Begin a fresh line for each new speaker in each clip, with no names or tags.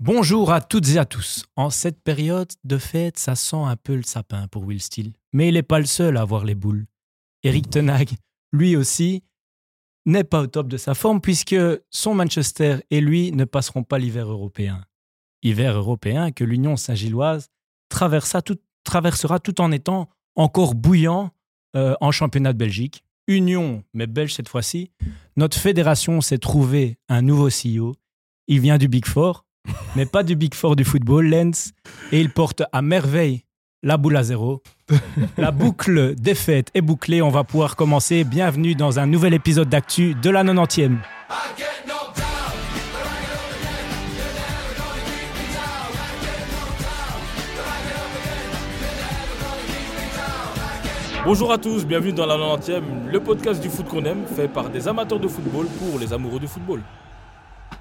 Bonjour à toutes et à tous. En cette période de fête, ça sent un peu le sapin pour Will Steele. Mais il n'est pas le seul à avoir les boules. Eric Tenag, lui aussi, n'est pas au top de sa forme puisque son Manchester et lui ne passeront pas l'hiver européen. Hiver européen que l'Union Saint-Gilloise traversa tout- traversera tout en étant encore bouillant euh, en championnat de Belgique. Union, mais belge cette fois-ci. Notre fédération s'est trouvée un nouveau CEO. Il vient du Big Four, mais pas du Big Four du football, Lens. Et il porte à merveille la boule à zéro. La boucle des fêtes est bouclée. On va pouvoir commencer. Bienvenue dans un nouvel épisode d'Actu de la 90e.
Bonjour à tous, bienvenue dans la 90e, le podcast du foot qu'on aime, fait par des amateurs de football pour les amoureux du football.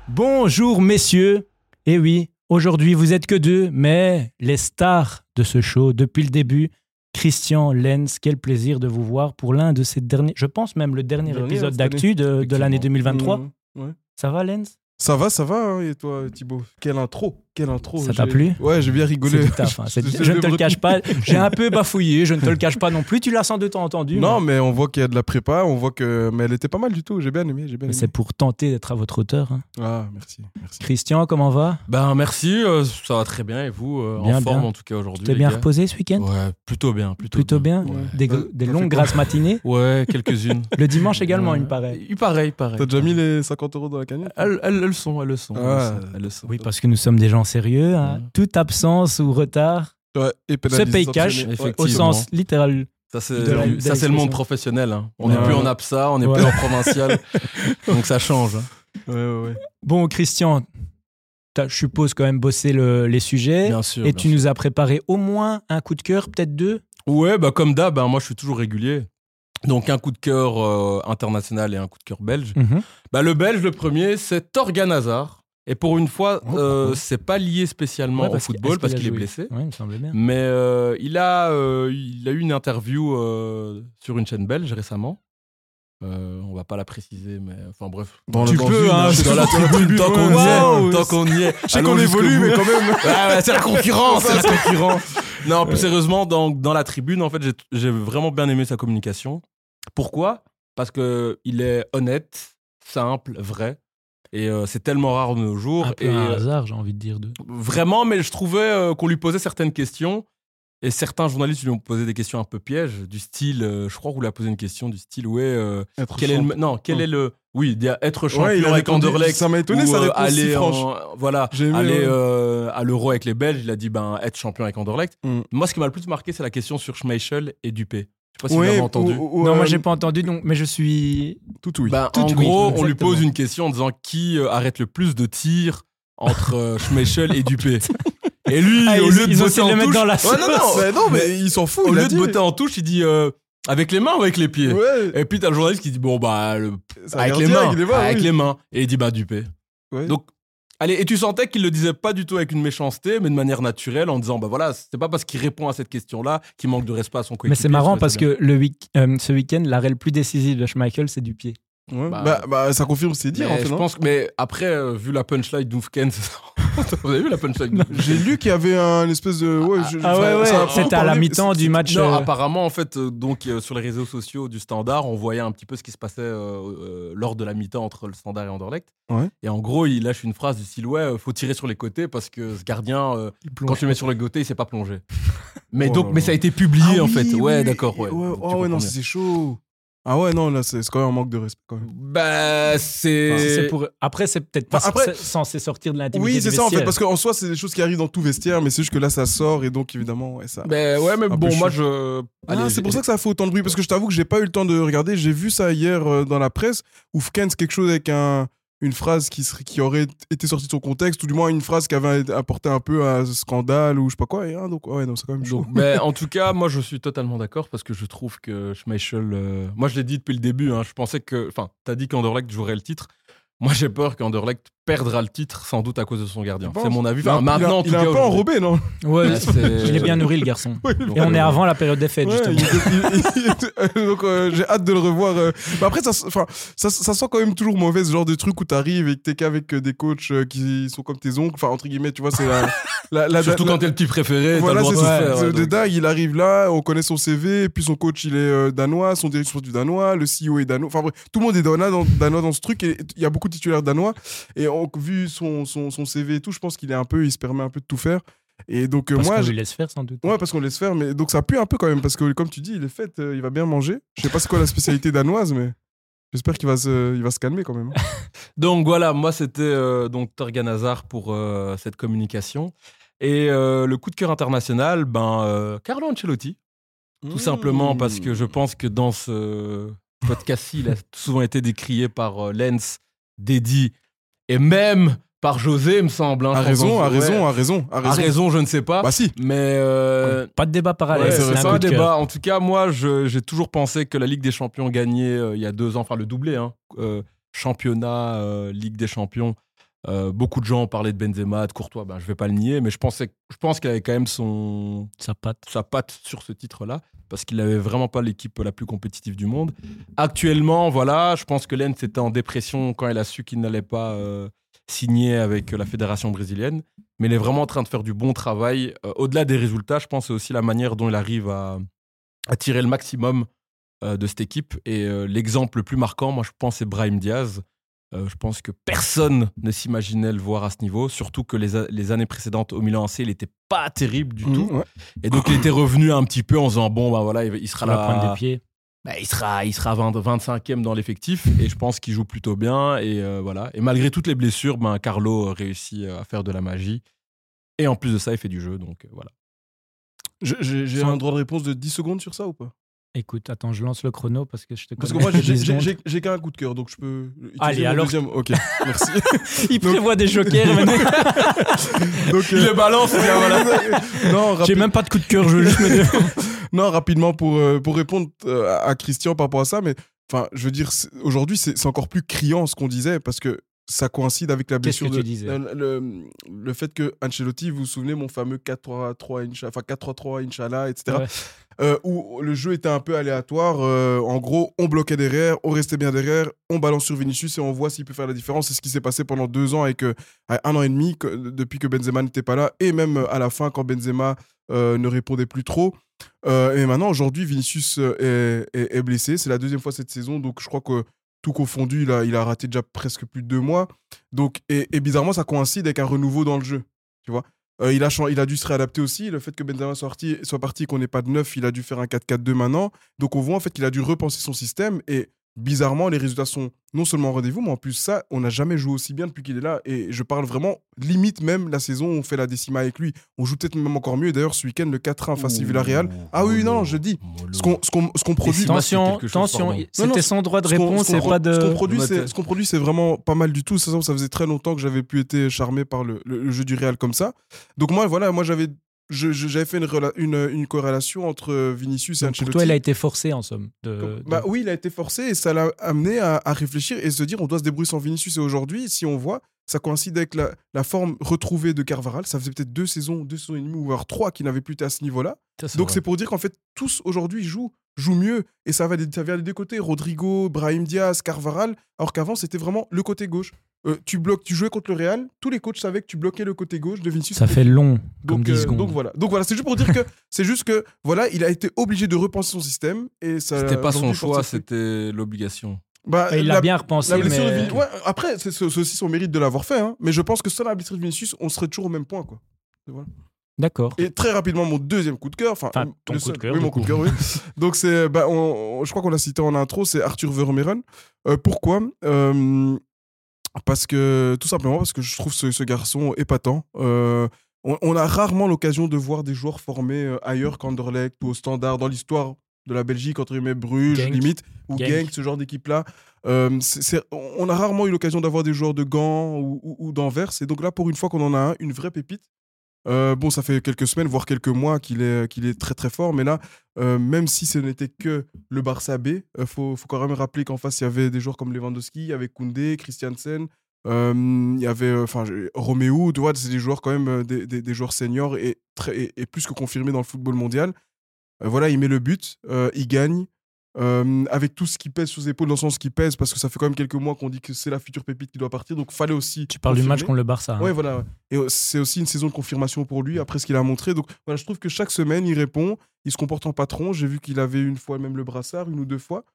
Bonjour messieurs. Eh oui, aujourd'hui vous êtes que deux, mais les stars de ce show depuis le début. Christian Lenz, quel plaisir de vous voir pour l'un de ces derniers, je pense même le dernier,
Dernier,
épisode
cette année,
d'actu de, de l'année 2023.
Mmh.
Ça va Lenz
Ça va, ça va, hein, et toi, Thibaut Quelle intro Quelle intro
Ça t'a
j'ai-
plu
Ouais, j'ai bien rigolé.
C'est du taf, hein.
Je-
C'est-
je-
je ne te
vais
le
me
cache
retenir.
pas, j'ai un peu bafouillé, je ne te le cache pas non plus, hein. tu l'as sans doute entendu.
Non, mais on voit qu'il y a de la prépa, on voit que. Mais elle était pas mal du tout, j'ai bien aimé, j'ai bien
mais
aimé.
c'est pour tenter d'être à votre hauteur. hein.
Ah, merci, merci.
Christian, comment va
Ben merci, euh, ça va très bien et vous euh,
Bien,
en forme
bien.
en tout cas aujourd'hui.
T'es
les
bien
gars
reposé ce week-end
Ouais, plutôt bien, plutôt,
Plutôt bien
Ouais. Euh,
Des,
Ça-
des
ça fait
longues
quoi
grasses matinées
Ouais, quelques-unes.
Le dimanche également,
Ouais.
il me paraît.
Et Pareil, pareil.
T'as déjà mis les 50 euros dans la cagnotte
Ah,
Elles, elles- elles le sont, elles le sont. elles le
Ah.
sont, elles le sont.
Oui, parce que nous sommes des gens sérieux. hein.
Ouais.
Toute absence ou retard
Ouais, et
se
pénalisé
paye cash
sanctionné.
sanctionner.
au
Effectivement.
sens littéral.
Ça
De la- de
c'est ça c'est le
l'expression.
monde professionnel. hein. On n'est
Ouais.
plus en absa, on n'est
Ouais.
plus en provincial, donc ça change. hein.
Ouais, ouais, ouais.
Bon, Christian, t'as- je suppose quand même bosser le- les sujets.
Bien sûr.
et
bien
tu nous as préparé au moins un coup de cœur, peut-être deux.
sûr. Ouais, bah comme d'hab, hein, moi je suis toujours régulier. Donc un coup de cœur euh, international et un coup de cœur belge. Bah, le belge, le premier, c'est Torgan Hazard. Et pour une fois, euh, c'est pas lié
Oh,
spécialement
Ouais,
au
parce qu'il-
football
est-ce
parce
qu'il a
qu'il est
joué
blessé.
Oui, il me semble bien.
Mais euh, il, a, euh, il a eu une interview euh, sur une chaîne belge récemment. Euh, on va pas la préciser, mais enfin bref.
Dans
Tu
dans
peux,
une-
hein,
dans
je suis
dans la tribune, tant qu'on y
Waouh,
est, tant qu'on y est.
Je sais
Allons
qu'on
jusqu'au
évolue,
bout.
mais quand même.
Ouais, ouais, c'est la concurrence, c'est la concurrence. Non, plus sérieusement, dans, dans la tribune, en fait, j'ai- j'ai vraiment bien aimé sa communication. Pourquoi Parce que il est honnête, simple, vrai. Et euh, c'est tellement rare de nos jours.
Un peu
et
un
euh,
hasard, j'ai envie de dire deux.
Vraiment, mais je trouvais euh, qu'on lui posait certaines questions. Et certains journalistes lui ont posé des questions un peu pièges, du style, euh, je crois qu'on lui a posé une question du style, ouais, euh,
Être
quel est le,
champion.
non, quel est le, oui, dire être champion
Oh. Ouais, il a
avec
répondu-
Anderlecht,
Ça m'a étonné,
ou,
ça
euh,
réponse si
aller en-
franche.
voilà,
J'ai aimé,
aller
ouais.
euh, à l'Euro avec les Belges, il a dit ben être champion avec Anderlecht.
Mm.
Moi, ce qui m'a le plus marqué, c'est la question sur Schmeichel et Dupé. Je sais pas si vous
Ouais,
l'avez entendu.
ou- ou,
non, moi
euh,
j'ai pas entendu, donc, mais je suis.
Tout oui.
Ben,
Tout
en
oui,
gros, on lui
exactement.
pose une question en disant qui euh, arrête le plus de tirs entre euh, Schmeichel et Dupé. Et lui,
Ah,
au
ils-
lieu de
ils ont
botter
essayé de le
en
mettre
touche,
dans la
Ouais, non, non,
Mais non, mais il s'en fout.
au
il a
lieu de
dit.
botter en touche, il dit euh, avec les mains ou avec les pieds.
Ouais,
Et puis t'as le journaliste qui dit bon bah le-
ça a
avec
l'air
les
bien,
mains,
avec les mains,
avec
oui.
les mains. Et il dit bah Dupé.
Ouais.
Donc, allez, et tu sentais qu'il le disait pas du tout avec une méchanceté, mais de manière naturelle, en disant, bah voilà, c'est pas parce qu'il répond à cette question-là qu'il manque de respect à son coéquipier.
Mais c'est marrant parce
bien.
que le week- euh, ce week-end, l'arrêt le plus décisif de Schmeichel, c'est du pied.
Ouais,
Bah-
bah, bah, ça confirme ses
Mais
dires en fait.
je
non
pense que, mais après, euh, vu la punchline d'Oufken, vous avez vu la punchline d'Oufken
J'ai lu qu'il y avait un espèce de. Ouais, je-
Ah
je-
ouais, ouais,
ça a
c'était
beaucoup
à la
parlé. Ah
mi-temps du match.
Non,
euh,
apparemment, en fait, euh, donc euh, sur les réseaux sociaux du Standard, on voyait un petit peu ce qui se passait euh, euh, lors de la mi-temps entre le Standard et Anderlecht.
Ouais.
Et en gros, il lâche une phrase du style Ouais, euh, faut tirer sur les côtés parce que ce gardien, euh, quand tu le mets sur le côté, il s'est pas plongé. Mais
Oh
donc,
là
mais
là.
ça a été publié
Ah
en
oui,
fait.
oui,
Ouais,
oui.
d'accord. Ouais.
Ouais,
Donc,
ah
tu
ouais,
comprends
non,
bien.
c'est chaud. Ah ouais, non, là, c'est c'est quand même un manque de respect quand même.
Bah, c'est.
Ah, si c'est pour... Après, c'est peut-être pas
Enfin, après-
censé- censé sortir de l'intimité.
Oui,
du
c'est ça en fait,
vestiaire.
parce qu'en soi, c'est des choses qui arrivent dans tout vestiaire, mais c'est juste que là, ça sort et donc évidemment, ouais, ça.
Ben ouais, mais
peu
bon, moi
chaud.
je.
Ah,
Allez,
c'est pour
j'ai-
ça que ça fait autant de bruit, parce que je t'avoue que j'ai pas eu le temps de regarder. J'ai vu ça hier euh, dans la presse. Oufkens, quelque chose avec un, une phrase qui, serait, qui aurait été sortie de son contexte, ou du moins une phrase qui avait apporté un peu à ce scandale ou je sais pas quoi. Et, hein, donc, ouais, non, c'est quand même chaud.
Donc, ben, en tout cas, moi je suis totalement d'accord parce que je trouve que Schmeichel. euh, Moi je l'ai dit depuis le début, hein, je pensais que. Enfin, t'as dit qu'Anderlecht jouerait le titre. Moi, j'ai peur qu'Anderlecht perdra le titre, sans doute à cause de son gardien.
Tu
C'est
penses
mon avis.
Il a-
Enfin, maintenant, en
il a, il a
tout
un
cas,
peu enrobé, non
Ouais,
aujourd'hui.
il est bien nourri, le garçon.
Donc,
Et on est
euh,
avant la période des fêtes,
Ouais,
justement.
il- il- il- Donc euh, j'ai hâte de le revoir. euh. Mais après, ça, s- enfin, ça, s- ça sent quand même toujours mauvais ce genre de truc où t'arrives et que t'es qu'avec euh, des coachs euh, qui sont comme tes oncles. Enfin, entre guillemets, tu vois, c'est la. la, la-
Surtout
la-
quand t'es le petit préféré, t'as le
Voilà,
droit
c'est
de
ça.
le faire,
C'est
ouais,
de
donc. euh,
dingue. Il arrive là, on connaît son CV, puis son coach, il est euh, danois, son directeur du danois, le CEO est danois. Enfin bref, tout le monde est danois dans, danois dans ce truc. Et il y a beaucoup de titulaires danois. Et on, vu son, son, son CV et tout, je pense qu'il est un peu, il se permet un peu de tout faire. Et donc euh,
Parce
moi,
qu'on
j'ai-
lui laisse faire, sans doute.
Ouais, parce qu'on laisse faire, mais donc ça pue un peu quand même, parce que comme tu dis, il est fait, euh, il va bien manger. Je sais pas c'est quoi la spécialité danoise, mais j'espère qu'il va se, il va se calmer quand même.
Donc voilà, moi c'était euh, donc Torgan Hazard pour euh, cette communication. Et euh, le coup de cœur international, ben euh, Carlo Ancelotti,
hein. Mmh.
tout simplement parce que je pense que dans ce podcast-ci, il a souvent été décrié par euh, Lens, Deddy et même par José, il me semble. hein,
A
sans
raison,
en-
à
ouais.
raison, à raison, à
à
raison.
raison, je ne sais pas.
Bah si.
mais euh,
Pas de débat parallèle.
Ouais,
c'est
c'est
vrai,
un
ça,
coup
un
de cœur.
débat. En tout cas, moi, je- j'ai toujours pensé que la Ligue des Champions gagnée euh, il y a deux ans, enfin le doublé, hein, euh, championnat, euh, Ligue des Champions. euh, beaucoup de gens ont parlé de Benzema, de Courtois, ben, je vais pas le nier, mais je, pensais, je pense qu'il avait quand même son,
Ça patte.
sa patte sur ce titre-là, parce qu'il n'avait vraiment pas l'équipe la plus compétitive du monde. Actuellement, voilà, je pense que Lens était en dépression quand elle a su qu'il n'allait pas euh, signer avec euh, la fédération brésilienne, mais il est vraiment en train de faire du bon travail. Euh, Au-delà des résultats, je pense que c'est aussi la manière dont il arrive à, à tirer le maximum euh, de cette équipe. Et euh, l'exemple le plus marquant, moi, je pense, c'est Brahim Diaz. Euh, je pense que personne ne s'imaginait le voir à ce niveau, surtout que les, a- les années précédentes au Milan AC, il n'était pas terrible du tout.
Mmh, ouais.
Et donc il était revenu un petit peu en se disant bon bah voilà il il sera
Sur la pointe
là,
des pieds.
Bah, il sera il sera 20 25e dans l'effectif et je pense qu'il joue plutôt bien et euh, voilà et malgré toutes les blessures ben Carlo euh, réussit euh, à faire de la magie et en plus de ça il fait du jeu donc euh, voilà.
Je- J'ai j'ai un droit de réponse de 10 secondes sur ça ou pas
Écoute, attends, je lance le chrono parce que je te
Parce que
connais.
moi, j'ai-
Dix
j'ai
secondes.
j'ai- j'ai qu'un coup de cœur, donc je peux. utiliser
Allez,
mon
alors-
Deuxième. Ok, merci.
Il
Donc-
prévoit des jokers. maintenant.
donc, euh,
balance
non,
J'ai
rapi-
même pas de coup de cœur, je veux juste me défendre.
non, rapidement pour, euh, pour répondre euh, à- à Christian par rapport à ça, mais enfin, je veux dire, c'est- aujourd'hui, c'est c'est encore plus criant ce qu'on disait parce que ça coïncide avec la
Qu'est-ce que
blessure de. euh,
tu disais
Le, le- le fait que Ancelotti, vous vous souvenez, mon fameux 4-3-3, Incha- enfin 4-3-3, Inch'Allah, etc.,
Ouais.
euh, où le jeu était un peu aléatoire. euh, en gros, on bloquait derrière, on restait bien derrière, on balance sur Vinicius et on voit s'il peut faire la différence. C'est ce qui s'est passé pendant deux ans et que, à un an et demi, que- depuis que Benzema n'était pas là, et même euh, à la fin, quand Benzema euh, ne répondait plus trop. Euh, et maintenant, aujourd'hui, Vinicius euh, est, est- est blessé. C'est la deuxième fois cette saison, donc je crois que tout confondu, il a, il a raté déjà presque plus de deux mois. Donc, et, et bizarrement, ça coïncide avec un renouveau dans le jeu. Tu vois Euh, il, a, chan- il a dû se réadapter aussi. Le fait que Benzema soit parti, soit parti qu'on n'ait pas de neuf, il a dû faire un 4-4-2 maintenant. Donc on voit en fait qu'il a dû repenser son système. Et bizarrement, les résultats sont non seulement au rendez-vous, mais en plus, ça, on n'a jamais joué aussi bien depuis qu'il est là. Et je parle vraiment limite même la saison où on fait la décima avec lui. On joue peut-être même encore mieux. Et D'ailleurs, ce week-end, le 4-1 face à Villarreal. Ah oui, non, je dis. Ce qu'on ce qu'on- ce qu'on produit.
Moi, c'est
Attention,
quelque chose,
attention,
pardon.
Non, non,
c'était son droit de
ce qu'on-
réponse,
ce qu'on
c'est
pro-
pas
ce qu'on
de. bah,
produit,
de
c'est
noter.
ce qu'on produit, c'est vraiment pas mal du tout. Ça, ça faisait très longtemps que j'avais pu être charmé par le, le- le jeu du Real comme ça. Donc moi, voilà, moi j'avais je- je- j'avais fait une, rela- une, une corrélation entre Vinicius et
Donc,
Ancelotti.
Pour toi, il a été forcé en somme. De,
Bah
de-
oui, il a été forcé et ça l'a amené à, à réfléchir et se dire on doit se débrouiller sans Vinicius. Et aujourd'hui, si on voit, ça coïncide avec la, la forme retrouvée de Carvaral. Ça faisait peut-être deux saisons, deux saisons et demie, ou voire trois, qui n'avait plus été à ce niveau-là.
Ça,
Donc
vrai.
c'est pour dire qu'en fait, tous aujourd'hui jouent, jouent mieux. Et ça va des, ça vient des deux côtés. Rodrigo, Brahim Diaz, Carvaral. Alors qu'avant, c'était vraiment le côté gauche. Euh, tu bloques, tu jouais contre le Real. Tous les coachs savaient que tu bloquais le côté gauche de Vinicius.
Ça fait long, comme
donc,
10
euh,
secondes.
donc voilà. Donc voilà, c'est juste pour dire que c'est juste que voilà, il a été obligé de repenser son système et ça.
C'était pas son
aujourd'hui, force
choix,
est-
c'était l'obligation.
Bah,
Bah, il l'a
la-
bien repensé.
la blessure de
mais-
Vin- ouais, après, c'est c'est- c'est aussi son mérite de l'avoir fait. hein. Mais je pense que sans la blessure de Vinicius, on serait toujours au même point. Quoi.
D'accord.
Et très rapidement, mon deuxième coup de cœur. Enfin,
Enfin, ton
le
coup de
seul-
cœur,
Oui,
du
mon coup de
coup.
cœur, oui. Donc, c'est, bah, on- on- je crois qu'on l'a cité en intro, c'est Arthur Vermeeren. Euh, pourquoi Euh, Parce que, tout simplement, parce que je trouve ce, ce garçon épatant. Euh, on, on a rarement l'occasion de voir des joueurs formés euh, ailleurs qu'Anderlecht ou au Standard dans l'histoire de la Belgique, entre guillemets, Bruges,
Genk.
limite, ou
Genk.
Genk, ce genre d'équipe-là. Euh, c'est- c'est- on a rarement eu l'occasion d'avoir des joueurs de Gand ou, ou- ou d'Anvers. Et donc là, pour une fois qu'on en a un, une vraie pépite Euh, bon, ça fait quelques semaines, voire quelques mois qu'il est, qu'il est très très fort, mais là, euh, même si ce n'était que le Barça B, il faut, faut quand même rappeler qu'en face, il y avait des joueurs comme Lewandowski, il y avait Koundé, Christiansen, euh, il y avait enfin Roméo, tu vois, c'est des joueurs quand même, euh, des, des- des joueurs seniors et, très, et, et plus que confirmés dans le football mondial. Euh, voilà, il met le but, euh, il gagne. Euh, avec tout ce qui pèse sous les épaules, dans le sens qui pèse, parce que ça fait quand même quelques mois qu'on dit que c'est la future pépite qui doit partir, donc fallait aussi.
Tu parles du match
confirmer.
contre le
Ah.
Barça. hein.
Ouais, voilà. ouais. Et euh, c'est aussi une saison de confirmation pour lui après ce qu'il a montré. Donc voilà, je trouve que chaque semaine, il répond, il se comporte en patron. J'ai vu qu'il avait une fois même le brassard, une ou deux fois.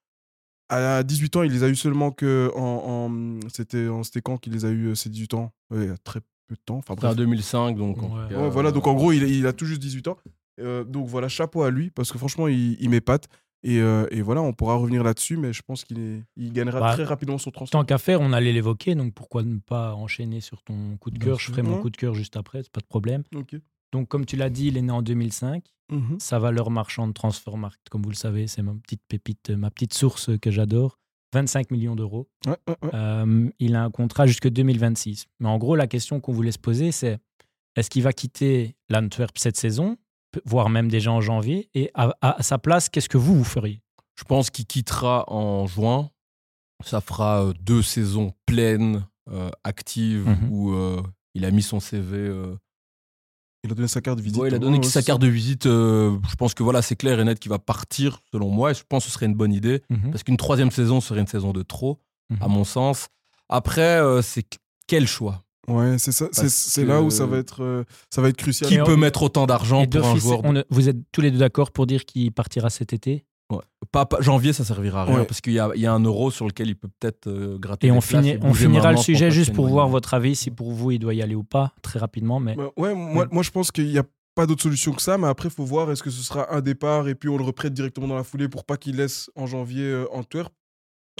À 18 ans, il les a eu seulement que en. en- C'était en- c'était quand qu'il les a eu euh, ces 18 ans Ouais, Il y a très peu de temps. Enfin
C'était en
bref.
2005, donc. en
Ouais.
tout cas,
Ouais, voilà,
euh,
donc en gros, il, il a tout juste 18 ans. Euh, donc voilà, chapeau à lui, parce que franchement, il, il m'épate. Et, euh, et voilà, on pourra revenir là-dessus, mais je pense qu'il est- il gagnera
Bah,
très rapidement son transfert.
Tant qu'à faire, on allait l'évoquer, donc pourquoi ne pas enchaîner sur ton coup de cœur Je ferai mon
Ouais.
coup de cœur juste après, c'est pas de problème.
Ok.
Donc, comme tu l'as dit, il est né en 2005.
Mhm.
Sa valeur marchande Transfermarkt, comme vous le savez, c'est ma petite pépite, euh, ma petite source que j'adore. 25 millions d'euros.
Ouais, ouais, ouais.
Euh, il a un contrat jusque 2026. Mais en gros, la question qu'on voulait se poser, c'est est-ce qu'il va quitter l'Antwerp cette saison, pe- voire même déjà en janvier Et à, à- à sa place, qu'est-ce que vous, vous feriez
Je pense qu'il quittera en juin. Ça fera euh, deux saisons pleines, euh, actives,
Mhm.
où euh, il a mis son CV. euh,
Il a donné sa carte de visite.
Ouais, il a donné
Ouais,
sa
c'est-
carte de visite. euh, je pense que voilà, c'est clair et net qu'il va partir, selon moi. Et je pense que ce serait une bonne idée. Parce qu'une troisième saison serait une saison de trop,
Mhm.
à mon sens. Après, euh, c'est qu- quel choix
Ouais, c'est ça. C'est
Parce
c'est là où ça
que-
va être, euh, ça va être crucial.
Qui
mais
peut
on-
mettre autant d'argent
Et
pour un
d'office,
joueur
on ne- Vous êtes tous les deux d'accord pour dire qu'il partira cet été
pas, pas- Janvier, ça servira à rien,
Ouais.
parce qu'il y a, il y a un euro sur lequel il peut peut-être euh, gratter.
Et
des
on,
places
finit-
et
on
bouger
finira le
maintenant
sujet
passer
juste
une
pour
bonne
voir
année.
votre avis, si pour vous, il doit y aller ou pas, très rapidement. Mais
Ouais, ouais, moi,
Mm.
moi je pense qu'il n'y a pas d'autre solution que ça, mais après, faut voir est-ce que ce sera un départ et puis on le reprête directement dans la foulée pour pas qu'il laisse en janvier euh, Antwerp.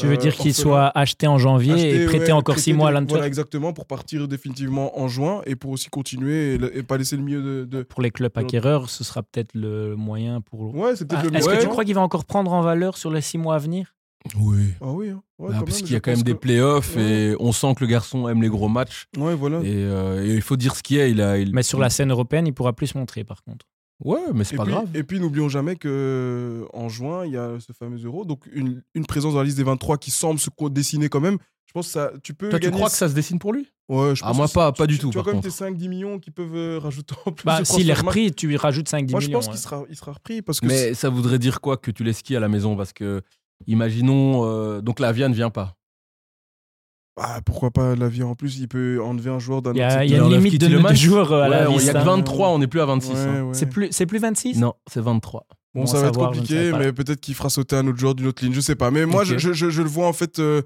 tu veux
Euh,
dire qu'il
orphelin.
soit acheté en janvier
Acheter,
et prêté
ouais,
encore six
prêter
mois à
direct-
l'Antwerp
Voilà, exactement, pour partir définitivement en juin et pour aussi continuer et, le- et pas laisser le milieu de. de-
pour les clubs acquéreurs, ce sera peut-être le moyen pour.
Ouais, c'est peut-être
Ah,
le
Est-ce
ouais,
que tu
non
crois qu'il va encore prendre en valeur sur les six mois à venir
Oui.
Ah oui, hein. Ouais,
Bah,
quand
parce
même,
qu'il y a
je
quand même
pense
des
que-
playoffs
Ouais.
et on sent que le garçon aime les gros matchs.
Ouais, voilà.
Et, euh, et il faut dire ce qu'il est. Il a, il-
Mais sur la scène européenne, il pourra plus se montrer par contre.
Ouais, mais c'est
Et
pas
puis,
grave.
et puis n'oublions jamais que euh, en juin, il y a ce fameux euro. Donc une, une présence dans la liste des 23 qui semble se co- dessiner quand même. Je pense que ça, tu peux
Toi, tu
gagner
crois que ça se dessine pour lui
Ouais, je
Ah,
pense
moi,
que
pas-
tu-
pas du
tu-
tout,
Tu as
par
quand même tes
contre.
5-10 millions qui peuvent euh, rajouter en plus.
Bah,
de
s'il est
transfert.
repris, tu lui rajoutes 5-10
moi, je
millions.
pense qu'il
hein.
sera, il sera repris parce que.
Mais ça voudrait dire quoi que tu laisses qui à la maison Parce que, imaginons, euh, donc la Via ne vient pas.
Ah, pourquoi pas la vie en plus Il peut enlever un joueur d'un
Il y
autre
a,
secteur.
il y a
Il
une
enlève
limite de,
Kitty
de
Lemas.
joueurs euh, à
Ouais,
la
on- il y a
liste,
que
hein.
23, on n'est plus à 26. hein.
Ouais, ouais.
C'est plus, c'est plus 26
Non, c'est 23.
Bon,
Bon,
ça va être
savoir, je ne savais
compliqué,
pas.
mais peut-être qu'il fera sauter un autre joueur d'une autre ligne. Je sais pas. Mais moi, je-
Ok.
je, je- je le vois en fait. euh,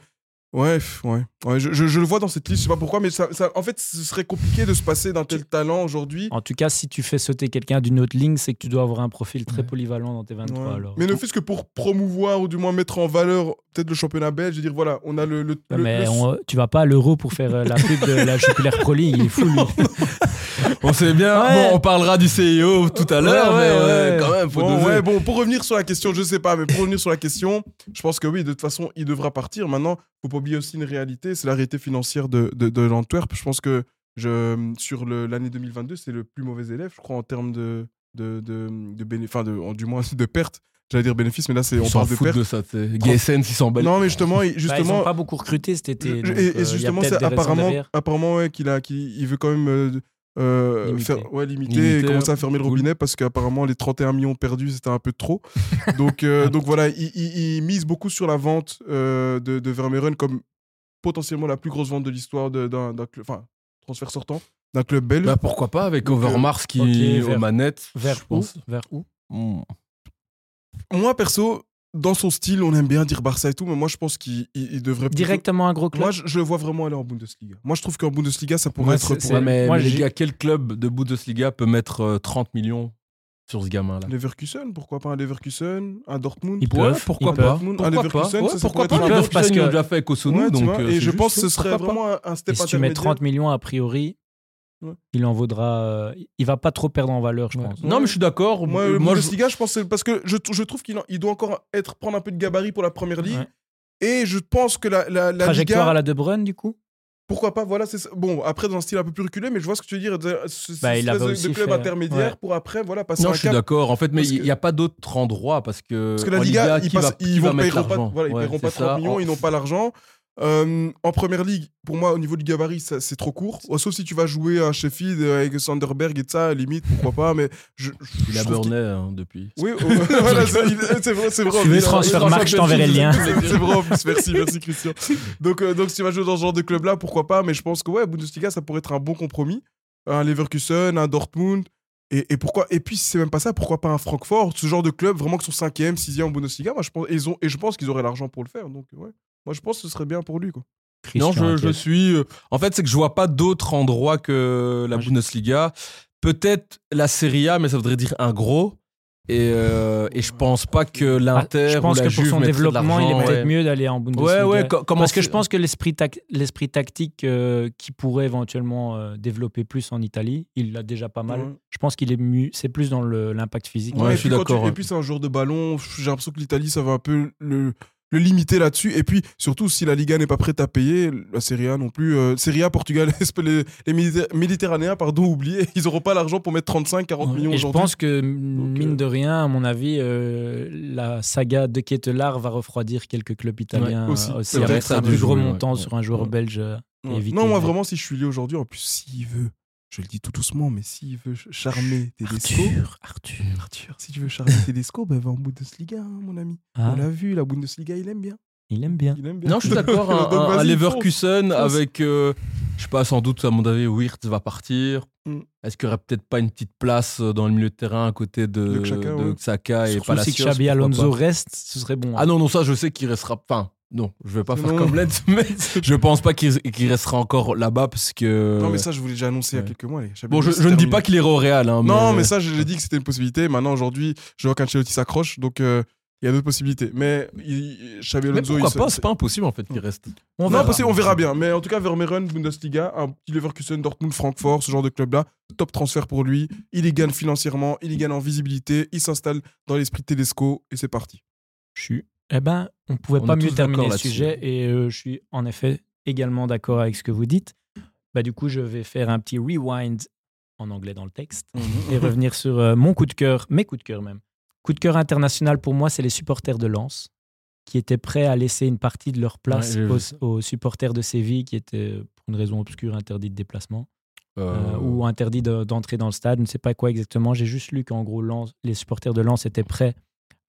Ouais, pff, ouais. ouais je, je- je le vois dans cette liste, je sais pas pourquoi, mais ça, ça- en fait, ce serait compliqué de se passer d'un tel talent aujourd'hui.
En tout cas, si tu fais sauter quelqu'un d'une autre ligne, c'est que tu dois avoir un profil très polyvalent dans tes 23.
Ouais.
Alors.
Mais ne fût-ce que pour promouvoir ou du moins mettre en valeur peut-être le championnat belge et dire voilà, on a le. le,
Ouais,
le-
mais
le-
on- tu vas pas à l'euro pour faire euh, la pub de la Jupiler Pro League, il est fou lui. Bah,
On sait bien,
Ouais.
bon, on parlera du CIO tout à
Ouais,
l'heure,
ouais,
mais euh,
ouais.
quand même, faut
Bon,
doser.
ouais, bon, pour revenir sur la question, je sais pas, mais pour revenir sur la question, je pense que oui, de toute façon, il devra partir. Maintenant, faut pas oublier aussi une réalité, c'est la réalité financière de, de, de l'Antwerp. Je pense que je, sur le- l'année 2022, c'est le plus mauvais élève, je crois, en termes de, de, de, de béné- enfin, de, en- du moins de pertes. J'allais dire bénéfices, mais là, c'est
Ils
on
s'en
parle de
foutent
pertes.
de ça, tu sais. Gaessens, ils s'en battent.
Non, mais justement, il-
Bah, ils n'ont
justement,
pas beaucoup recruté cet été.
Je-
donc,
et, et
euh, il y a
justement,
peut-être
c'est
des raisons
apparemment,
derrière.
apparemment ouais, qu'il a, qu'il- il veut quand même euh, euh,
Limiter. euh,
faire ouais, limiter,
Limiter,
et commencer à fermer le
cool.
robinet parce qu'apparemment les 31 millions perdus c'était un peu trop. donc, euh, donc voilà, il, il- il mise beaucoup sur la vente euh, de, de Vermeeren comme potentiellement la plus grosse vente de l'histoire de- d'un d'un club, enfin transfert sortant d'un club belge.
Bah, pourquoi pas avec Overmars qui
ok,
est aux
vers-
manettes, je
Vers où,
pense.
vers où
Mm.
Moi perso, dans son style, on aime bien dire Barça et tout, mais moi je pense qu'il il- il devrait plutôt-
Directement un gros club.
Moi je, je le vois vraiment aller en Bundesliga. Moi je trouve qu'en Bundesliga ça pourrait
Moi,
être
c'est-
pour
Ouais, mais,
Moi,
mais les
j'ai-
gars, quel club de Bundesliga peut mettre euh, 30 millions sur ce gamin-là
Leverkusen, pourquoi pas un Leverkusen, un Dortmund.
Ils peuvent,
pourquoi
ils
pas
peuvent.
Pourquoi
Un
pas
Leverkusen,
Ouais,
ça, ça
Pourquoi
pourrait
pas
être un
Leverkusen,
parce que-
ils l'ont déjà fait avec Osunu,
Ouais, tu
donc.
vois,
euh,
et
c'est
je
juste,
pense que ce
pourquoi
serait
pas
vraiment un, un
Et
step
si tu mets
intermédiaire.
30 millions, a priori,
Ouais.
il en vaudra. euh, il va pas trop perdre en valeur, je
Ouais.
pense.
Non, mais je suis d'accord.
Moi, le
euh, Moi, je-
Bundesliga, je pense que c'est- parce que je, je trouve qu'il en- il doit encore être prendre un peu de gabarit pour la première ligue.
Ouais.
Et je pense que la, la, la
Trajectoire
Liga,
à la De Bruyne, du coup
Pourquoi pas Voilà, c'est ça. bon. Après, dans un style un peu plus reculé, mais je vois ce que tu veux dire. de- ce- ce
Bah, il
espèce
avait
de,
aussi
de club
fait-
intermédiaire
ouais.
pour après, voilà, passer
Non,
un
je suis
cap.
d'accord. En fait, mais
Parce
il
que-
n'y a pas d'autre endroit parce que.
Parce que la
en
Liga, ils,
qui va-
passent- ils
qui va
vont-
mettre
paieront pas,
l'argent
voilà, ils
Ouais,
paieront
c'est
pas 30
ça.
millions, ils n'ont pas l'argent. Euh, en première ligue, pour moi, au niveau du gabarit, ça, c'est trop court. Oh, Sauf si tu vas jouer à Sheffield euh, avec Sanderberg et de ça, limite, pourquoi pas. Mais je, je-
Il
je
a
trouve qu'il-
burné hein, depuis.
Oui, euh, voilà, c'est il- c'est vrai, c'est vrai.
Tu veux
Il a-
Transfermarkt, je t'enverrai le lien.
C'est vrai, en plus. merci, merci Christian. Donc, euh, donc si tu vas jouer dans ce genre de club-là, pourquoi pas Mais je pense que ouais, Bundesliga, ça pourrait être un bon compromis. Un Leverkusen, un Dortmund. Et, et pourquoi Et puis si c'est même pas ça, pourquoi pas un Francfort Ce genre de club vraiment qui sont cinquième, sixième en Bundesliga. Moi, je pense, et, ils ont, et je pense qu'ils auraient l'argent pour le faire. Donc ouais, moi je pense que ce serait bien pour lui quoi.
Non,
Christian,
je, je
ok.
suis. euh, En fait, c'est que je vois pas d'autre endroit que la
Moi, je-
Bundesliga. Peut-être la Serie A, mais ça voudrait dire un gros. Et, euh, et je pense pas que
Ah,
l'Inter
je pense
ou la
que pour
Juve
son
mettraient de
développement, il est
l'argent,
peut-être
ouais.
mieux d'aller en
Ouais,
Bundesliga.
ouais. co- comment
Parce que
c'est-
je pense que l'esprit tac- l'esprit tactique euh, qui pourrait éventuellement euh, développer plus en Italie, il l'a déjà pas mal.
Ouais.
Je pense qu'il est mu- c'est plus dans le- l'impact physique.
Ouais,
et
je suis
puis quand tu-
d'accord, ouais.
Et puis c'est un joueur de ballon. J'ai l'impression que l'Italie, ça va un peu le, le limiter là-dessus. Et puis surtout, si la Liga n'est pas prête à payer, la Serie A non plus. euh, Serie A, Portugal, Esp- les, les Méditer- Méditerranéens, pardon, oubliés, ils n'auront pas l'argent pour mettre 35, 40
Ouais.
millions
Et je
aujourd'hui.
pense que,
Donc, euh,
mine de rien, à mon avis, euh, la saga de Ketelaar va refroidir quelques clubs italiens
aussi.
euh, aussi,
Peut-être
avec
ça
un
a dû
plus gros
jouer, ouais.
montant
Ouais.
sur un joueur
Ouais.
belge. euh,
Ouais.
éviter
Non, moi
de-
vraiment, si je suis lié aujourd'hui, en plus, s'il veut, je le dis tout doucement, mais s'il veut ch- charmer Tedesco.
Arthur.
Arthur, si tu veux charmer Tedesco, ben va en Bundesliga, hein, mon ami.
Ah,
On l'a vu, la Bundesliga, il aime bien.
il aime bien.
Il aime bien.
Non, je suis d'accord. un-
Donc,
un, un
vas-y,
Leverkusen
fonce.
avec, euh, je sais pas, sans doute, à mon avis, Wirtz va partir.
Mm.
Est-ce qu'il y aurait peut-être pas une petite place euh, dans le milieu de terrain à côté
De
de,
Xhaka,
de
ouais.
Xhaka Ah, et
Surtout si
Palacios
Xabi
pourquoi
Alonso
pas.
reste, ce serait bon. hein.
Ah non, non, ça, je sais qu'il restera. Enfin, non, je vais pas faire
Non.
comme Lens, mais je pense pas qu'il qu'il restera encore là-bas parce que.
Non, mais ça, je vous l'ai déjà annoncé il y
Euh, Ouais.
a quelques mois, les gars. Xabi
bon, je,
Alonso,
je
c'est
ne dis
terminé.
pas qu'il ira au Real. hein,
Non, mais ça, je l'ai dit que c'était une possibilité. Maintenant, aujourd'hui, je vois qu'Ancelotti s'accroche, donc euh, il y a d'autres possibilités. Mais il, Xabi
Mais
Alonso,
pourquoi
il se-
pas C'est pas impossible en fait qu'il reste.
on
non,
verra.
parce que- on verra bien. Mais en tout cas, Vermeeren, Bundesliga, un petit Leverkusen, Dortmund, Francfort, ce genre de club-là, top transfert pour lui. Il y gagne financièrement, il y gagne en visibilité, il s'installe dans l'esprit Tedesco et c'est parti.
Je suis- Eh ben, on pouvait
On
pas
est
mieux
tous
terminer
d'accord
le
là-dessus.
sujet et euh, je suis en effet également d'accord avec ce que vous dites. Bah, du coup, je vais faire un petit rewind en anglais dans le texte
Mhm.
et revenir sur euh, mon coup de cœur, mes coups de cœur même. Coup de cœur international pour moi, c'est les supporters de Lens qui étaient prêts à laisser une partie de leur place
Ouais, j'ai vu
aux-
ça.
aux, supporters de Séville qui étaient, euh, pour une raison obscure, interdits de déplacement euh, ou interdits de- d'entrer dans le stade. Je ne sais pas quoi exactement. J'ai juste lu qu'en gros, Lens- les supporters de Lens étaient prêts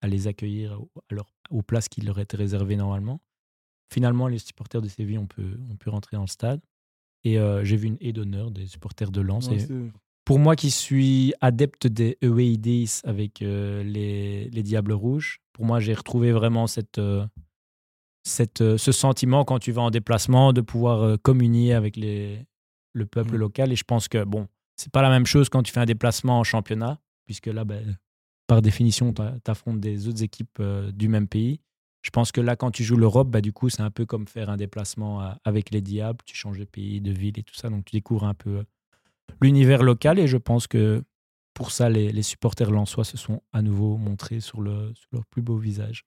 à les accueillir au- à leur- aux places qui leur étaient réservées normalement. Finalement, les supporters de Séville ont pu, ont pu rentrer dans le stade. Et euh, j'ai vu une haie d'honneur des supporters de Lens.
Ouais,
et-
c'est-
pour moi qui suis adepte des E Away Days avec euh, les, les Diables Rouges, pour moi j'ai retrouvé vraiment cette, euh, cette, euh, ce sentiment quand tu vas en déplacement de pouvoir euh, communier avec les, le peuple
Mhm.
local. Et je pense que bon, c'est pas la même chose quand tu fais un déplacement en championnat, puisque là, ben, par définition, t'a- t'affrontes des autres équipes euh, du même pays. Je pense que là, quand tu joues l'Europe, bah, du coup, c'est un peu comme faire un déplacement à- avec les Diables. Tu changes de pays, de ville et tout ça. Donc, tu découvres un peu euh, l'univers local. Et je pense que pour ça, les, les supporters lensois se sont à nouveau montrés sur, le, sur leur plus beau visage.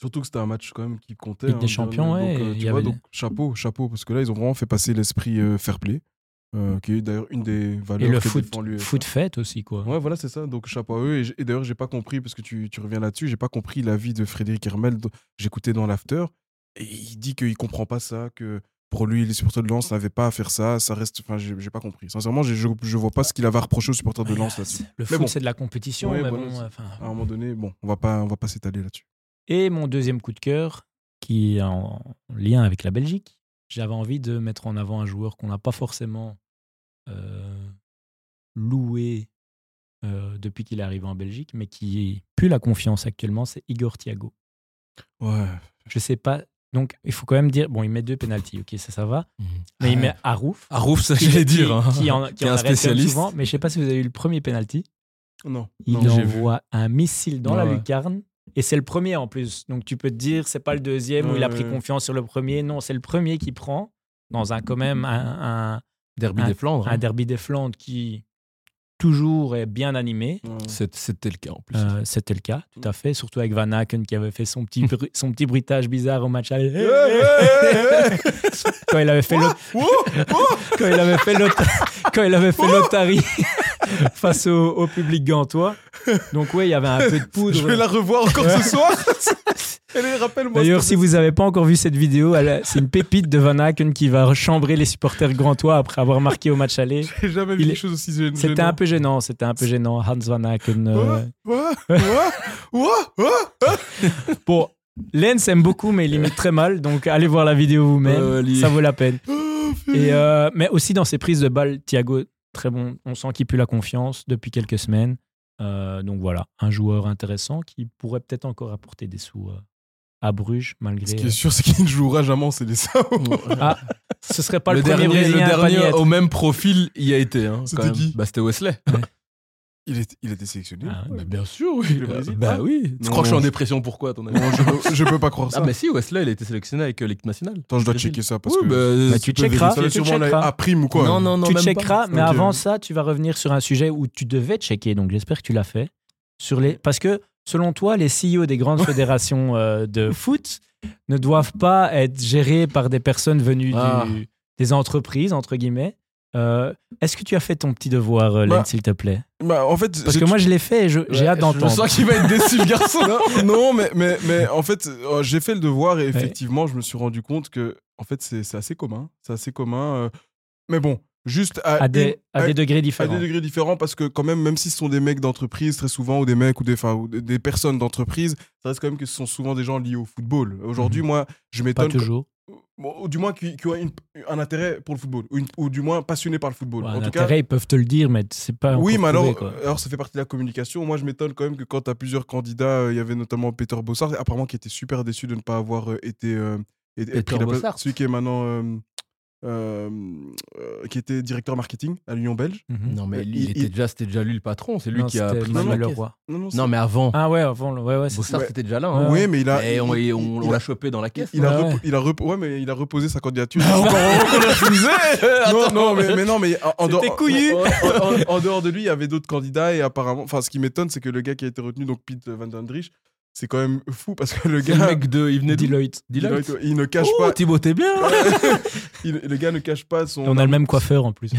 Surtout que c'était un match quand même qui comptait.
Ligue des
hein,
Champions,
dernier.
ouais,
Donc, euh,
et il
tu
y
vois,
avait-
donc chapeau, chapeau, parce que là, ils ont vraiment fait passer l'esprit euh, fair play, euh, qui est d'ailleurs une des valeurs
Et le
que
foot,
défend l'UEFA.
foot fête aussi, quoi.
Ouais, voilà, c'est ça. Donc, chapeau à eux. Et, j- et d'ailleurs, j'ai pas compris, parce que tu, tu reviens là-dessus, j'ai pas compris l'avis de Frédéric Hermel. d- J'écoutais dans l'after. Et il dit qu'il comprend pas ça, que pour lui, les supporters de Lens n'avaient pas à faire ça. Ça reste. Enfin, j'ai j'ai pas compris. Sincèrement, j'ai- je, je vois pas ce qu'il avait à reprocher aux supporters de
Mais,
Lens
euh,
là-dessus.
Le
Mais
foot,
bon.
c'est de la compétition.
Ouais,
mais
voilà,
bon,
c'est-
enfin,
À un moment donné, bon, on va pas, on va pas s'étaler là-dessus.
Et mon deuxième coup de cœur, qui est en lien avec la Belgique, j'avais envie de mettre en avant un joueur qu'on n'a pas forcément euh, loué euh, depuis qu'il est arrivé en Belgique, mais qui pue la confiance actuellement, c'est Igor Thiago.
Ouais.
Je sais pas. Donc, il faut quand même dire, bon, il met deux pénalties, ok, ça, ça va.
Mhm.
Mais il
Ah ouais.
met Arouf,
Arouf, ça
qui-
j'allais
qui-
dire. hein.
qui en, qui
Qui est
en
un
arrête quand même
spécialiste.
souvent, mais je sais pas si vous avez eu le premier pénalty.
Non.
Il
non, j'ai vu.
envoie un missile dans la
Ouais, ouais.
lucarne. Et c'est le premier en plus. Donc tu peux te dire, c'est pas le deuxième où il a
Ouais,
pris
ouais.
confiance sur le premier. Non, c'est le premier qui prend dans un quand même un, un-
Derby
un-
des Flandres. hein.
un derby des Flandres qui toujours et bien animé.
C'est- C'était le cas en plus. Mm.
Euh, C'était le cas, tout à fait. Surtout avec Van Aken qui avait fait son petit, bru- son petit bruitage bizarre au match aller.
Hey, hey, hey, hey.
quand il avait fait le-
Wow.
quand il avait fait l'ota- quand il avait fait l'Otari face au, au public gantois. Donc ouais, il y avait un peu de poudre.
Je vais la revoir encore ce soir. Allez, rappelle-moi.
D'ailleurs, si vous n'avez pas encore vu cette vidéo, elle- c'est une pépite de Van Aken qui va chambrer les supporters grantois après avoir marqué au match aller.
J'ai jamais vu
il est-
quelque chose aussi gênant.
C'était un peu gênant, c'était un peu gênant. Hans Van Aken. euh,
Ouais, ouais, ouais, ouais, ouais.
Bon, Lens aime beaucoup, mais il imite très mal. Donc allez voir la vidéo vous-même,
Euh, Lee.
ça vaut la peine.
Oh,
Et, euh, mais aussi dans ses prises de balles, Thiago, très bon. On sent qu'il pue la confiance depuis quelques semaines. Euh, donc voilà, un joueur intéressant qui pourrait peut-être encore apporter des sous euh, à Bruges, malgré.
Ce qui est sûr, c'est qu'il ne jouera jamais en CDSA.
Ah, ce serait pas le,
le,
premier
dernier, le
Brésilien à pas y
dernier
être.
au même profil y a été. hein,
C'était
quand même.
qui
bah, C'était Wesley.
Il, est, il était sélectionné.
Ah,
Ouais.
bien sûr, oui.
Le Brésil,
bah
hein.
oui. Tu
Non,
crois que je suis
non,
en
je-
dépression Pourquoi, à ton avis
Non, je, peux- je peux pas croire ça.
Ah, mais si, Wesley, il a été sélectionné avec euh, l'équipe nationale.
Attends, je dois
Brésil.
checker ça parce
Oui,
que.
bah,
Bah,
si
tu
peux
checkeras.
ça
vérifier.
va
tu
sûrement
checkeras.
la A prime ou quoi.
Non, non, non,
tu
même
checkeras, mais
Ok.
avant ça, tu vas revenir sur un sujet où tu devais checker, donc j'espère que tu l'as fait. Sur les... Parce que, selon toi, les CEO des grandes fédérations euh, de foot ne doivent pas être gérés par des personnes venues du-
Ah.
des entreprises, entre guillemets. Euh, Est-ce que tu as fait ton petit devoir, euh, Len,
Bah,
s'il te plaît
Bah, en fait,
Parce
j'ai-
que moi, je l'ai fait et je- j'ai
Ouais,
hâte d'entendre.
Je sens qu'il va être déçu, le garçon.
Non, non, mais, mais, mais en fait, euh, j'ai fait le devoir et effectivement, je me suis rendu compte que en fait, c'est c'est assez commun. C'est assez commun. euh, mais bon, juste à,
À des,
une-
à des degrés
à
différents.
des degrés différents parce que quand même, même si ce sont des mecs d'entreprise très souvent ou des mecs ou des, enfin, ou des- des personnes d'entreprise, ça reste quand même que ce sont souvent des gens liés au football. Aujourd'hui, moi, je
Mhm. Pas
m'étonne, que-
toujours.
bon, ou du moins qui, qui ont une- un intérêt pour le football ou, une- ou du moins passionnés par le football.
Ouais,
en
un
tout cas,
intérêt, ils peuvent te le dire, mais c'est pas.
oui,
encore
mais alors,
prouvé, quoi.
alors ça fait partie de la communication. Moi, je m'étonne quand même que quand tu as plusieurs candidats, euh, il y avait notamment Peter Bossard, apparemment qui était super déçu de ne pas avoir euh, été. euh, et- et
Peter
pris la place-
Bossard.
Celui qui est maintenant. euh, euh, euh, qui était directeur marketing à l'Union Belge.
Mhm.
Non, mais
Il-
il,
il-
était déjà, c'était déjà lui le patron. C'est lui
Non,
qui a
c'était
pris
Manuel
la caisse.
Leroy.
Non, non,
Non, mais avant.
Ah ouais, avant, le- ouais, ouais, c'est
Bossard,
Ouais.
c'était déjà là.
mais-
hein.
Ouais.
Oui, mais il a.
Et on,
il-
et on-
il-
on l'a chopé dans la caisse. hein.
il a,
Ouais,
repo-
ouais.
il a repo- ouais, mais il a reposé sa candidature.
refusé
non, non, mais, mais non, mais en, en
C'était
dehors,
couillu.
en, en- en- en dehors de lui, il y avait d'autres candidats et apparemment, enfin, ce qui m'étonne, c'est que le gars qui a été retenu, donc Pete Van Dendrich, c'est quand même fou parce que le
C'est
gars,
le mec de. Il venait de.
Deloitte.
Deloitte.
il, ne cache
Oh,
pas,
Thibaut, t'es bien
Il- le gars ne cache pas son.
Et on a le même coiffeur en plus.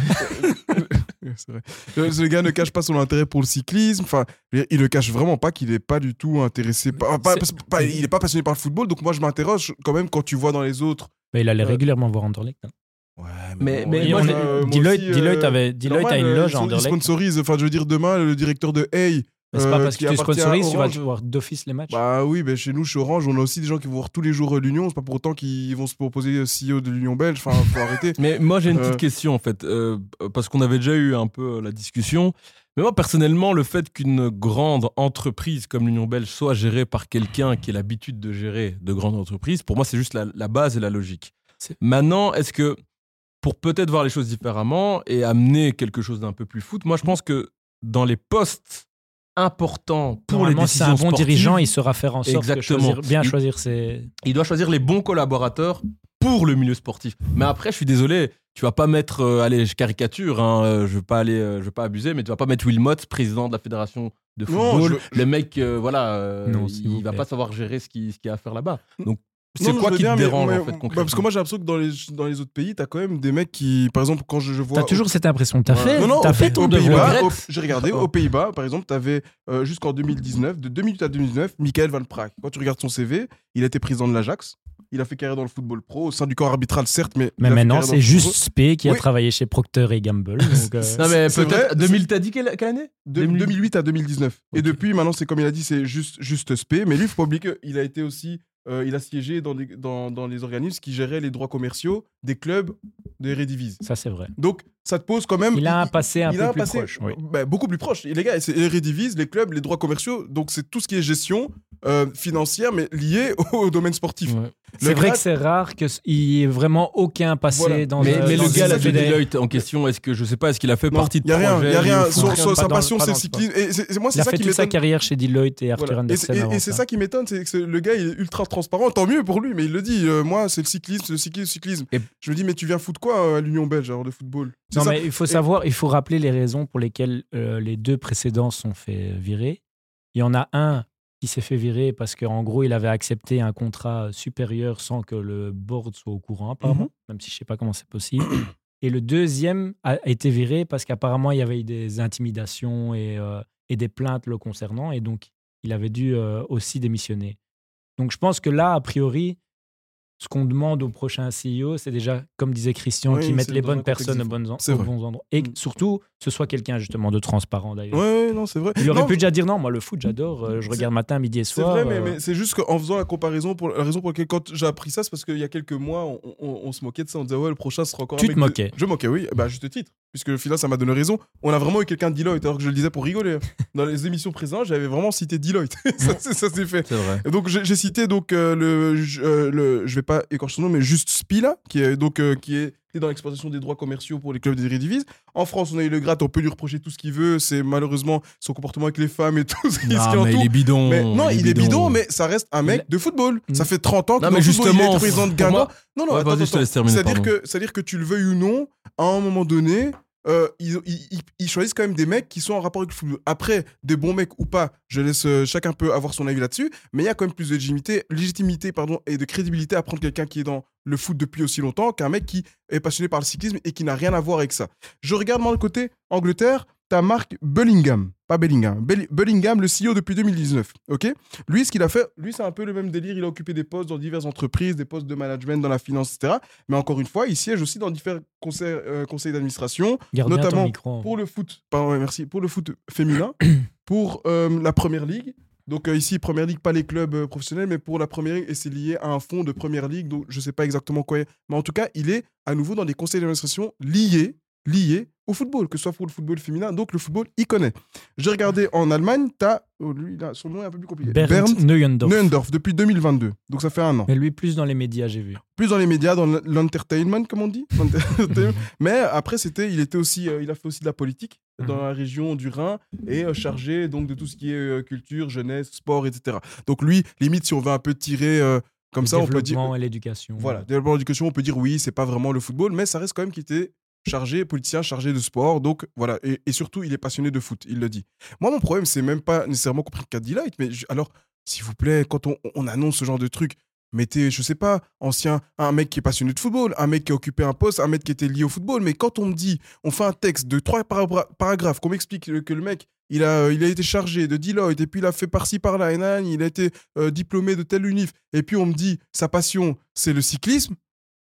C'est vrai. Le, le gars ne cache pas son intérêt pour le cyclisme. Enfin, je veux dire, il ne cache vraiment pas qu'il n'est pas du tout intéressé. par- pas-
C'est-
pas- il n'est pas passionné par le football. Donc moi, je m'interroge quand même quand tu vois dans les autres.
Bah, il allait
Euh,
régulièrement voir Anderlecht. hein.
Ouais,
mais-
bon,
mais
oui,
Et
moi,
on
je-
est-
euh, moi
Deloitte,
aussi, euh,
Deloitte avait, Deloitte
normal,
a une
euh,
loge
ils
à
sont- ils
Anderlecht.
sponsorisent. Enfin, je veux dire, demain, le directeur de Hey.
Mais C'est pas
euh,
parce
qui
que tu
appartient à
sponsorises, tu vas
Orange.
voir d'office les matchs.
Bah oui, mais chez nous, chez Orange, on a aussi des gens qui vont voir tous les jours euh, l'Union. C'est pas pour autant qu'ils vont se proposer euh, CEO de l'Union belge. Enfin, faut arrêter.
Mais moi, j'ai une
Euh.
petite question, en fait, euh, parce qu'on avait déjà eu un peu euh, la discussion. Mais moi, personnellement, le fait qu'une grande entreprise comme l'Union belge soit gérée par quelqu'un qui a l'habitude de gérer de grandes entreprises, pour moi, c'est juste la, la base et la logique.
C'est-
Maintenant, est-ce que, pour peut-être voir les choses différemment et amener quelque chose d'un peu plus foot, moi, je pense que dans les postes importants pour les
Normalement, si c'est
décisions
un bon
sportives,
dirigeant, il saura faire en sorte de
Exactement.
choisir- bien
Il-
choisir ses.
il doit choisir les bons collaborateurs pour le milieu sportif. Mais après, je suis désolé, tu vas pas mettre, euh, allez, je caricature, hein, euh, je veux pas aller, euh, je veux pas abuser, mais tu vas pas mettre Wilmot, président de la fédération de
Non,
football.
je veux- je-
Le mec, euh, voilà, euh,
Non, s'il vous
il va
plaît.
pas savoir gérer ce qu'il ce qu'il y a à faire là-bas. Donc,
Non,
c'est
mais
quoi
je veux
qui
bien,
te
mais-
dérange
mais-
en fait
bah,
concrètement
Parce que moi, j'ai l'impression que dans les, dans les autres pays, t'as quand même des mecs qui, par exemple, quand je, je vois.
T'as toujours cette impression. T'as
Ouais.
fait,
Non, non,
Eh, t'as
au-
fait ton
aux
devoir.
Pays-Bas,
Regrette.
au- j'ai regardé, aux Pays-Bas, par exemple, t'avais euh, jusqu'en 2019, de 2008 à 2019, Michael Van Praag. Quand tu regardes son CV, il a été président de l'Ajax, il a fait carrière dans le football pro, au sein du corps arbitral, certes, mais. il a
Mais
fait
maintenant,
carrière dans
c'est
le
juste
football.
Spé qui a
Oui.
travaillé chez Procter et Gamble. donc, euh,
Non mais
c'est vrai,
peut-être 2000 t'as dit quelle, quelle année
De-
2000.
2008 à 2019. Et
Ok.
depuis, maintenant, c'est comme il a dit, c'est juste, juste spé. Mais lui, faut pas oublier qu'il a été aussi. euh, il a siégé dans, des- dans, dans les organismes qui géraient les droits commerciaux des clubs de Redivise.
ça, c'est vrai.
Donc, ça te pose quand même.
Il a un passé un
il
peu
a un
plus
passé
proche. oui.
bah, beaucoup plus proche. Et les gars, c'est les redivises, les clubs, les droits commerciaux. Donc, c'est tout ce qui est gestion euh, financière, mais liée au domaine sportif.
Ouais.
C'est vrai
grade-
que c'est rare qu'il n'y ait vraiment aucun passé
Voilà.
dans
Mais,
un-
mais
dans
c'est
le
une
gars,
ça
là,
société
de
que j'ai-
Deloitte en question, est-ce que je sais pas, est-ce qu'il a fait partie de
Il y a rien, il y
projets
a rien.
du foot
Son-
rien,
son-
pas
sa
dans-
passion,
pas
c'est le
dans le
cyclisme. Et c'est- c'est- moi,
Il
c'est
a
ça
fait
qui
toute sa
m'étonne.
carrière chez Deloitte et Arthur
Voilà. Et c'est-
Andersen. avant
Et, et c'est ça qui m'étonne, c'est que c'est- le gars il est ultra transparent, tant mieux pour lui, mais il le dit, euh, moi c'est le cyclisme, c'est le cyclisme, le cyclisme.
Et-
Je me dis, mais tu viens foutre quoi euh, à l'Union Belge alors de football C'est
Non,
ça.
mais il faut
Et-
savoir, il faut rappeler les raisons pour lesquelles euh, les deux précédents se sont fait virer. Il y en a un qui s'est fait virer parce qu'en gros, il avait accepté un contrat supérieur sans que le board soit au courant,
Mhm.
apparemment, même si je ne sais pas comment c'est possible. Et le deuxième a été viré parce qu'apparemment, il y avait eu des intimidations et, euh, et des plaintes le concernant. Et donc, il avait dû euh, aussi démissionner. Donc, je pense que là, a priori, ce qu'on demande au prochain CEO, c'est déjà, comme disait Christian,
Oui,
qu'ils mettent
c'est
les
dans un
bonnes
contexte
personnes aux,
différent.
bonnes en-
C'est
aux
vrai.
bons endroits. Et que surtout, ce soit quelqu'un justement de transparent d'ailleurs.
Ouais, ouais, non, c'est vrai.
Il aurait
Non,
pu déjà dire non, moi le foot j'adore, euh, je
C'est-
regarde matin, midi et
C'est
soir.
vrai, mais,
euh,
mais c'est juste qu'en faisant la comparaison, pour, la raison pour laquelle quand j'ai appris ça, c'est parce qu'il y a quelques mois, on, on- on se moquait de ça, on disait ouais, le prochain sera encore. un
Tu te
mec de-
moquais.
Je moquais, oui, bah, à juste titre, puisque au final ça m'a donné raison. On a vraiment eu quelqu'un de Deloitte, alors que je le disais pour rigoler. hein. Dans les émissions précédentes, j'avais vraiment cité Deloitte. ça c'est- ça s'est fait.
C'est vrai.
Et donc j'ai j'ai cité donc euh, le, ju- euh, le je vais pas écorcher son nom mais juste Spila qui est donc euh, qui est qui est dans l'exploitation des droits commerciaux pour les clubs des Redivise. En France, on a eu le gratte, on peut lui reprocher tout ce qu'il veut, c'est malheureusement son comportement avec les femmes et tout ce qui, ce qui
Non, mais
entoure.
il est bidon.
Mais non, il est bidon, mais ça reste un mec de football.
Mm.
Ça fait 30 ans que
Non,
dans
mais
le football,
justement,
il est président de
pour
Ghana.
moi-
Non, non,
Ouais,
attends,
vas-y, je te
attends.
laisse terminer,
C'est-à-dire
pardon.
que, c'est-à-dire que tu le veuilles ou non, à un moment donné, euh, ils, ils- ils- ils choisissent quand même des mecs qui sont en rapport avec le football. Après, des bons mecs ou pas, je laisse euh, chacun peut avoir son avis là-dessus, mais il y a quand même plus de légitimité, légitimité pardon, et de crédibilité à prendre quelqu'un qui est dans le foot depuis aussi longtemps qu'un mec qui est passionné par le cyclisme et qui n'a rien à voir avec ça. Je regarde moi le côté Angleterre, ta marque Bellingham, pas Bellingham, Bell- Bellingham, le CEO depuis 2019, ok Lui, ce qu'il a fait, lui, c'est un peu le même délire, il a occupé des postes dans diverses entreprises, des postes de management dans la finance, etc. Mais encore une fois, il siège aussi dans différents conseils, euh, conseils d'administration,
garde bien ton
notamment
micro, en-
pour le foot, pardon, ouais, merci, pour le foot féminin, pour euh, la première ligue. Donc euh, ici, première ligue, pas les clubs euh, professionnels, mais pour la première ligue, et c'est lié à un fonds de première ligue, donc je sais pas exactement quoi. est. Mais en tout cas, il est à nouveau dans des conseils d'administration liés, liés au football, que ce soit pour le football féminin, donc le football, il connaît. J'ai regardé en Allemagne, t'as, oh, lui, là, son nom est un peu plus compliqué.
Bernd, Neuendorf.
Neuendorf, depuis 2022, donc ça fait un an
Mais lui plus dans les médias, j'ai vu.
plus dans les médias, dans l'entertainment, comme on dit. L'entertainment. Mais euh, après, c'était, il était aussi, euh, il a fait aussi de la politique dans
Mhm.
la région du Rhin et euh, chargé donc de tout ce qui est euh, culture, jeunesse, sport, etc. Donc lui, limite, si on veut un peu tirer euh, comme
Le
ça, on peut dire,
développement et l'éducation.
voilà, développement de l'éducation, on peut dire oui, c'est pas vraiment le football, mais ça reste quand même qu'il était chargé, politicien, chargé de sport, donc voilà. Et, et surtout, il est passionné de foot, il le dit. Moi, mon problème, c'est même pas nécessairement compris le cas de Delight, mais je- alors, s'il vous plaît, quand on, on annonce ce genre de truc, mettez, je sais pas, ancien, un mec qui est passionné de football, un mec qui a occupé un poste, un mec qui était lié au football, mais quand on me dit, on fait un texte de trois parabra- paragraphes, qu'on m'explique euh, que le mec, il a, euh, il a été chargé de Deloitte, et puis il a fait par-ci, par-là, et nan, il a été euh, diplômé de telle unif, et puis on me dit sa passion c'est le cyclisme,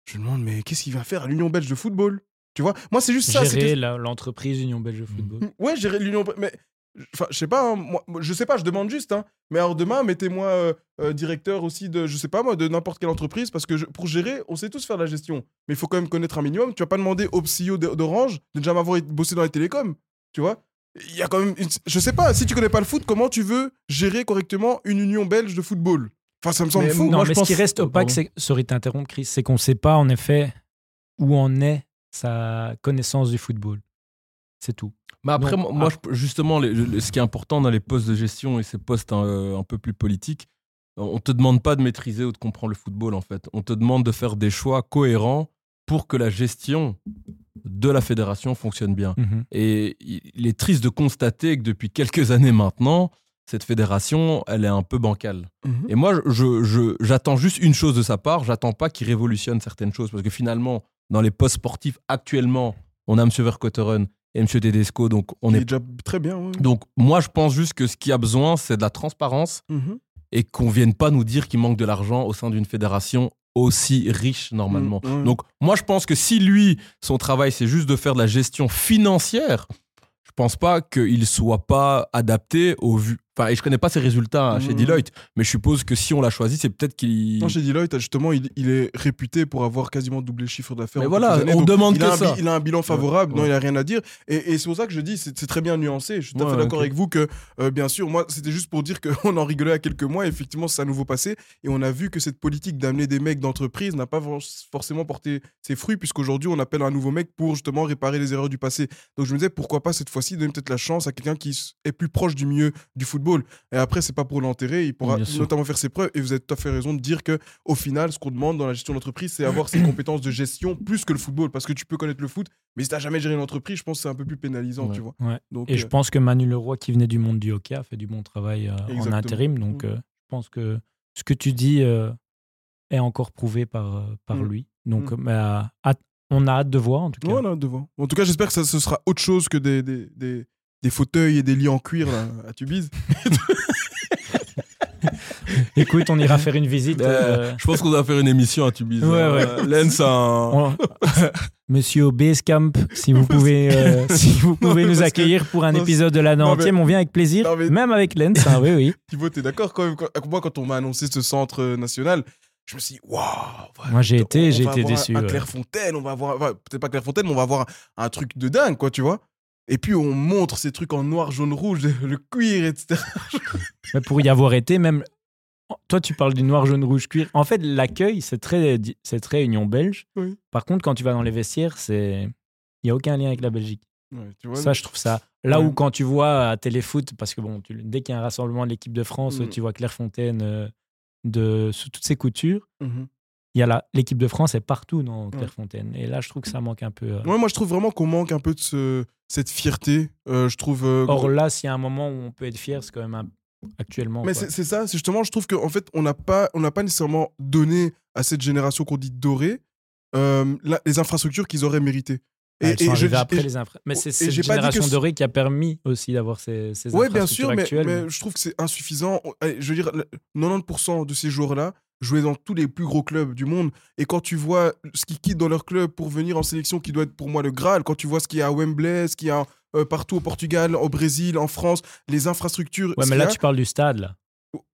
je me demande mais qu'est-ce qu'il va faire à l'Union belge de football Tu vois Moi c'est juste ça. Mm. c'est
Gérer la- l'entreprise Union Belge de Football.
que- Ouais, gérer l'Union belge. Mais enfin, je sais pas, hein, moi, je sais pas, je demande juste. Hein, mais alors demain, mettez-moi euh, euh, directeur aussi de, je sais pas moi, de n'importe quelle entreprise, parce que je- pour gérer, on sait tous faire de la gestion. Mais il faut quand même connaître un minimum. Tu vas pas demander au CEO d'O- d'Orange de ne jamais avoir été- bossé dans les télécoms. Tu vois Il y a quand même. une- Je sais pas, si tu connais pas le foot, comment tu veux gérer correctement une Union belge de football Enfin, ça me semble
Mais
fou.
Non,
Moi, je
mais ce qui
pense-
reste
Oh,
opaque,
pardon.
c'est, sorry de t'interrompre, Chris, c'est qu'on ne sait pas en effet où en est sa connaissance du football. C'est tout.
Mais après,
Non.
moi,
ah.
moi, je- justement, les- le- ce qui est important dans les postes de gestion et ces postes hein, euh, un, peu plus politiques, on te demande pas de maîtriser ou de comprendre le football, en fait. On te demande de faire des choix cohérents pour que la gestion de la fédération fonctionne bien.
Mhm.
Et il il est triste de constater que depuis quelques années maintenant, cette fédération, elle est un peu bancale.
Mhm.
Et moi, je- je- j'attends juste une chose de sa part. J'attends pas qu'il révolutionne certaines choses. Parce que finalement, dans les postes sportifs actuellement, on a M. Verkotteren et M. Tedesco. Donc, on
Il est
est...
déjà très bien. ouais.
donc, moi, je pense juste que ce qu'il y a besoin, c'est de la transparence
Mhm.
et qu'on vienne pas nous dire qu'il manque de l'argent au sein d'une fédération aussi riche normalement.
Mm, ouais.
Donc moi je pense que si lui, son travail c'est juste de faire de la gestion financière, je pense pas qu'il soit pas adapté au vu. enfin, Enfin, et je connais pas ses résultats hein, chez
Mm.
Mhm.
Deloitte, mais je suppose que si on l'a choisi, c'est peut-être qu'il.
Non, chez Deloitte, justement, il, il est réputé pour avoir quasiment doublé le chiffre d'affaires.
Mais
en
voilà,
quelques années,
on
donc
demande
il a
que
un
ça.
bi- Il a un bilan favorable,
Ouais.
non, il a rien à dire. Et, et c'est pour ça que je dis, c'est c'est très bien nuancé. Je suis tout à
Ouais,
fait d'accord
ok.
avec vous que, euh, bien sûr, moi, c'était juste pour dire qu'on en rigolait à quelques mois. Effectivement, c'est à nouveau passé. Et on a vu que cette politique d'amener des mecs d'entreprise n'a pas for- forcément porté ses fruits, puisqu'aujourd'hui, on appelle un nouveau mec pour justement réparer les erreurs du passé. Donc je me disais, pourquoi pas cette fois-ci donner peut-être la chance à quelqu'un qui s- est plus proche du milieu du football. Et après, c'est pas pour l'enterrer, il pourra
Bien sûr.
notamment faire ses preuves. Et vous avez tout à fait raison de dire que au final, ce qu'on demande dans la gestion d'entreprise, c'est avoir ses compétences de gestion plus que le football, parce que tu peux connaître le foot, mais si t'as jamais géré une entreprise, je pense que c'est un peu plus pénalisant,
Ouais.
tu vois.
Ouais.
Donc,
Et
euh,
je pense que Manu Leroy, qui venait du monde du hockey, a fait du bon travail euh, en
Exactement.
intérim. Donc,
Mm.
euh, je pense que ce que tu dis euh, est encore prouvé par, euh, par
Mm.
lui. Donc,
Mm.
euh, mais, euh, hâte- on a hâte de voir, en tout cas.
voilà, devant. En tout cas, j'espère que ça, ce sera autre chose que des, des, des- des fauteuils et des lits en cuir là, à Tubize.
Écoute, on ira faire une visite.
Euh,
euh,
Je pense qu'on doit faire une émission à Tubize.
Ouais, ouais.
Euh, Len, c'est un.
on- Monsieur Basecamp, si vous pouvez, euh, si vous pouvez
mais parce
nous
que-
accueillir pour un
non,
épisode de l'année
non,
entière,
mais-
on vient avec plaisir,
Non, mais-
même avec Lens. hein, oui, oui.
Thibaut, t'es d'accord quand même quand- Moi, quand on m'a annoncé ce centre euh, national, je me suis dit, waouh voilà,
Moi, j'ai
putain,
été-
on
j'ai
va
été
avoir un-
déçu,
Un
ouais.
Clairefontaine, on va avoir. enfin, Peut-être pas Clairefontaine, mais on va avoir un, un truc de dingue, quoi, tu vois. Et puis, on montre ces trucs en noir, jaune, rouge, le cuir, etc.
Mais pour y avoir été, même. Toi, tu parles du noir, jaune, rouge, cuir. En fait, l'accueil, c'est très, di- c'est très Union belge.
Oui.
Par contre, quand tu vas dans les vestiaires, c'est. Il n'y a aucun lien avec la Belgique.
Ouais, tu vois,
ça, je trouve ça. Là
Ouais.
où, quand tu vois à Téléfoot, parce que bon, tu- dès qu'il y a un rassemblement de l'équipe de France,
Mm.
tu vois Clairefontaine euh, de, sous toutes ses coutures.
Mhm.
Il y a la- l'équipe de France est partout dans Clairefontaine. Et là, je trouve que ça manque un peu. euh.
Ouais, moi, je trouve vraiment qu'on manque un peu de ce- cette fierté. Euh, je trouve. euh,
Or, là, s'il y a un moment où on peut être fier, c'est quand même un- actuellement.
Mais
quoi.
c'est c'est ça, c'est justement, je trouve qu'en fait, on n'a pas, on n'a pas nécessairement donné à cette génération qu'on dit dorée euh, la- les infrastructures qu'ils auraient méritées.
Ah, elles sont
je-
arrivées après
et-
les infra- Mais c'est
et
cette
j'ai pas dit que
génération
ce-
dorée qui a permis aussi d'avoir ces, ces
Oui, bien
infrastructures
sûr, mais,
actuelles.
mais je trouve que c'est insuffisant. On- allez, Je veux dire, le- 90% de ces joueurs-là jouaient dans tous les plus gros clubs du monde. Et quand tu vois ce qu'ils quittent dans leur club pour venir en sélection, qui doit être pour moi le Graal, quand tu vois ce qu'il y a à Wembley, ce qu'il y a euh, partout au Portugal, au Brésil, en France, les infrastructures.
Ouais,
ce
mais
qu'il
là,
y a,
tu parles du stade. Là.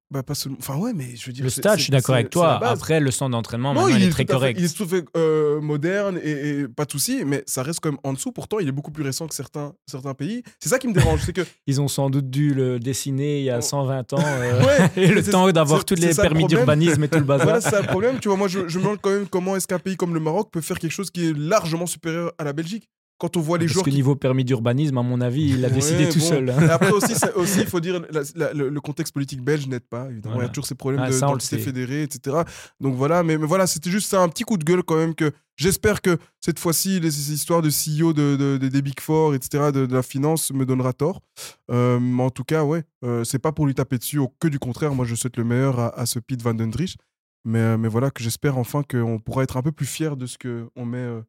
bah, pas seulement- Enfin, ouais, mais je veux dire.
Le
c'est-
stade,
c'est-
je suis d'accord
c'est-
avec
c'est la
toi. Ah,
base.
Après, le centre d'entraînement,
Non,
maintenant, il, est
tout
très
à fait-
correct.
il est tout à fait euh, moderne et, et pas de souci, mais ça reste quand même en dessous. Pourtant, il est beaucoup plus récent que certains, certains pays. C'est ça qui me dérange, c'est que
Ils ont sans doute dû le dessiner il y a
Oh.
120 ans. euh, et
ouais,
le
c'est-
temps d'avoir
c'est-
tous
c'est
les
ça le
permis
problème.
d'urbanisme et tout le bazar.
voilà, c'est ça le problème. Tu vois, moi, je, je me demande quand même comment est-ce qu'un pays comme le Maroc peut faire quelque chose qui est largement supérieur à la Belgique quand on voit les
Ah, Parce
joueurs
que
qui
niveau permis d'urbanisme, à mon avis, il l'a décidé
Ouais,
tout
bon.
seul. hein.
Et après aussi, ça- aussi, il faut dire, la- la- le, le contexte politique belge n'aide pas. Évidemment, il y
Voilà.
a toujours ces problèmes
Ah,
de
ça, on le
d'identité
sait.
fédérée, etc. Donc voilà, mais, mais voilà, c'était juste ça, un petit coup de gueule quand même que j'espère que cette fois-ci, les, ces histoires de CEO de, de- de- des Big Four, etc., de, de la finance me donnera tort. Euh, mais en tout cas, ouais, euh, c'est pas pour lui taper dessus, au- que du contraire, moi je souhaite le meilleur à, à ce Pete Van Dendrich. Mais, euh, mais voilà, que j'espère enfin qu'on pourra être un peu plus fier de ce qu'on met euh,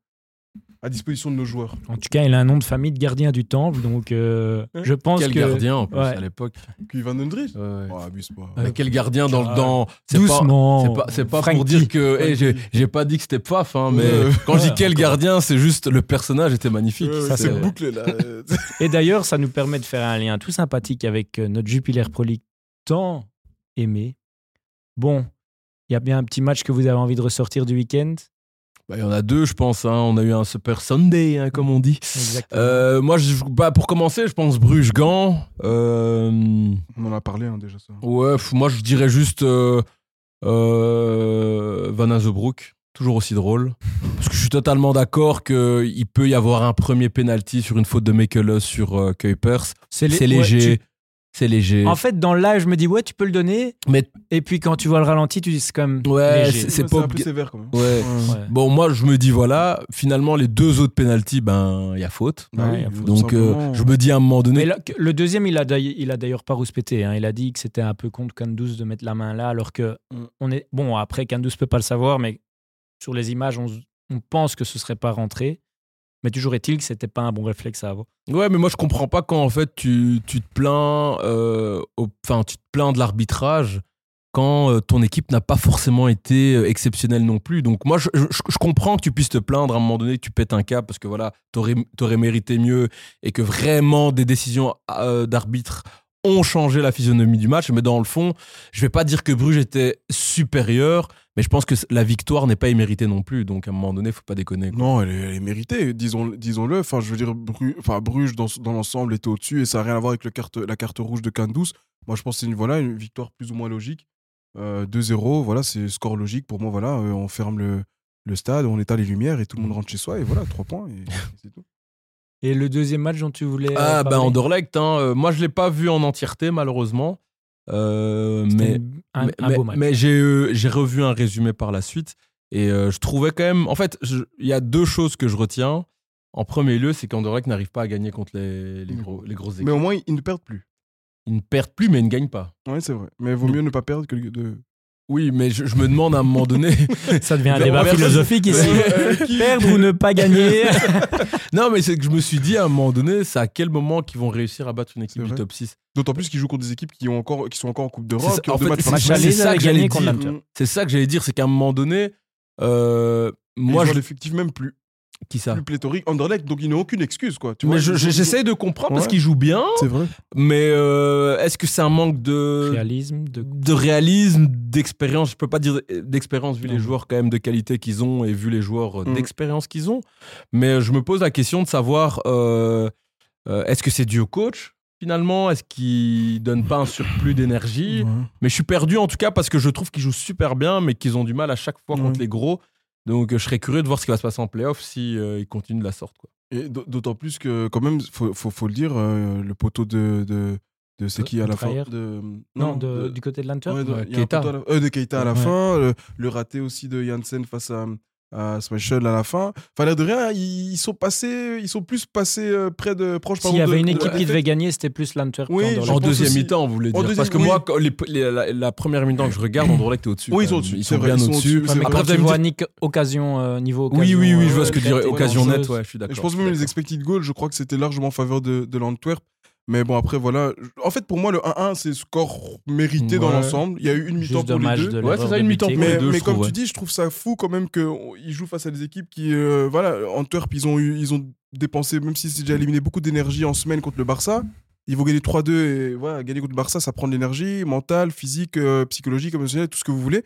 à disposition de nos joueurs.
En tout cas, il a un nom de famille de gardien du temple. Donc, euh,
Hein
je pense
Quel
que.
gardien en plus
ouais.
à l'époque.
Puis Van Dendrich
Ouais, ouais.
Oh, abuse pas.
Euh,
Mais quel gardien dans le dans. c'est pas-
Doucement.
C'est pas, c'est pas
Frankie.
pour dire que hey, j'ai
Frankie.
j'ai pas dit que c'était paf, hein, mais
Ouais.
quand je
Ouais,
dis quel gardien, c'est juste le personnage était magnifique.
Ouais, ouais,
ça,
c'est
c'est-
bouclé là. Euh,
Et d'ailleurs, ça nous permet de faire un lien tout sympathique avec euh, notre Jupiler Pro League tant aimé. Bon, il y a bien un petit match que vous avez envie de ressortir du week-end.
Bah, Il y en a deux, je pense. hein. On a eu un Super Sunday, hein, comme on dit.
Exactement.
Euh, moi, je- bah, pour commencer, je pense Bruges-Gand. Euh,
On en a parlé hein, déjà ça.
ouais, pff, moi, je dirais juste euh, euh, Van Azebroek. Toujours aussi drôle. Parce que je suis totalement d'accord qu'il peut y avoir un premier penalty sur une faute de Mekelos sur euh, Kuipers.
C'est
C'est
ouais,
léger.
tu-
C'est léger.
En fait, dans l'âge, je me dis, ouais, tu peux le donner.
Mais-
Et puis quand tu vois le ralenti, tu dis, c'est quand même
Ouais,
léger.
c'est
Ouais,
pas
un peu
obli-
sévère quand même.
ouais.
Ouais.
Ouais.
Bon, moi, je me dis, voilà, finalement, les deux autres pénalties, ben, il y a faute.
Bah
Ouais,
oui,
il faut
tout
Donc, euh,
simplement.
je me dis à un moment donné.
Mais là, que- le deuxième, il a d'ailleurs, il a d'ailleurs pas rouspété. hein. Il a dit que c'était un peu contre Kandus de mettre la main là, alors que
Mm.
on est bon. Après, Kandus peut pas le savoir, mais sur les images, on, s- on pense que ce serait pas rentré. Mais toujours est-il que c'était pas un bon réflexe à avoir.
Ouais, mais moi, je comprends pas quand, en fait, tu, tu te plains, euh, au- enfin, tu te plains de l'arbitrage quand euh, ton équipe n'a pas forcément été euh, exceptionnelle non plus. Donc, moi, je, je- je comprends que tu puisses te plaindre à un moment donné que tu pètes un câble parce que, voilà, t'aurais, t'aurais mérité mieux et que vraiment des décisions euh, d'arbitre ont changé la physionomie du match. Mais dans le fond, je vais pas dire que Bruges était supérieur, mais je pense que la victoire n'est pas imméritée non plus. Donc à un moment donné, faut pas déconner. quoi.
euh, Non, elle est, elle est méritée, disons- disons-le. enfin, je veux dire, Bru- enfin, Bruges, dans, dans l'ensemble, était au-dessus et ça n'a rien à voir avec le carte, la carte rouge de Kandous. Moi, je pense que c'est une, voilà, une victoire plus ou moins logique. Euh, 2-0, voilà, c'est score logique. Pour moi, voilà, euh, on ferme le, le stade, on éteint les lumières et tout le
Mm.
monde rentre chez soi. Et voilà, 3 points et, et c'est tout.
Et le deuxième match dont tu voulais.
Ah
euh,
bah
parler
Anderlecht, hein, euh, moi je l'ai pas vu en entièreté malheureusement. Euh, mais
C'était un,
mais,
un beau
mais-
match.
mais j'ai euh, j'ai revu un résumé par la suite et euh, je trouvais quand même. En fait, je- il y a deux choses que je retiens. En premier lieu, c'est qu'Anderlecht n'arrive pas à gagner contre les, les, gros- les grosses équipes.
Mais au moins, ils ne perdent plus.
Ils ne perdent plus, mais ils ne gagnent pas.
Ouais, c'est vrai. Mais vaut mieux ne pas perdre que de.
Oui, mais je, je me demande à un moment donné.
Ça devient un
Mais
débat
on verra-
philosophique ici.
Euh, qui-
Perdre ou ne pas gagner.
non, mais c'est que je me suis dit à un moment donné, c'est à quel moment qu'ils vont réussir à battre une
C'est
équipe du
vrai.
top 6
D'autant plus qu'ils jouent contre des équipes qui, ont encore, qui sont encore en Coupe
C'est
d'Europe,
ça.
qui ont
En
deux
fait,
matchs Mm.
c'est-
par
Match
c'est
semaine.
aller,
ça que
gagné
j'allais
contre
dire.
l'Inter.
C'est ça que j'allais dire, c'est qu'à un moment donné, euh,
Moi,
moi,
je
je,
l'effectif même plus,
qui ça
plus pléthorique. Anderlecht, donc ils n'ont aucune excuse, quoi. Tu vois,
Mais je-
Ils-
je-
ils-
j'essaye de comprendre parce
Ouais.
qu'ils jouent bien,
C'est vrai.
mais euh, est-ce que c'est un manque de
Réalisme de
de réalisme, d'expérience, je peux pas dire euh, d'expérience vu les
Non.
joueurs quand même de qualité qu'ils ont et vu les joueurs euh,
Mm.
d'expérience qu'ils ont, mais euh, je me pose la question de savoir euh, euh, est-ce que c'est dû au coach finalement, est-ce qu'il donne pas un surplus d'énergie mais je suis perdu en tout cas parce que je trouve qu'ils jouent super bien, mais qu'ils ont du mal à chaque fois contre
Ouais.
les gros. Donc euh, je serais curieux de voir ce qui va se passer en playoff si euh, ils continuent de la sorte. Quoi.
Et d'au- d'autant plus que, quand même, faut, faut, faut le dire, euh, le poteau de, de, de c'est
De-
qui à
de
la fin
Traer.
de,
Non, de- du côté de l'Inter.
ouais, de-
Ouais,
il y a un
Keita.
poteau à la- euh, de Keita à la
Ouais.
fin, le, le raté aussi de Janssen face à, à Smashel à la fin. Enfin, l'air de rien, ils sont passés, ils sont plus passés euh, près de proche.
S'il y avait une équipe qui
qui
devait gagner, c'était plus l'Inter
Oui, Je
En
qu'Anderlecht.
pense
deuxième
aussi-
mi-temps, vous voulez
en
dire Parce
deuxième-
que
oui.
moi, quand les- les- la, la première mi-temps que je regarde, Anderlecht est au-dessus.
Oui, ils
quand
sont
même.
au-dessus,
Ils
c'est
sont
vrai,
bien
ils sont
au-dessus.
au-dessus, c'est
Ouais, mais
vrai.
Après,
quand
vous
tu
allez me
vois
dire-
Nick, occasion, euh, niveau
Oui,
occasion,
oui, oui,
euh,
je vois ce que tu
concrète
dirais.
et
Occasion
dangereuse.
nette, ouais, je suis d'accord.
Et je pense
je
même
suis
les
d'accord.
expected goals, je crois que c'était largement en faveur de, de l'Antwerp. Mais bon, après, voilà. En fait, pour moi, le 1-1, c'est score mérité dans
Ouais.
l'ensemble. Il y a eu une mi-temps
Juste
pour les
dommage
deux.
de
Ouais, c'est
l'erreur
ça,
de
une mi-temps
Butek.
pour les
Mais,
deux, je
mais comme
trouve,
tu
ouais.
dis, je trouve ça fou quand même qu'ils jouent face à des équipes qui, euh, voilà, Antwerp, ils ont, eu- ils ont dépensé, même si c'est déjà éliminé beaucoup d'énergie en semaine contre le Barça. Ils vont gagner 3-2 et voilà, gagner contre le Barça, ça prend de l'énergie mentale, physique, euh, psychologique, émotionnelle, tout ce que vous voulez.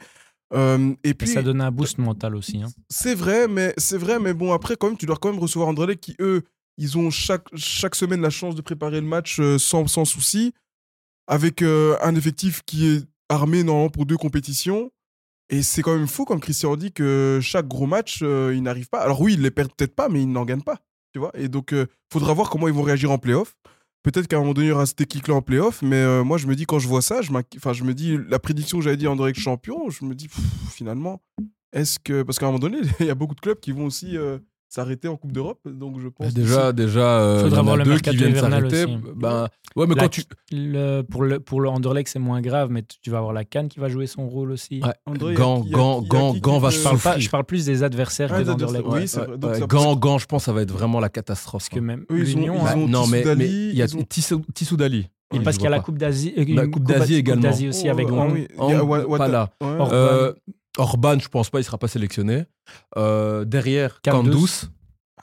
Euh, et
Et
puis,
ça donne un boost mental aussi. hein.
c'est vrai, mais c'est vrai, mais bon après quand même tu dois quand même recevoir André qui eux ils ont chaque chaque semaine la chance de préparer le match euh, sans sans souci avec euh, un effectif qui est armé normalement pour deux compétitions et c'est quand même fou comme Christian dit que chaque gros match euh, ils n'arrivent pas. Alors oui ils les perdent peut-être pas mais ils n'en gagnent pas tu vois et donc euh, faudra voir comment ils vont réagir en playoff. Peut-être qu'à un moment donné, il y aura cette équipe-là en playoff, mais euh, moi, je me dis, quand je vois ça, je, m'inqui- enfin, je me dis, la prédiction que j'avais dit André champion, je me dis, pff, finalement, est-ce que. Parce qu'à un moment donné, il y a beaucoup de clubs qui vont aussi euh, s'arrêter en Coupe d'Europe. Donc je pense.
Mais Bah, Déjà, déjà, euh,
Faudra
il y en
voir
a
le
deux
mercato
qui viennent
hivernal
s'arrêter.
aussi.
Ben, ouais, mais
La-
quand tu.
Le- pour, le, pour le Anderlecht, c'est moins grave, mais tu tu vas avoir la canne qui va jouer son rôle aussi.
Ouais.
André, il y a
Gant,
qui- il y a qui-
Gant,
il y a
Gant,
qui-
Gant va
euh,
Je
se
parle, pas,
souffrir.
je parle plus des adversaires
Ah,
que
des
d'Anderlecht.
adversaires, oui, c'est vrai. Donc,
Ouais,
ça-
Gant, Gant, je pense que ça va être vraiment la catastrophe.
Parce que
hein.
même
Eux, ils ont-
l'Union,
ils
hein.
ont-
non, mais mais
Tissoudali,
il y a
ils ont-
Tissou- Tissoudali.
Et
Ouais,
parce
je
qu'il y a
vois
la
pas.
Coupe d'Asie.
La
euh,
Coupe d'Asie également. bah
d'Asie aussi
Oh,
avec
ah
Gant.
oui, il y a
Orban,
Wa- Wata-
pas là.
Ouais.
Or-
Euh, Orban, je pense pas, il sera pas sélectionné. Euh, derrière,
Kandus.
Kandus.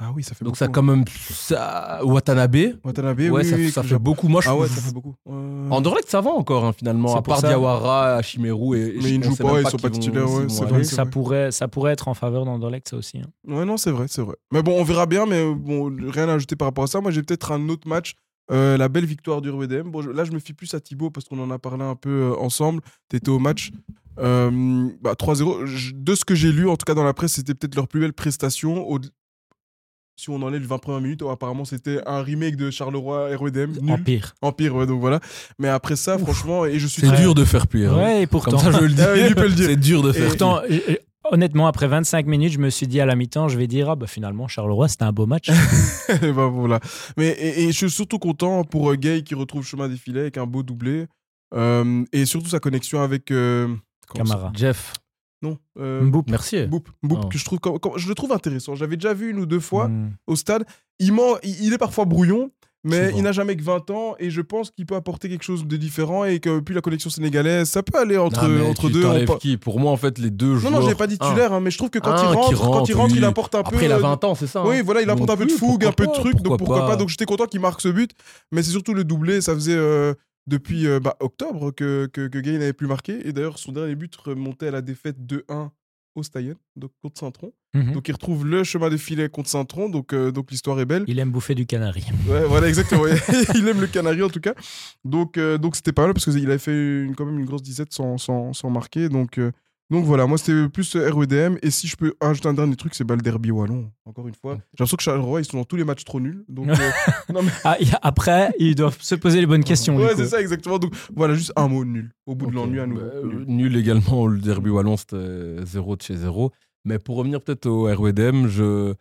Ah oui, ça fait
Donc
beaucoup.
ça, quand même, ça- Watanabe.
Watanabe,
ouais,
oui,
ça,
Eh oui,
ça
que
fait
je-
beaucoup. Moi, je
Ah ouais, ça fait beaucoup. Ouais.
Anderlecht, ça va encore, hein, finalement.
C'est
À
pour
part
ça.
Diawara, Ashimeru et.
Mais ils ne
on
jouent
sait
pas,
même
ils sont
qui
pas titulaires,
s'ils
ouais,
vont
c'est
aller.
Donc
vrai.
ça pourrait, ça pourrait être en faveur d'Anderlecht, ça aussi. hein.
Ouais, non, c'est vrai, c'est vrai. Mais bon, on verra bien, mais euh, bon, rien à ajouter par rapport à ça. Moi, j'ai peut-être un autre match, euh, la belle victoire du RWDM. Bon, je- là, je me fie plus à Thibaut parce qu'on en a parlé un peu euh, ensemble. T'étais au match. Euh, bah, 3-0. Je- De ce que j'ai lu, en tout cas dans la presse, c'était peut-être leur plus belle prestation. Au- Si on enlève les 20 premières minutes, oh, apparemment, c'était un remake de Charleroi RWDM. Nul.
Empire.
Empire, ouais, donc voilà. Mais après ça, franchement, et je suis
C'est
très-
dur de faire pire. hein.
Ouais, et
Comme
pourtant.
ça, je le
Ah oui, lui peut le
dis.
dire.
C'est dur de faire pire.
Pourtant, euh, euh, honnêtement, après 25 minutes, je me suis dit à la mi-temps, je vais dire, ah bah finalement, Charleroi, c'était un beau match.
Eh ben, voilà. Mais, et, et je suis surtout content pour euh, Gay qui retrouve chemin des filets avec un beau doublé. Euh, et surtout sa connexion avec. euh, comment ça-
Camara.
Jeff,
Non. euh,
Mboup.
merci.
Boop. Boop,
Ah.
que je, trouve, quand- quand- je le trouve intéressant. J'avais déjà vu une ou deux fois
Mm.
au stade. Il, ment- il, il est parfois brouillon, mais
Souvent.
il n'a jamais que 20 ans. Et je pense qu'il peut apporter quelque chose de différent. Et que puis la connexion sénégalaise, ça peut aller entre,
Non, mais
entre
tu
deux. on
t'enlèves
pa-
qui Pour moi, en fait, les deux
Non,
joueurs.
non, je l'ai pas dit
un.
titulaire, hein, mais je trouve que quand
Un
il
Ah. qui
rentre, quand il
rentre,
rentre, il
oui.
apporte un peu.
Après, il a
euh,
20 ans, c'est ça. hein.
Oui, voilà, il apporte un peu de
Oui,
fougue, un peu de
pourquoi
truc,
pas,
donc pourquoi pas.
pas.
Donc j'étais content qu'il marque ce but, mais c'est surtout le doublé, ça faisait euh, depuis euh, bah, octobre que, que, que Gay n'avait plus marqué. Et d'ailleurs, son dernier but remontait à la défaite 2-1 au Stayen, donc contre Saint-Tron.
Mhm.
Donc il retrouve le chemin des filets contre Saint-Tron, donc, euh, donc l'histoire est belle.
Il aime bouffer du canari.
Ouais, voilà, exactement. il aime le canari en tout cas. Donc euh, donc c'était pas mal parce qu'il avait fait une- quand même une grosse disette sans, sans, sans marquer. Donc, euh, donc voilà, moi c'était plus euh, RWDM. Et si je peux ajouter un dernier truc, c'est bah, le derby wallon, encore une fois. J'ai l'impression que Charleroi, ils sont dans tous les matchs trop nuls. Donc, euh, non, mais-
Ah, y a- après, ils doivent se poser les bonnes questions. du
ouais,
coup.
c'est ça, exactement. Donc voilà, juste un mot nul. Au bout
Ok.
de l'ennui à nouveau.
Bah,
Nul.
euh, nul également, le derby wallon, c'était 0 de chez 0. Mais pour revenir peut-être au RWDM, je...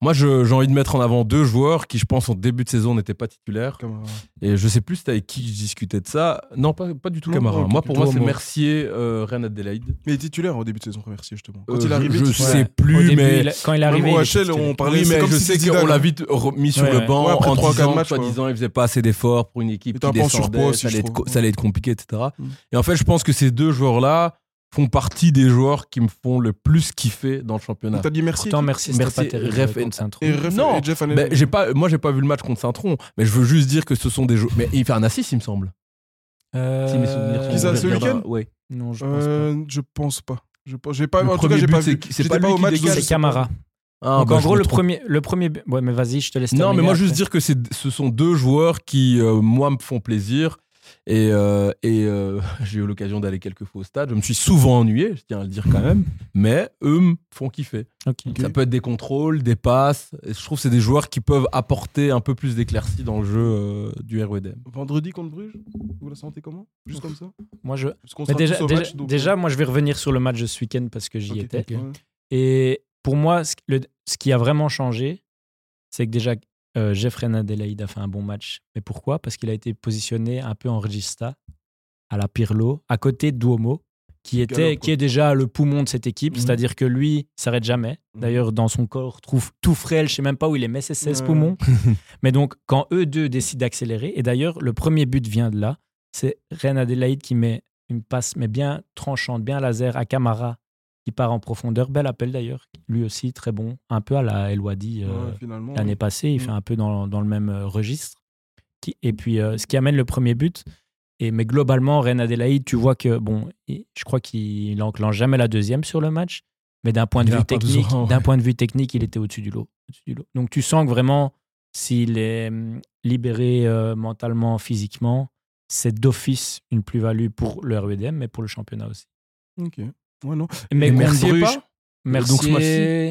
moi je- j'ai envie de mettre en avant deux joueurs qui, je pense, en début de saison n'étaient pas titulaires.
Comme, euh,
Et je sais plus c'était avec qui je discutais de ça. Non, pas, pas du tout
Non,
Camara.
pas
Moi,
du
pour
tout,
moi, c'est
moi.
Mercier, euh, Reine Adelaide.
Mais il est titulaire hein, au début de saison, remercier justement. Quand
Euh,
il est
je-
arrivé,
je
titulaire.
sais
Ouais.
plus,
Au début,
mais-
il a- quand il est arrivé.
Même au
il était
HL,
titulaire.
on parlait.
oui,
c'est
mais
comme
je
si
sais
Zidane-
qu'on l'a vite remis sur
Ouais,
le
ouais.
banc
Ouais, après
en
trois, quatre
disant,
matchs,
soit
quoi.
disant, il faisait pas assez d'efforts pour une équipe
Il était
qui
un peu en
descendait,
surpoids aussi,
ça, allait
je
être,
trouve.
co- ça allait être compliqué, etc.
Mm.
Et en fait, je pense que ces deux joueurs-là font partie des joueurs qui me font le plus kiffer dans le championnat.
T'as dit merci.
Pourtant, merci, c'était
Merci,
pas terrible.
ref-
contre Saint-Tron.
Et Ref-
Non,
et Jeff Allen.
Ben, j'ai pas, moi, j'ai pas vu le match contre Saint-Tron, mais je veux juste dire que ce sont des joueurs. Mais il fait un assist, il me semble.
Euh,
si mes souvenirs sont
qui ça,
bons, je
ce
regarderai.
week-end
Ouais.
Non, je pense pas.
Euh, Je pense pas. Je pense- J'ai pas.
Le
En tout cas,
premier
j'ai
but,
pas
c'est
vu.
qui- c'est
J'étais
pas lui
au
qui
match.
dégage,
donc
C'est
je sais pas.
Camara.
Ah,
Donc
bah,
en
je
gros,
me
le
trompe.
premier, le premier. Ouais, mais vas-y, je te laisse.
Non, mais
terminer
moi, juste
après.
dire que c'est- ce sont deux joueurs qui, euh, moi, me font plaisir. Et, euh, et, euh, j'ai eu l'occasion d'aller quelques fois au stade. Je me suis souvent ennuyé, je tiens à le dire quand même. Mais eux me font kiffer.
Ok.
Ça peut être des contrôles, des passes. Et je trouve que c'est des joueurs qui peuvent apporter un peu plus d'éclaircie dans le jeu euh, du RWDM.
Vendredi contre Bruges Vous la sentez comment Juste comme ça
Moi, je.
Parce qu'on
Mais
sera
Bah, déjà,
tous au
déjà,
match, donc- euh.
déjà, moi, je vais revenir sur le match de ce week-end parce que j'y
Ok,
étais.
ok. Ouais.
Et pour moi, ce, le- ce qui a vraiment changé, c'est que déjà, euh, Jeffrey Nadelaide a fait un bon match. Mais pourquoi Parce qu'il a été positionné un peu en regista, à la Pirlo, à côté de Duomo, qui, était,
galope, quoi.
qui est déjà le poumon de cette équipe.
Mhm.
C'est-à-dire que lui, il s'arrête jamais.
Mhm.
D'ailleurs, dans son corps, trouve tout frêle. Je sais même pas où il est, mais c'est 16
Ouais.
poumons. mais donc, quand eux deux décident d'accélérer, et d'ailleurs, le premier but vient de là, c'est Reine Adelaide qui met une passe, mais bien tranchante, bien laser à Camara qui part en profondeur. Bel appel d'ailleurs. Lui aussi, très bon. Un peu à la Elwadi euh,
Ouais, finalement.
l'année
Mmh.
ouais.
passée. Il fait
Mm.
un peu dans, dans le même euh, registre. Qui- et puis, euh, ce qui amène le premier but. Et, mais globalement, Reine Adélaïde, tu vois que, bon, il- je crois qu'il enclenche jamais la deuxième sur le match. Mais d'un point, de
Il a
vue
pas
technique,
besoin, ouais.
d'un point de vue technique, il était au-dessus du, lot, au-dessus du lot. Donc, tu sens que vraiment, s'il est hum, libéré euh, mentalement, physiquement, c'est d'office une plus-value pour le RUDM, mais pour le championnat aussi.
Ok. Ouais, non.
Mais
Et
contre
Mercier
Bruges,
pas
Mercier,
Donc, ce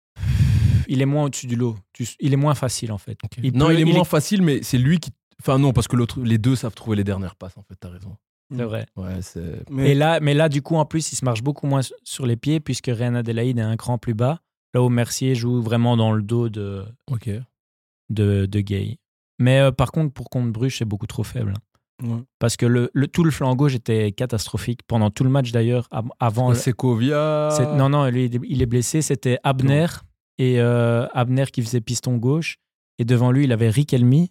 mois-ci-
il est moins au-dessus du lot. Tu- Il est moins facile en fait. Il
non,
peut-
il est moins facile, mais c'est lui qui. Enfin, non, parce que l'autre- les deux savent trouver les dernières passes, en fait, t'as raison.
c'est vrai.
Ouais, c'est.
Mais-
Et là, mais là, du coup, en plus, il se marche beaucoup moins su- sur les pieds puisque Reine Adélaïde est un cran plus bas. Là où Mercier joue vraiment dans le dos de,
Ok.
de, de Gay. Mais euh, par contre, pour contre Bruges, c'est beaucoup trop faible. hein.
Ouais.
Parce que le, le- tout le flanc gauche était catastrophique pendant tout le match d'ailleurs. av-
Euh,
Avant,
C'est Covia.
C'est- Non, non, lui, il est- il est blessé. C'était Abner. Et euh, Abner qui faisait piston gauche. Et devant lui, il avait Riquelme.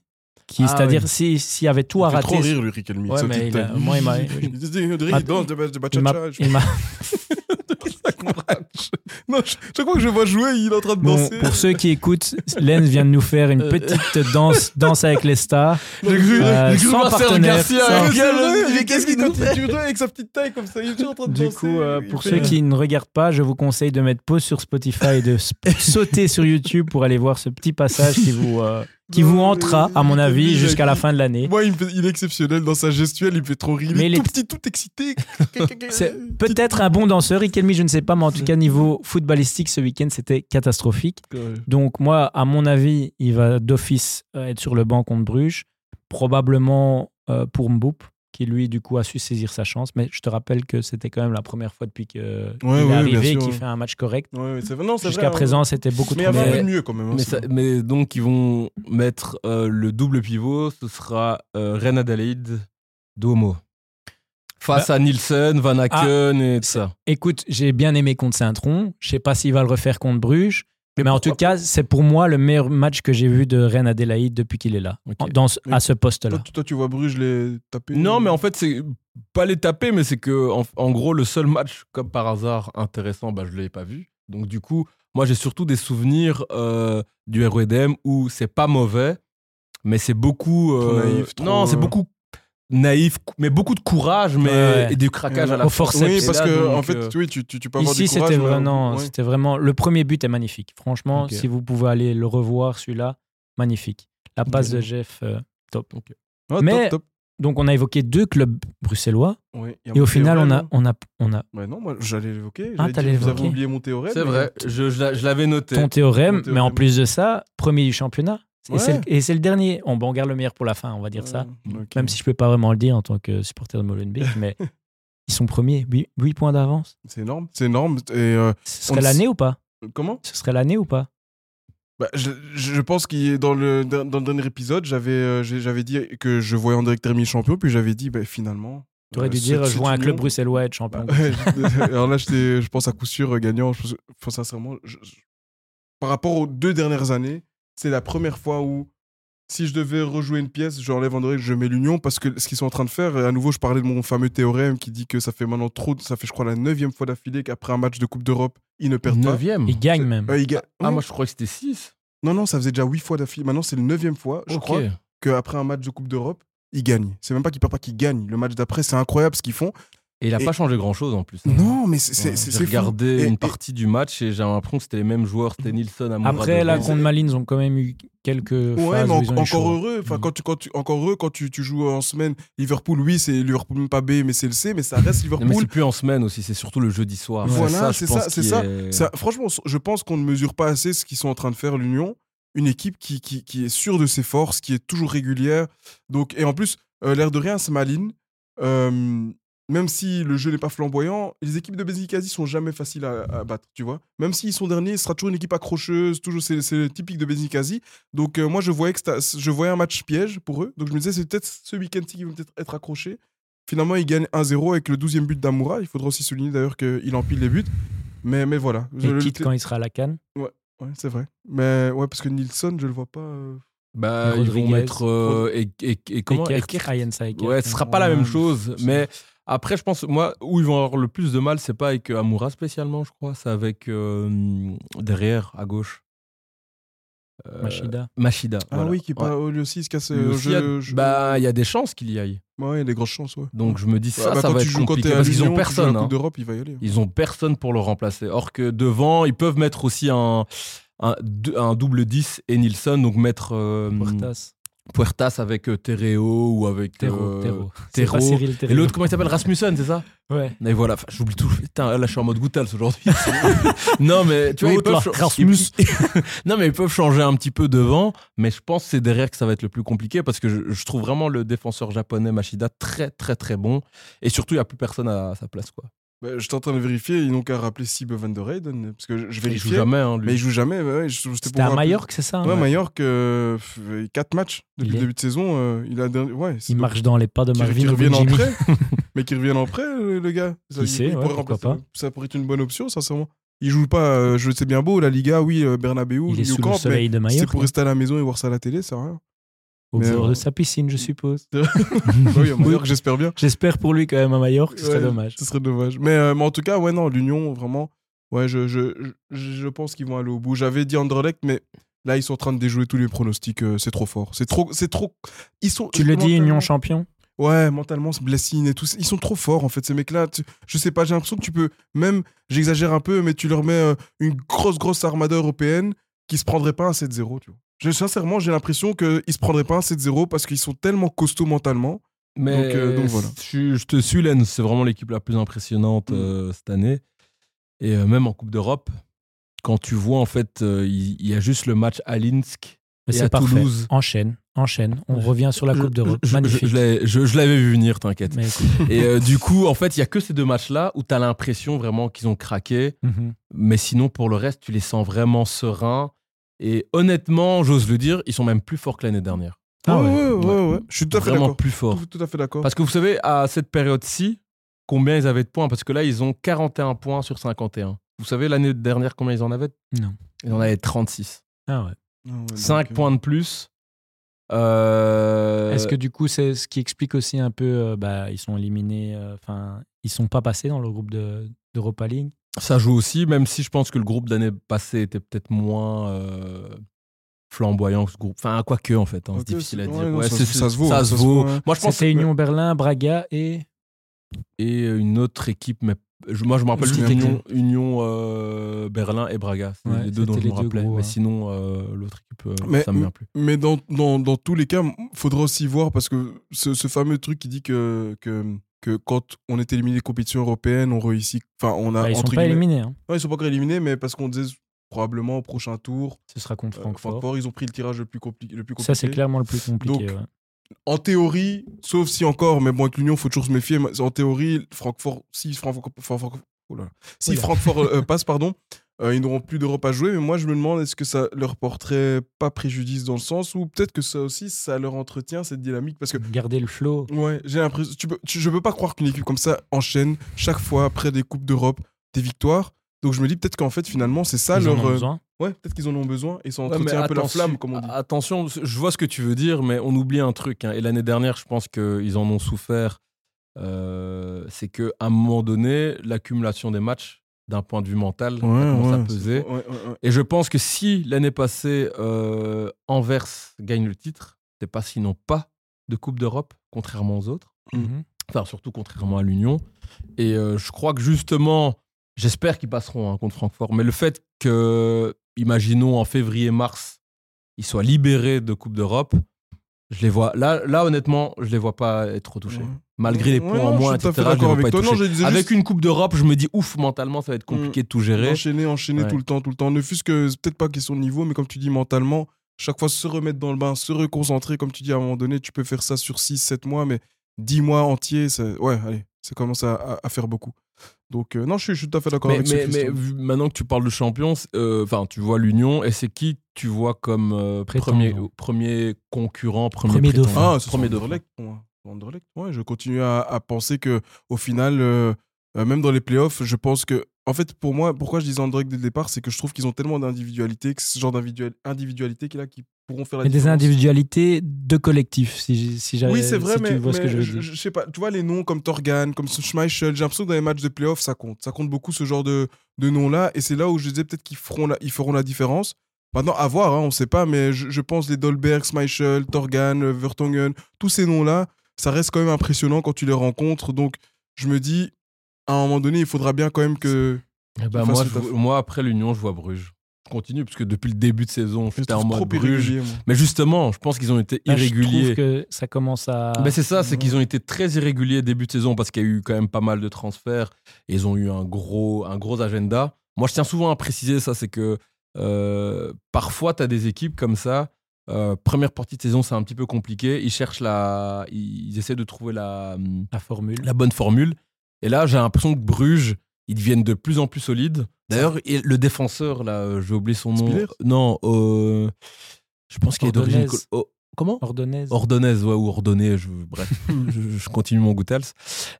Qui,
Ah,
c'est-à-dire,
oui.
si- s'il avait tout à
Il fait
rater.
trop rire, lui, Riquelme.
Ouais,
ce
mais
petit
il a-
tas.
moi, il m'a-
Il dirait
m'a-
qu'il danse de ba- de
il m'a-
bachata. je-
il m'a-
Non, je- chaque fois que je le vois jouer, il est en train de
Bon,
danser.
pour ceux qui écoutent, Lens vient de nous faire une petite danse, danse avec les stars.
J'ai cru-
Euh,
j'ai cru
sans
voir Serge
partenaire,
Garcia
sans-
avec-
Mais c'est vrai,
Mais qu'est-ce qu'il nous
fait Tu le vois avec sa petite taille comme ça, il est toujours en train de
Du
danser.
coup, euh, pour
Il
ceux
fait-
qui ne regardent pas, je vous conseille de mettre pause sur Spotify et de s- sauter sur YouTube pour aller voir ce petit passage qui vous, euh, qui vous hantera, à mon avis, jusqu'à la fin de l'année.
Moi, il, me fait- il est exceptionnel dans sa gestuelle, il me fait trop rire.
Mais
Il
il
est
est-
tout petit, tout excité.
C'est peut-être un bon danseur, Ikelmi, je ne sais pas, mais en
Mm.
tout cas, niveau footballistique, ce week-end, c'était catastrophique. Donc, moi, à mon avis, il va d'office euh, être sur le banc contre Bruges, probablement euh, pour Mboup, qui lui, du coup, a su saisir sa chance. Mais je te rappelle que c'était quand même la première fois depuis qu'il
Ouais,
est
ouais, bien
arrivé
sûr,
qu'il
ouais.
fait un match correct.
Ouais, ouais, c'est vrai. Non, c'est
Jusqu'à
vrai, hein.
présent, c'était beaucoup
Mais
trop.
avant,
Mais-
il y avait mieux quand même. hein,
Mais,
c'est
ça-
vrai.
mais donc ils vont mettre euh, le double pivot, ce sera euh, Ren Adelaide, Duomo. Face
Bah
à Nielsen,
Ah,
Van Aken et tout ça.
Écoute, j'ai bien aimé contre Saint-Tron. Je sais pas s'il va le refaire contre Bruges. Mais en tout cas, c'est pour moi le meilleur match que j'ai vu de Rennes Adélaïde depuis qu'il est là,
Ok.
en- dans ce-
Mais-
à ce
Toi,
poste-là.
tu- toi, tu vois Bruges les taper.
Non, mais en fait, c'est pas les taper, mais c'est que, en, en gros, le seul match, comme par hasard, intéressant, bah, je ne l'ai pas vu. Donc, du coup, moi, j'ai surtout des souvenirs euh, du RODM où c'est pas mauvais, mais c'est beaucoup.
Trop
euh,
naïf, trop,
non, c'est
euh,
beaucoup. naïf, cou- mais beaucoup de courage, mais
Ouais.
et du craquage
Ouais,
à la
au
fin.
forceps.
Et
Oui,
là,
parce que
donc,
en fait,
euh,
oui, tu, tu, tu peux avoir
Ici,
du courage.
c'était
mais-
vraiment,
ouais.
c'était vraiment. Le premier but est magnifique. Franchement,
Ok.
si vous pouvez aller le revoir, celui-là, magnifique. La passe de Jeff. euh,
Ah, top,
Mais-
top.
Donc, on a évoqué deux clubs bruxellois.
Oui, il y a
Et
mon
au final, on
théorème,
a,
hein.
on a, on a
Bah non, moi, j'allais l'évoquer.
Ah,
j'allais
t'allais
dire, Vous
l'évoquer.
avez oublié mon théorème.
C'est
mais-
vrai, je, je l'a- je l'avais noté.
ton théorème,
Ton
mais en
théorème.
plus de ça, premier du championnat. Et
Ouais.
c'est le- Et c'est le, dernier. On, bon, on garde le meilleur pour la fin, on va dire ça.
Ouais, Mm, ok.
Même si je peux pas vraiment le dire en tant que supporter de Molenbeek, mais ils sont premiers, 8, points d'avance.
C'est énorme. C'est énorme. Et euh,
Ce serait
On le
l'année ou pas
comment
Ce serait l'année ou pas
Bah, je, je pense qu'il est dans le, dans le dernier épisode, j'avais euh, j'ai- j'avais dit que je voyais André Termi champion, puis j'avais dit, bah, finalement.
Tu aurais
euh,
dû
cette-
dire, je
cette
vois un
union-
club bruxellois être champion.
Bah, ouais, je- alors là, j'étais- je pense à coup sûr euh, gagnant. Je pense, enfin, sincèrement, je- je- par rapport aux deux dernières années, c'est la première fois où, si je devais rejouer une pièce, j'enlève André, je mets l'union, parce que ce qu'ils sont en train de faire, et à nouveau, je parlais de mon fameux théorème qui dit que ça fait maintenant trop, ça fait, je crois, la neuvième fois d'affilée qu'après un match de Coupe d'Europe, ils ne perdent pas.
Neuvième.
Ils gagnent même.
Euh, ils ga-
Ah, moi je crois que c'était 6.
Non, non, ça faisait déjà huit fois d'affilée. Maintenant, c'est le neuvième fois, je crois, qu'après un match de Coupe d'Europe, ils gagnent. C'est même pas qu'ils perdent pas, qu'ils gagnent. Le match d'après, c'est incroyable ce qu'ils font.
Et il a
Et-
pas changé grand chose en plus. hein.
Non, mais c'est-
Ouais,
c'est c'est fou.
J'ai regardé
Et-
une
et-
partie du match et j'ai l'impression que c'était les mêmes joueurs. C'était Nilsson à mon
Mmh. Après, là,
c'est-
contre Malines, ils ont quand même eu quelques
Ouais,
phases
mais
où
en-
ils ont eu
encore
chaud.
heureux. Enfin,
Mm.
quand tu, quand tu, encore heureux quand tu, tu joues en semaine. Liverpool, oui, c'est Liverpool même pas B, mais c'est le C, mais ça reste
mais c'est
Liverpool.
plus en semaine aussi, c'est surtout le jeudi soir.
Voilà,
je
c'est
pense
ça, c'est
qui
ça.
est-
Ça- franchement, je pense qu'on ne mesure pas assez ce qu'ils sont en train de faire l'Union. Une équipe qui, qui, qui est sûre de ses forces, qui est toujours régulière. Donc, et en plus, euh, l'air de rien, c'est Maline. Euh, même si le jeu n'est pas flamboyant, les équipes de Besikasi sont jamais faciles à, à battre, tu vois. Même s'ils sont derniers, ce sera toujours une équipe accrocheuse, toujours c'est c'est le typique de Besikasi. Donc euh, moi je voyais que c'était- je voyais un match piège pour eux. Donc je me disais c'est peut-être ce week-end-ci qui vont peut-être être accrochés. Finalement, ils gagnent 1-0 avec le 12e but d'Amoura. Il faudra aussi souligner d'ailleurs qu'il empile les buts. Mais, mais voilà. Je-
Et
le-
quitte quand il sera à la canne.
Ouais, c'est vrai. Mais ouais, parce que Nilsson, je le vois pas. euh,
Bah, ils vont
Rodriguez,
mettre. euh, et, et- et comment
Eckert,
Eckert.
Ayensa Eckert.
Ouais, ce sera pas la même chose.
c'est-
Mais après, je pense, moi, où ils vont avoir le plus de mal, c'est pas avec euh, Amoura spécialement, je crois. C'est avec. euh, derrière, à gauche. Euh,
Machida.
Machida.
Ah
voilà.
oui, qui est
Ouais.
pas au lieu 6 casse.
Lui
euh,
aussi a-
je- je-
Bah, il y a des chances qu'il y aille.
Ouais, il y a des grosses chances, ouais.
Donc, je me dis,
Ouais,
ça,
bah,
ça
quand
va
tu
être
joues, quand
compliqué.
t'es à
Parce qu'ils
l'Union, tu
ont
joues la
personne. hein.
Coupe d'Europe, il va y aller.
Ils ont personne pour le remplacer. Or que devant, ils peuvent mettre aussi un, un, deux- un double 10 et Nilsson, donc mettre euh,
Portas.
Puertas avec euh, Terreo ou avec
Terreau.
euh,
Terreau. C'est
Terreau.
pas Cyril
Et
Terreau.
l'autre, comment il s'appelle Rasmussen, c'est ça
Ouais.
Mais voilà, enfin, j'oublie tout. Putain, là, je suis en mode Goutals aujourd'hui. non, mais tu vois, ils
L'autre,
peuvent,
là,
cha-
Rasmus.
ils- non, mais ils peuvent changer un petit peu devant, mais je pense que c'est derrière que ça va être le plus compliqué parce que je, je trouve vraiment le défenseur japonais Machida très, très, très bon. Et surtout, il n'y a plus personne à, sa place. Quoi.
Bah, J'étais en train de vérifier, ils n'ont qu'à rappeler Sib Van der Heyden, parce que je- je
Il joue
vérifiais.
jamais, hein, lui.
Mais il joue jamais, ouais, ouais, je- c'était
C'était
pour
à
rappeler.
Majorque, c'est ça hein
Ouais, euh, Mallorca, 4 matchs
Il
depuis
est-
le début de saison. euh, il a dernier- ouais, c'est
Il
donc-
marche dans les pas de
qui,
Marvin.
qui reviennent en
Jimmy.
prêt, mais qui reviennent en prêt, le, le gars. Ça,
Qui
il-
sait,
il
ouais,
pourrait
pourquoi
remplacer- Ça pourrait être une bonne option, sincèrement. Il joue pas, euh, je sais bien beau, la Liga, oui, euh, Bernabeu,
Il est sous
Camp,
le
mais
soleil de
si c'est
Majorque. hein.
pour rester à la maison et voir ça à la télé, ça rien.
Au
Mais,
bord
euh,
de sa piscine, je suppose.
Bah oui, à Mallorca, j'espère bien.
J'espère pour lui quand même à Majorque, ce serait
Ouais,
dommage.
Ce serait dommage. Mais, euh, mais en tout cas, ouais, non, l'Union, vraiment, ouais, je, je, je, je pense qu'ils vont aller au bout. J'avais dit Anderlecht, mais là, ils sont en train de déjouer tous les pronostics. euh, c'est trop fort. C'est trop, c'est trop. Ils sont.
Tu le dis,
mentalement-
Union Champion
Ouais, mentalement, c'est Blessing et tout. Ils sont trop forts, en fait, ces mecs-là. Tu- Je sais pas, j'ai l'impression que tu peux. Même, j'exagère un peu, mais tu leur mets euh, une grosse, grosse armada européenne qui se prendrait pas un 7-0, tu vois. J'ai- Sincèrement, j'ai l'impression qu'ils se prendraient pas un 7-0 parce qu'ils sont tellement costauds mentalement.
Mais
Donc, euh, donc voilà.
Je, je te suis, Len. C'est vraiment l'équipe la plus impressionnante
Mm.
euh, cette année. Et euh, même en Coupe d'Europe, quand tu vois, en fait, euh, il il y, a juste le match à Linsk.
Mais
Et
C'est
à
parfait.
Toulouse.
Enchaîne, enchaîne. On revient sur la Coupe d'Europe.
Je- je-
Magnifique.
Je, l'ai- je- je l'avais vu venir, t'inquiète.
Mais écoute,
Et euh, du coup, en fait, il y a que ces deux matchs-là où tu as l'impression vraiment qu'ils ont craqué.
mhm.
Mais sinon, pour le reste, tu les sens vraiment sereins. Et honnêtement, j'ose le dire, ils sont même plus forts que l'année dernière.
Ah ouais.
ouais, ouais, ouais. Je suis tout à fait
Vraiment
d'accord.
plus forts.
Tout, tout à fait d'accord.
Parce que vous savez, à cette période-ci, combien ils avaient de points Parce que là, ils ont 41 points sur 51. Vous savez, l'année dernière, combien ils en avaient
Non.
Ils en avaient 36.
Ah ouais.
Ah ouais, donc,
5
euh,
points de plus. Euh,
Est-ce que du coup, c'est ce qui explique aussi un peu, euh, bah, ils sont éliminés, euh, enfin, ils sont pas passés dans le groupe de d'Europa League.
ça joue aussi, même si je pense que le groupe d'année passée était peut-être moins euh, flamboyant ce groupe. Enfin, quoi que en fait, hein,
Ok,
c'est difficile à
c'est-
dire.
ouais, non, ça-
c'est-
ça se vaut,
Ça
hein,
se
ça se
vaut.
vaut, hein.
Moi, je pense
C'était Union Berlin, Braga et.
et une autre équipe, mais je- moi je me rappelle
Une
juste
petite
Union, Union, euh, Berlin et Braga. C'est
Ouais,
les deux dont je
c'était
me
les deux
rappelais.
gros,
mais
hein.
sinon, euh, l'autre équipe, euh,
Mais-
ça me vient plus.
Mais dans, dans, dans tous les cas, faudra aussi voir parce que ce, ce fameux truc qui dit que, que, que quand on est éliminé des compétitions européennes, on réussit. Enfin, on a.
Bah, ils sont
entre
pas
guillemets-
éliminés. hein.
Non, ils sont pas encore éliminés, mais parce qu'on disait probablement au prochain tour.
Ce sera contre
euh,
Francfort.
Francfort, ils ont pris le tirage le plus, compli- le plus compliqué.
Ça, c'est clairement le plus compliqué.
Donc,
ouais.
En théorie, sauf si encore, mais bon, avec l'Union, faut toujours se méfier. mais En théorie, Francfort, si Francfort, Francfort- oh là là. si
Oula.
Francfort euh, passe, pardon, euh, ils n'auront plus d'Europe à jouer. Mais moi, je me demande, est-ce que ça leur porterait pas préjudice dans le sens ou peut-être que ça aussi, ça leur entretient cette dynamique parce que
Garder le flow.
ouais, j'ai l'impression, tu peux, tu- je peux pas croire qu'une équipe comme ça enchaîne chaque fois après des coupes d'Europe des victoires. Donc je me dis peut-être qu'en fait, finalement, c'est ça
ils en
leur,
ont
euh,
besoin.
ouais, peut-être qu'ils en ont besoin et ça
Ouais, mais
entretient un peu la
attention-
flamme, comme on dit.
Attention, je vois ce que tu veux dire, mais on oublie un truc. hein. Et l'année dernière, je pense qu'ils en ont souffert. Euh, c'est qu'à un moment donné, l'accumulation des matchs, d'un point de vue mental, ça
Ouais,
commence
ouais,
à peser.
Ouais, ouais, ouais.
Et je pense que si l'année passée, euh, Anvers gagne le titre, c'est pas s'ils n'ont pas de Coupe d'Europe, contrairement aux autres.
Mhm.
Enfin, surtout contrairement à l'Union. Et euh, je crois que justement, j'espère qu'ils passeront hein, contre Francfort. Mais le fait que, imaginons, en février-mars, ils soient libérés de Coupe d'Europe, je les vois. Là, là, honnêtement, je les vois pas être retouchés.
Ouais.
Malgré les
Ouais,
points
non,
en moins,
je suis tout à
etc.
fait
je les
d'accord
vois
avec
pas
toi.
être
Non,
touchés.
je disais
Avec
juste- Mm.
une Coupe d'Europe, je me dis, ouf, mentalement, ça va être compliqué de tout gérer.
Enchaîner, enchaîner
Ouais.
tout le temps, tout le temps. Ne fût-ce que c'est peut-être pas question de niveau, mais comme tu dis mentalement, chaque fois se remettre dans le bain, se reconcentrer, comme tu dis à un moment donné, tu peux faire ça sur 6, 7 mois, mais 10 mois entiers, ça- ouais, allez, ça commence à, à- à faire beaucoup. Donc, euh, non, je suis, je suis tout à fait d'accord
Mais,
avec ce
mais, mais
Christian.
vu- maintenant que tu parles de champion, c'est- euh, enfin, tu vois l'Union, et c'est qui tu vois comme euh,
Prétendant.
premier, premier concurrent, premier,
Premier
prétendant
dauphin.
Ah, ce
Premier
sera
dauphin.
Anderlecht, pour moi. Anderlecht. Ouais, je continue à, à penser que au final, euh, euh, même dans les playoffs, je pense que. En fait, pour moi, pourquoi je disais Anderlecht dès le départ, c'est que je trouve qu'ils ont tellement d'individualité, que ce genre d'individual- individualité qu'il a, qui pourront faire la
Mais des
différence.
individualités de collectif, si, j- si j'avais.
Oui, c'est vrai,
Euh, si
mais,
tu vois ce
mais
que je veux
je,
dire.
je sais pas. Tu vois, les noms comme Torgan, comme Schmeichel, j'ai l'impression que dans les matchs de playoff, ça compte. Ça compte beaucoup ce genre de, de noms-là. Et c'est là où je disais peut-être qu'ils feront, la- ils feront la différence. Maintenant, à voir, hein, on sait pas, mais je, je pense les Dolberg, Schmeichel, Torgan, euh, Vertonghen, tous ces noms-là, ça reste quand même impressionnant quand tu les rencontres. Donc, je me dis, à un moment donné, il faudra bien quand même que.
Eh ben,
Face
moi,
au
je
taf.
vois- moi, après l'Union, je vois Bruges. Je continue, parce que depuis le début de saison,
Je les
j'étais en
trouve
mode
trop
Bruges.
irréguliers, moi.
Mais justement, je pense qu'ils ont été
Là, Ah, je
irréguliers.
trouve que ça commence à.
Mais Ben, c'est ça, c'est
Ah, Ouais.
qu'ils ont été très irréguliers début de saison parce qu'il y a eu quand même pas mal de transferts. Et ils ont eu un gros, un gros agenda. Moi, je tiens souvent à préciser ça, c'est que euh, parfois, tu as des équipes comme ça. euh, première partie de saison, c'est un petit peu compliqué. Ils cherchent la. Ils, ils essaient de trouver la, hum,
la formule.
la bonne formule. Et là, j'ai l'impression que Bruges, ils deviennent de plus en plus solides. D'ailleurs, et le défenseur, là, euh, j'ai oublié son nom.
Spiller
Non, euh, je pense qu'il est d'origine.
Ordonez.
col- oh, comment
Ordonnaise.
Ordonnaise, ouais, ou ordonnée, je, bref, je, je continue mon Goutals.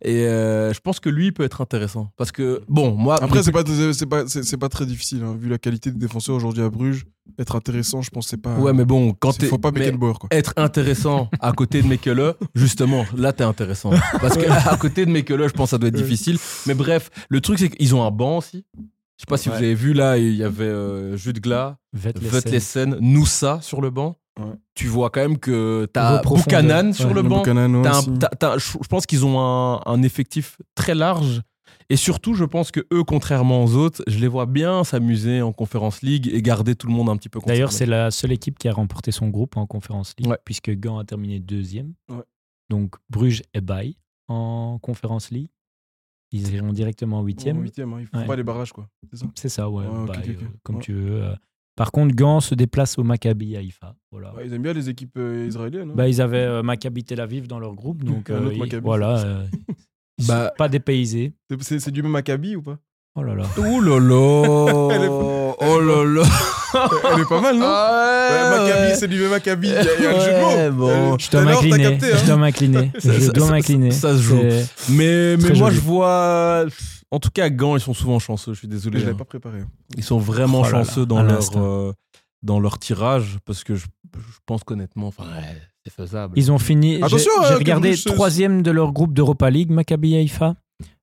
Et euh, je pense que lui peut être intéressant. Parce que, bon, moi,
Après, c'est pas, c'est pas, c'est- c'est pas très difficile, hein. vu la qualité des défenseurs aujourd'hui à Bruges. Être intéressant, je pense, c'est pas.
ouais, mais bon, quand
il
t'es.
faut pas
mais
Beckenbauer, quoi.
Être intéressant à côté de Mekele, justement, là, t'es intéressant. Parce que à côté de Mekele, je pense que ça doit être
Ouais.
difficile. Mais bref, le truc, c'est qu'ils ont un banc aussi. Je sais pas si
Ouais.
vous avez vu, là, il y avait euh, Jude Glas,
Vetlesen.
Vetlesen, Noussa sur le banc.
Ouais.
Tu vois quand même que t'as
Reprofondeur.
Buchanan sur
Ouais,
le
Le
banc.
Buchanan, ouais,
T'as un-
aussi.
t'as- t'as- je je pense qu'ils ont un, un effectif très large. Et surtout, je pense que eux, contrairement aux autres, je les vois bien s'amuser en Conférence League et garder tout le monde un petit peu.
D'ailleurs, c'est
concerné.
la seule équipe qui a remporté son groupe en conférence League,
Ouais.
puisque Gand a terminé deuxième.
Ouais.
Donc Bruges et Baye en conférence League. Ils iront directement en
En
huitième.
huitième, hein, ils font
Ouais.
pas les barrages, quoi. C'est ça
C'est ça, ouais.
Ouais, ok,
Baye,
ok, ok.
euh, comme
Ouais.
tu veux. euh. Par contre, Gand se déplace au Maccabi Haïfa. Voilà.
Ouais, Ils aiment bien les équipes euh, israéliennes. hein.
Bah, ils avaient euh, Maccabi Tel Aviv dans leur groupe, donc
Un
euh,
autre
ils-
Maccabi.
voilà, euh, ils sont
Bah-
pas dépaysés.
C'est- C'est c'est du même Maccabi ou pas
Oh là là.
Ouh là là
Elle est-
Oh là là
Elle est pas mal, non Ouais,
Ah, Ouais,
Maccabi,
ouais.
c'est du même Maccabi. Il y a, il y a
Ouais,
le jeu de
bon.
mots.
Je dois
Alors, t'as
m'incliner.
capté, hein.
Je dois m'incliner.
Ça-
Je
ça-
dois
ça-
m'incliner.
ça se joue.
C'est-
Mais, mais
Très
moi,
joli.
je vois. En tout cas, Gand, ils sont souvent chanceux, je suis
Je
désolé.
l'avais
hein.
pas préparé.
Ils sont vraiment
Oh là là,
chanceux dans
à
leur,
l'instinct.
euh, dans leur tirage parce que je, je pense qu'honnêtement, enfin, ouais, c'est faisable.
Ils ont fini. j'ai-
Attention, hein,
J'ai
que
regardé
Bruges se-
troisième de leur groupe d'Europa League, Maccabi Haïfa,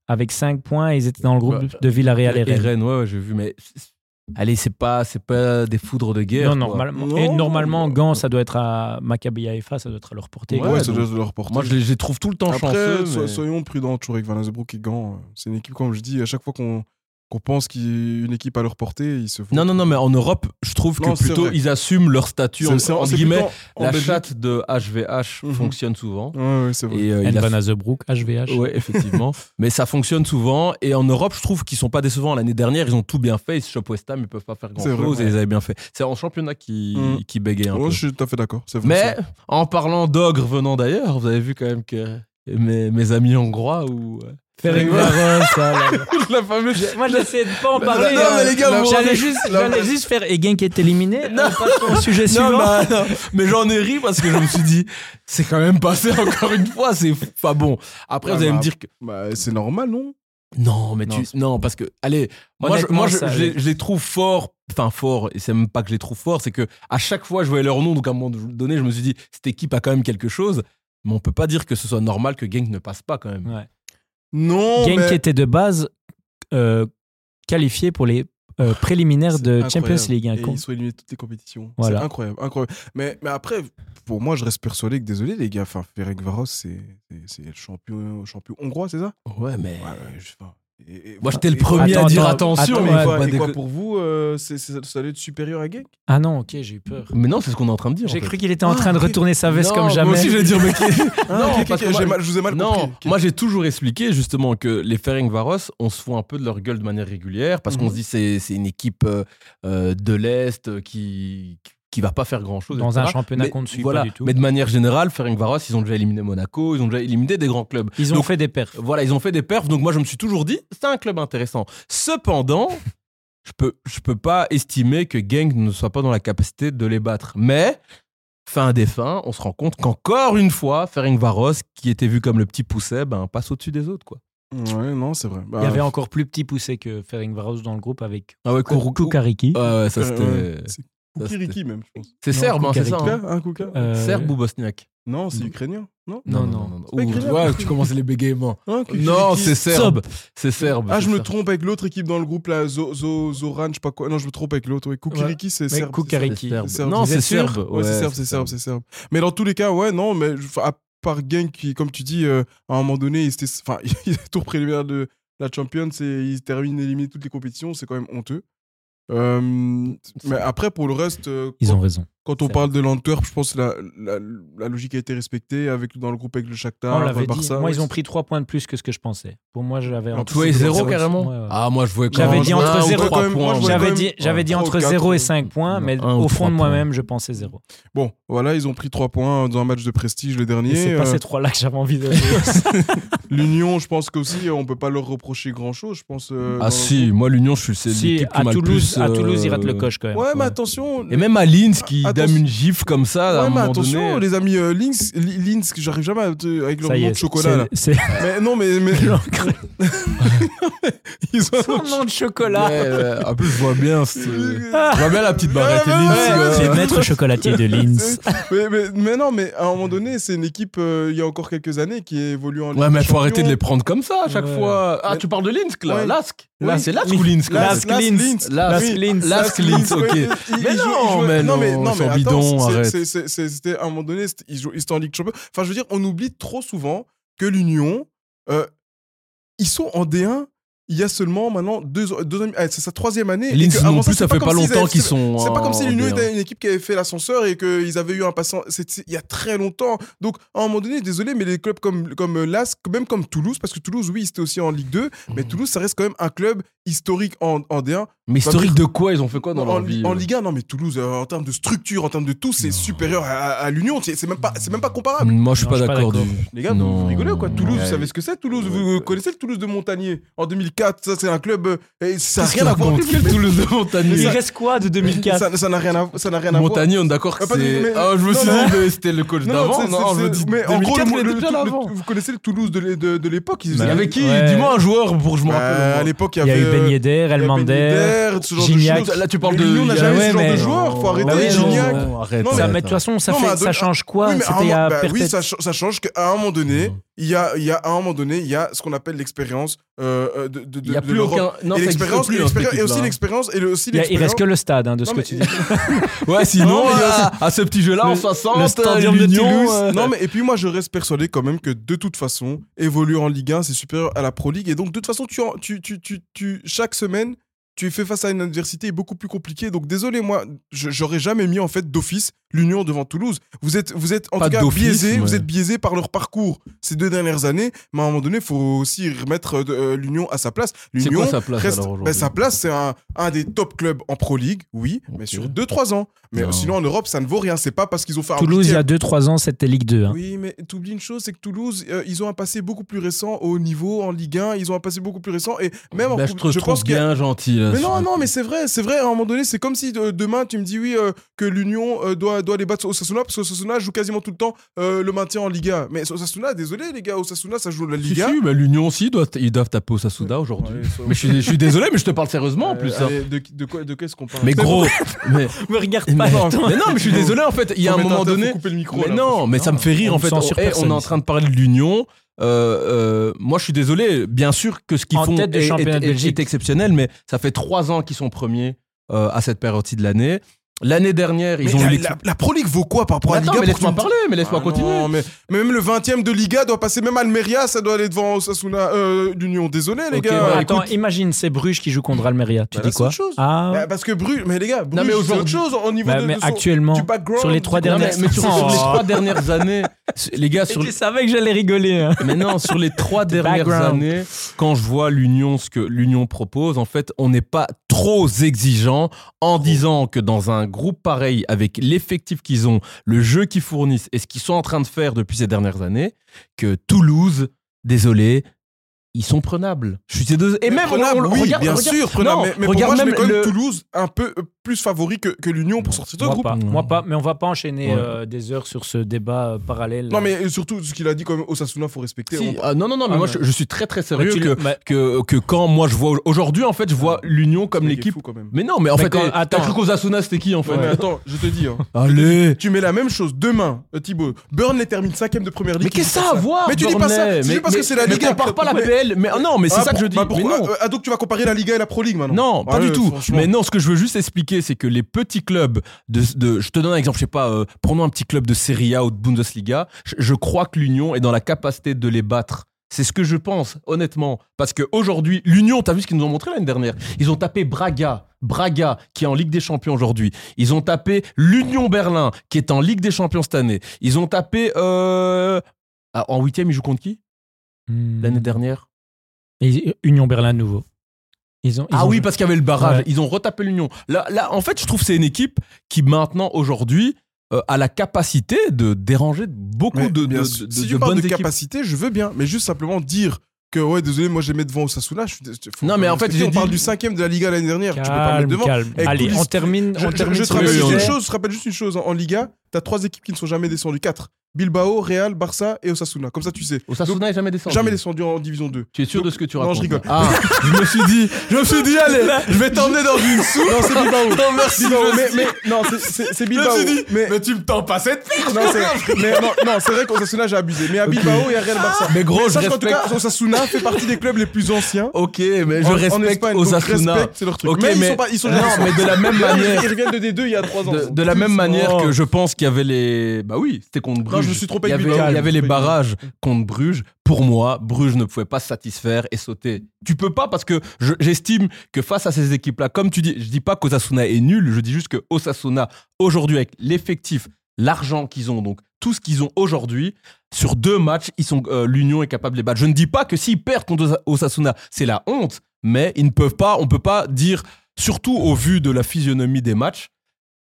avec 5 points. et Ils étaient dans le groupe
Ouais.
Bah,
de Villarreal et
Et
Rennes.
Rennes, ouais, ouais, j'ai vu, mais c- Allez, c'est pas, c'est pas des foudres de guerre.
Non,
quoi.
normalement.
Non.
Et normalement, Gant, ça doit être à Maccabi Haïfa, ça doit être à leur portée.
Ouais,
quoi.
ça
donc-
doit se leur porter.
Moi, je les, je les trouve tout le temps
Après,
chanceux.
so-
mais-
soyons prudents toujours avec Van Azebroek et Gand. euh, C'est une équipe, comme je dis, à chaque fois qu'on qu'on pense qu'une équipe à leur portée, ils se font.
Non, non, non, mais en Europe, je trouve que
Non, c'est
plutôt
vrai.
ils assument leur statut. En,
C'est- c'est-
entre
c'est
guillemets,
plutôt en
la
Belgique.
chatte de HVH
Mhm.
fonctionne souvent.
Ouais, ouais, c'est vrai.
Et euh, il
And
a-
Van Azebroek, HVH.
Ouais, effectivement. mais ça fonctionne souvent. Et en Europe, je trouve qu'ils sont pas décevants. L'année dernière, ils ont tout bien fait. Ils se chopent West Ham, ils peuvent pas faire grand
C'est vrai,
chose. Et
ouais.
ils avaient bien fait. C'est en championnat qui,
Mhm.
qui bégaye un
Ouais,
peu.
je suis tout à fait d'accord. C'est vrai.
Mais en parlant d'ogres venant d'ailleurs, vous avez vu quand même que mes, mes amis hongrois ou euh,
Ferenc Varos, ça, là, là.
la fameuse
Moi, j'essaie de pas en
Non,
parler.
non,
hein.
mais les gars, vous
J'allais
rendez-
juste,
la-
j'allais juste faire Egan qui est éliminé.
Non.
Non, sujet
Non,
suivant.
bah, non. mais j'en ai ri parce que je me suis dit, c'est quand même passé encore une fois, c'est fou. pas bon. Après,
Ouais,
vous allez
bah,
me dire que.
Bah, c'est normal, non
Non, mais
Non,
tu. Non, parce que, allez, moi, je,
Honnêtement,
moi, je-
ça-
je les- je les trouve forts, enfin, forts, et c'est même pas que je les trouve forts, c'est que à chaque fois, je voyais leur nom, donc à un moment donné, je me suis dit, cette équipe a quand même quelque chose, mais on peut pas dire que ce soit normal que Genk ne passe pas quand même.
Ouais.
Non,
Genk
mais-
était de base euh, qualifié pour les euh, préliminaires
C'est
de
incroyable.
Champions League. hein,
Et
con.
ils sont éliminés de toutes les compétitions.
Voilà.
C'est incroyable, incroyable. Mais, mais après, pour moi, je reste persuadé que, désolé les gars, enfin, Ferenc Varos, c'est c'est- c'est le champion, champion hongrois, c'est ça
Ouais, Ah, mais.
Ouais, ouais, je sais pas. Et- et-
Moi, j'étais le
et quoi-
premier
Attends,
à dire
attends,
attention,
attends,
mais
et
ouais,
faut
quoi,
pas
et quoi
déco-
pour vous, euh, c'est- c'est- ça doit être supérieur à Genk
Ah non, ok, j'ai eu peur.
Mais non, c'est ce qu'on est en train de dire. en
J'ai
fait.
cru qu'il était en
Ah,
train de
ok.
retourner sa veste
Non,
comme
moi
jamais.
aussi, j'allais dire, mais qui-
Ah, ok, ok,
parce que
ok,
moi-
j'ai mal- je vous ai mal
Non,
compris. Ok.
moi j'ai toujours expliqué justement que les Ferenc Varos, on se fout un peu de leur gueule de manière régulière parce qu'on
Mhm.
se dit c'est c'est une équipe euh, euh, de l'Est euh, qui qui va pas faire grand chose.
Dans un championnat qu'on ne suit
voilà.
pas du tout.
Ah, Mais de manière générale, Ferenc Varos, ils ont déjà éliminé Monaco, ils ont déjà éliminé des grands clubs.
Ils ont
Donc-
fait des perfs.
Voilà, ils ont fait des perfs, donc moi je me suis toujours dit c'est un club intéressant. Cependant, je peux je peux pas estimer que Genk ne soit pas dans la capacité de les battre. Mais fin des fins, on se rend compte qu'encore une fois, Ferenc Varos, qui était vu comme le petit pousset, ben passe au-dessus des autres quoi.
Ouais, non, c'est vrai.
euh,
Bah,
Il y avait encore plus petit poussé que Ferenc Varos dans le groupe avec
Ah ouais, Kourou-
Kukariki.
Ah ouais, ça
euh,
c'était.
ouais, c'est
ça,
Kukiriki, même, je pense.
C'est
Non,
serbe, hein, c'est ça.
Kukariki.
hein.
Kuka, hein, Kuka
Euh,
Serbe ou bosniaque
Non, c'est ukrainien. Non
Non,
C'est pas
Ouh,
écrit
tu
là,
vois,
Kukariki.
tu commences les bégaiements.
Hein, Kukiriki.
Non, c'est serbe. C'est serbe.
Ah,
c'est
je me
serbe.
trompe avec l'autre équipe dans le groupe, là, Zo- Zo- Zoran, je sais pas quoi. Non, je me trompe avec l'autre. ouais. Kukiriki, c'est
Mais
serbe. c'est serbe.
Kukariki.
C'est serbe.
serbe.
Non,
Vous
c'est
êtes sûr
serbe.
Ouais, c'est serbe, c'est serbe, c'est serbe. Mais dans tous les cas, ouais, non, mais je- enfin, à part Genk qui, comme tu dis, euh, à un moment donné, il était, enfin, il est tour préliminaire de la Champions et il termine éliminé de toutes les compétitions, c'est quand même honteux. Euh, mais après, pour le reste, euh,
Ils
quand,
ont raison.
quand on
c'est
parle de l'Antwerp, je pense que la, la, la logique a été respectée avec, dans le groupe avec le
Ah,
Shakhtar,
On
le
l'avait dit.
Barça.
moi,
ouais,
ils ont pris 3 points de plus que ce que je pensais. Pour moi, j'avais
Non,
anticipé
Tu voyais
que
zéro
ça-
carrément
Ouais, ouais.
Ah, oh, moi je voyais quand
J'avais
même
dit
un
entre
ou
zéro-
trois
Moi, je
points.
voyais
J'avais
quand
dit,
même-
j'avais dit
Trois ou
entre
quatre,
0 et
ouais.
5 points,
Non,
mais
Ah, un ou
au fond
trois
de
points.
moi-même, je pensais 0.
Bon, voilà, ils ont pris 3 points dans un match de prestige le
Et
dernier.
c'est pas
Euh,
ces 3 là que j'avais envie de.
L'Union, je pense qu'aussi, euh, on peut pas leur reprocher grand-chose, je pense. euh, dans
Ah
le
si, moi l'Union, je suis c'est
si,
l'équipe qui
à
m'a le
Toulouse,
plus,
à Toulouse,
euh,
il rate le coche quand même.
groupe. Ouais, mais attention.
Et même à Linz qui
Attention.
dame une gifle comme ça. à un
Ouais, mais
moment
attention,
donné.
les amis, euh, Lynx, Li- Lynx, que j'arrive jamais à te- avec leur
Ça y
nom
est,
de chocolat. Là.
c'est
Mais non, mais, mais
c'est l'encre.
ils ont.
Son nom de
Ouais,
chocolat.
ouais, En plus, je vois bien ce- je vois bien la petite barrette
Ouais,
Linz, euh.
ouais,
quoi.
ouais,
C'est maître chocolatier de Linz.
mais, mais- mais non, mais à un moment donné, c'est une équipe, euh, il y a encore quelques années, qui évolue en Ligue
Ouais, mais
des
faut arrêter de les
Champions.
prendre comme ça à chaque
Ouais.
fois. Ah,
Mais-
tu parles de Linsk là
Ouais.
Lask
Oui.
Là, c'est Lask
Oui.
ou Linsk là
Lask, Linz.
Lask,
Oui.
Linz.
Lask, Linz, ok.
ouais, ils- ils
Mais
jouent-
non,
ils jouent-
mais non, ils sont bidons,
c'est-
arrête.
c'est- c'est- c'est- C'était à un moment donné, c'était- ils, jouent- ils étaient en Ligue Champion. Enfin, je veux dire, on oublie trop souvent que l'Union, euh, ils sont en D1. Il y a seulement maintenant deux, deux ans- ah, c'est sa troisième année. et que
Linz
avant
non plus,
c'est
ça fait pas
comme s'ils
longtemps
avaient-
qu'ils sont.
C'est pas
en-
comme si
en
l'Union
D1.
était une équipe qui avait fait l'ascenseur et qu'ils avaient eu un passant. c'est- c'est- Il y a très longtemps. Donc, à un moment donné, désolé, mais les clubs comme, comme LASK, même comme Toulouse, parce que Toulouse, oui, c'était aussi en Ligue 2, mais
Mmh.
Toulouse, ça reste quand même un club historique en, en D1.
Mais historique de quoi Ils ont fait quoi dans
en,
leur vie
en
euh
Ligue 1, non, mais Toulouse, euh, en termes de structure, en termes de tout, c'est
Non.
supérieur à, à l'Union. C'est c'est même, pas- c'est même pas comparable.
Moi, je suis
Non,
pas
d'accord.
d'accord. du-
Les gars,
Non.
vous, vous rigolez ou quoi Toulouse,
Ouais.
vous savez ce que c'est Toulouse, vous vous connaissez le Toulouse de Montagnier en 2004. Ça, c'est un club. euh, et ça n'a
Qu'est-ce
rien à
qu'il
voir.
raconte Quel Toulouse de Montagny
Il
là
reste quoi de 2004
Ça- Ça n'a rien à ça n'a rien à voir.
Montagny, on est d'accord que
Ah, pas du-
c'est.
mais-
Ah, je me
non,
suis
non.
dit que c'était le coach d'avant.
c'est-
Non,
c'est-
je me
c'est-
dis.
mais en gros,
2004, il
le-
était
le-
déjà
le-
là
le-
avant.
vous connaissez le Toulouse de, l'é- de- de l'époque ils
Mais
faisaient-
Avec qui
Ouais.
Dis-moi un joueur pour que je me
Bah, À
rappelle.
l'époque, il y
Il y a
avait
eu Ben Yedder,
il y a Ben
Elmander.
Yedder, ce genre de
Gignac.
choses.
Là, tu parles
Mais
de.
l'Union n'a
il y a-
jamais
ouais,
ce genre
mais-
de joueur. Faut
Bah
arrêter,
ouais,
les
non,
Gignac.
euh,
Arrête.
Non,
Ça,
arrête,
mais de toute façon, ça,
Non,
fait,
mais à
ça
deux-
change quoi
Oui, mais à un
C'était
moment-
à
bah oui,
Perpète.
ça, cha- ça change qu'à un moment donné,
Mhm.
il y a, il y a à un moment donné, il y a ce qu'on appelle l'expérience euh, euh, de, de, de,
Il n'y a
de
plus
l'Europe.
aucun. Non,
et
ça existe
l'expérience,
plus,
et
hein, cette
l'expérience- et aussi
équipe-là.
l'expérience, et le- aussi
Il y a- il
l'expérience.
reste que le stade hein, de ce
Non,
que
mais-
tu dis.
Ouais, sinon,
Non, mais il y a-
à, à ce petit jeu-là,
Le-
en 60,
le stadium de
l'Union,
Toulouse.
euh,
Non, mais et puis moi, je reste persuadé quand même que de toute façon, évoluer en Ligue 1, c'est supérieur à la Pro League. Et donc, de toute façon, tu, en- tu, tu, tu, tu- chaque semaine, tu fais face à une adversité beaucoup plus compliquée. Donc, désolé, moi, je- j'aurais jamais mis en fait d'office l'Union devant Toulouse. Vous êtes, vous êtes en
Pas
tout cas
d'office,
biaisé,
mais-
vous êtes biaisé par leur parcours ces deux dernières années. Mais à un moment donné, il faut aussi remettre euh, de- euh, l'Union à sa place.
C'est
L'Union.
quoi sa place
Reste,
alors
ben,
aujourd'hui
sa place, c'est un, un des top clubs en Pro League, oui, mais
Ok.
sur 2-3 ans. Mais
Non.
sinon, en Europe, ça ne vaut rien. C'est pas parce qu'ils ont fait un
Toulouse, il y
huitième-
a 2-3 ans, c'était Ligue 2. hein.
oui, mais t'oublies une chose, c'est que Toulouse, euh, ils ont un passé beaucoup plus récent au niveau en Ligue 1, ils ont un passé beaucoup plus récent et même en
Bah, je,
Coupe-
te- je
pense
trouve
qu'il y a-
bien gentil. là,
Mais
sur
non,
le
non,
coup.
mais c'est vrai, c'est vrai. À un moment donné, c'est comme si euh, demain tu me dis oui euh, que l'Union euh, doit doit les battre au Sasuna parce que Sasuna joue quasiment tout le temps euh, le maintien en Liga. Mais Sasuna, désolé les gars, au Sasuna ça joue la
Si,
Liga.
si, bah, l'Union aussi, doit, ils doivent taper au Sasouda aujourd'hui.
Allez, soyons-
Mais je suis, je suis désolé, mais je te parle sérieusement en
Euh,
plus. hein.
allez, de, de quoi de qu'est-ce qu'on parle
Mais gros, mais,
Me regarde
mais-
attends.
mais non, mais je suis désolé en fait. Il y a un
Faut mettre
moment
teuf,
donné,
faut couper le micro.
Mais
là,
non, mais ça me fait rire
on
en
me
fait. On,
censure
eh, on
personne,
est en train de parler de l'Union. Euh, euh, moi, je suis désolé. Bien sûr que ce qu'ils
En
font
tête
est,
du championnat
est-
de
est-
Belgique.
est exceptionnel, mais ça fait trois ans qu'ils sont premiers euh, à cette période-ci de l'année. L'année dernière, ils
Mais
ont
la,
eu
la- la Pro League vaut quoi par rapport à la
Attends,
Liga
mais
pour que tu
laisse-moi
me-
parler, mais laisse-moi
Ah
continuer.
non, mais, mais même le 20ème de Liga doit passer, même Almeria, ça doit aller devant Osasuna, euh, l'Union. Désolé, les
Ok,
gars.
bah,
Attends, imagine, c'est Bruges qui joue contre Almeria. Tu
Bah, là,
dis
c'est
quoi
autre chose.
Ah,
Bah, parce que Bruges, mais les gars, Bruges,
mais
c'est autre
aujourd'hui-
chose au niveau
bah,
de,
mais
de son-
actuellement.
du background.
sur les trois
du-
Non, mais,
dernières-
mais sur, sur les
Oh.
trois dernières années, sur- les gars, sur,
tu savais que j'allais rigoler. hein.
mais non, sur les trois dernières
background.
années, quand je vois l'Union, ce que l'Union propose, en fait, on n'est pas trop exigeant en disant que dans un groupe pareil, avec l'effectif qu'ils ont, le jeu qu'ils fournissent et ce qu'ils sont en train de faire depuis ces dernières années, que Toulouse, désolé, ils sont prenables. Je suis désolé. Et
Mais
même,
prenable,
on- on-
oui,
regarde-
bien
regarde-
sûr, prenable,
non,
mais, mais pour moi,
regarde
je
même
mets quand même
le-
Toulouse un peu euh, plus favori que, que l'Union pour sortir de ce
Moi
groupe.
pas,
Non.
moi pas, mais on va pas enchaîner
Ouais.
euh, des heures sur ce débat euh, parallèle.
Non, mais surtout, ce qu'il a dit, quand même, Osasuna, faut respecter.
Si,
On-
ah, non, non, non, mais
Ah,
moi,
mais-
je, je suis très, très sérieux
Tu
que,
le- bah,
que, que quand moi je vois aujourd'hui, en fait, je vois l'Union comme
Ah, C'est
l'équipe.
fou, quand même.
Mais non, mais en
Mais
fait,
quand-
eh,
attends.
t'as cru qu'Osasuna c'était qui en fait
Ouais, mais attends, je te dis, hein,
Allez
tu mets la même chose demain, euh, Thibaut. Burnley termine 5ème de première ligue.
Mais
tu dis
qu'est-ce que ça
pas
à voir
Mais tu dis pas ça,
Burnley
c'est juste parce
Mais-
que c'est la
mais
Liga.
compare pas la
Mais-
PL, mais ah non, mais c'est
Ah,
ça que
pour-
je dis.
bah,
mais
pourquoi
non.
Ah, donc tu vas comparer la Liga et la Pro League maintenant
Non, pas
Ah
du
ouais,
tout.
franchement.
Mais non, ce que je veux juste expliquer, c'est que les petits clubs de, de- je te donne un exemple, je sais pas, euh, prenons un petit club de Serie A ou de Bundesliga. Je, je crois que l'Union est dans la capacité de les battre. C'est ce que je pense, honnêtement. Parce qu'aujourd'hui, l'Union, t'as vu ce qu'ils nous ont montré l'année dernière Ils ont tapé Braga, Braga, qui est en Ligue des Champions aujourd'hui. Ils ont tapé l'Union Berlin, qui est en Ligue des Champions cette année. Ils ont tapé... euh, ah, en huitième, ils jouent contre qui
Hmm.
l'année dernière
Et- Union Berlin de nouveau. Ils ont, ils
Ah
ont-
oui, parce qu'il y avait le barrage.
Ouais.
Ils ont retapé l'Union. Là, là, en fait, je trouve que c'est une équipe qui, maintenant, aujourd'hui, euh, a la capacité de déranger beaucoup
Mais
de,
bien
de-
sûr,
de-
si
de
tu parles
bonnes
de
équipes.
capacité, je veux bien, mais juste simplement dire que ouais, désolé, moi je les mets devant Osasuna. Je suis dés- faut quand
Non, mais en
même
fait,
respecter,
j'ai
on
dit-
parle du cinquième de la Liga l'année dernière. tu peux pas mettre
Calme,
devant.
calme.
Eh,
Allez,
coulisses,
on termine.
Je,
on
je-
termine
je te
sur le
rappelle juste une
sujet.
chose. Je te rappelle juste une chose. En Liga, t'as trois équipes qui ne sont jamais descendues, quatre. Bilbao, Real, Barça et Osasuna. Comme ça, tu sais.
Osasuna n'est Oh, jamais descendu.
Jamais descendu en division 2.
Tu es sûr de ce que tu
Non,
racontes
je rigole.
Ah, je me suis dit, je me suis dit, allez, je vais t'emmener dans une soupe.
Non, c'est Bilbao.
Non, merci,
Bilbao,
je
mais,
suis-
mais- non, c'est- c'est c'est Bilbao.
suis dit,
mais
tu me tends pas cette fille.
non, c'est mais non, non, c'est vrai qu'Osasuna, j'ai abusé. Mais à
Ok.
Bilbao et à Real Barça.
Mais gros, Oh, je
Sache qu'en tout
respecte.
cas, Osasuna fait partie des clubs les plus anciens.
Ok, mais je
en- en
respecte
Espagne, donc
Osasuna.
respect, c'est leur truc.
Ok,
mais, ils
mais-
sont pas, ils sont
non,
jamais
mais de la même
descendus.
manière.
Ils reviennent de D2 il y a 3 ans. Oh.
De, de la même manière que je pense qu'il y avait les. Bah oui, c'était contre Bruges.
Non, je me suis trompé
Il y
avec
avait,
Bilbao,
il
je
y
me
avait
suis
les
trompé avec
barrages contre Bruges. Pour moi, Bruges ne pouvait pas se satisfaire et sauter. Tu peux pas parce que je- j'estime que face à ces équipes-là, comme tu dis, je dis pas qu'Osasuna est nul, je dis juste que Osasuna, aujourd'hui, avec l'effectif, l'argent qu'ils ont, donc tout ce qu'ils ont aujourd'hui, sur deux matchs, ils sont euh, l'Union est capable de les battre. Je ne dis pas que s'ils perdent contre Osa- Osasuna, c'est la honte, mais ils ne peuvent pas, on peut pas dire, surtout au vu de la physionomie des matchs,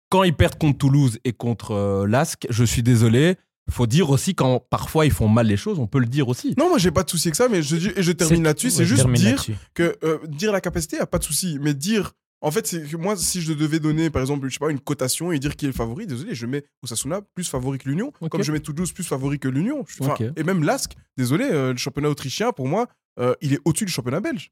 quand ils perdent contre Toulouse et contre euh, Lasque, je suis désolé. Faut dire aussi quand parfois ils font mal les choses, on peut le dire aussi.
Non, moi j'ai pas de souci avec ça, mais je, dis- et je termine là-dessus. C'est
Ouais,
juste
termine
dire
là-dessus.
que euh, dire la capacité, y a pas de souci, mais dire. En fait, c'est que moi, si je devais donner, par exemple, je sais pas, une cotation et dire qui est le favori, désolé, je mets Osasuna plus favori que l'Union,
Ok.
comme je mets Toulouse plus favori que l'Union. Je- enfin,
Ok.
Et même Lask, désolé, euh, le championnat autrichien, pour moi, euh, il est au-dessus du championnat belge.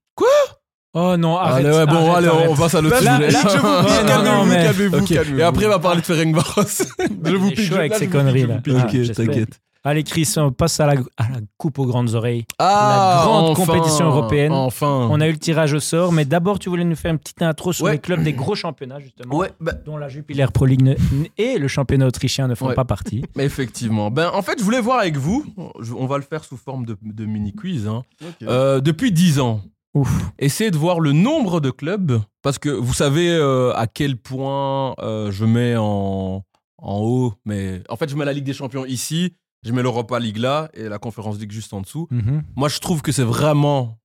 Oh non, arrête.
allez, ouais, bon,
arrête,
allez,
arrête.
on passe à l'autre
Là,
là,
sujet.
là,
Je vous
Ouais,
prie,
non, non,
calmez-vous,
mais-
calmez-vous,
Ok.
calmez-vous.
Et après, on va parler de Ferenc Barros. je
Il est chaud avec ses conneries, là. Ah,
Ok,
je
je
respecte.
t'inquiète.
Allez, Chris, on passe à la, à la coupe aux grandes oreilles.
Ah,
La grande
enfin,
compétition européenne.
Enfin.
On a eu le tirage au sort, mais d'abord, tu voulais nous faire une petite intro sur
Oh. Ouais.
les clubs des gros championnats, justement,
Ouais, bah,
dont la Jupiler Pro League ne- et le championnat autrichien ne font
Ouais.
pas partie.
effectivement. Ben, en fait, je voulais voir avec vous, je- on va le faire sous forme de, de mini-quiz, hein.
Ok.
Euh, depuis 10 ans,
Ouf.
essayez de voir le nombre de clubs, parce que vous savez euh, à quel point euh, je mets en, en haut, mais en fait, je mets la Ligue des Champions ici, je mets l'Europa League là, et la Conférence League juste en dessous.
Mhm.
Moi, je trouve que c'est vraiment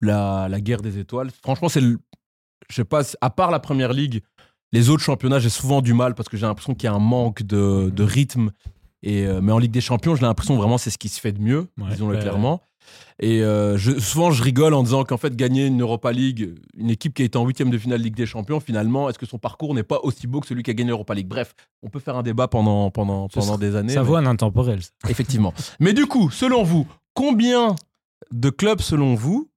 la, la guerre des étoiles. Franchement, c'est le. Je sais pas, c'est- à part la première ligue, les autres championnats, j'ai souvent du mal parce que j'ai l'impression qu'il y a un manque
Mhm.
de, de rythme. Et, euh, mais en Ligue des Champions, j'ai l'impression vraiment c'est ce qui se fait de mieux,
Ouais,
disons-le
ouais,
clairement. Et euh, je- souvent, je rigole en disant qu'en fait, gagner une Europa League, une équipe qui a été en huitième de finale Ligue des Champions, finalement, est-ce que son parcours n'est pas aussi beau que celui qui a gagné l'Europa League Bref, on peut faire un débat pendant, pendant,
Ce
pendant
serait-
des années.
Ça
mais-
vaut un intemporel. ça.
Effectivement. Mais du coup, selon vous, combien de clubs, selon vous,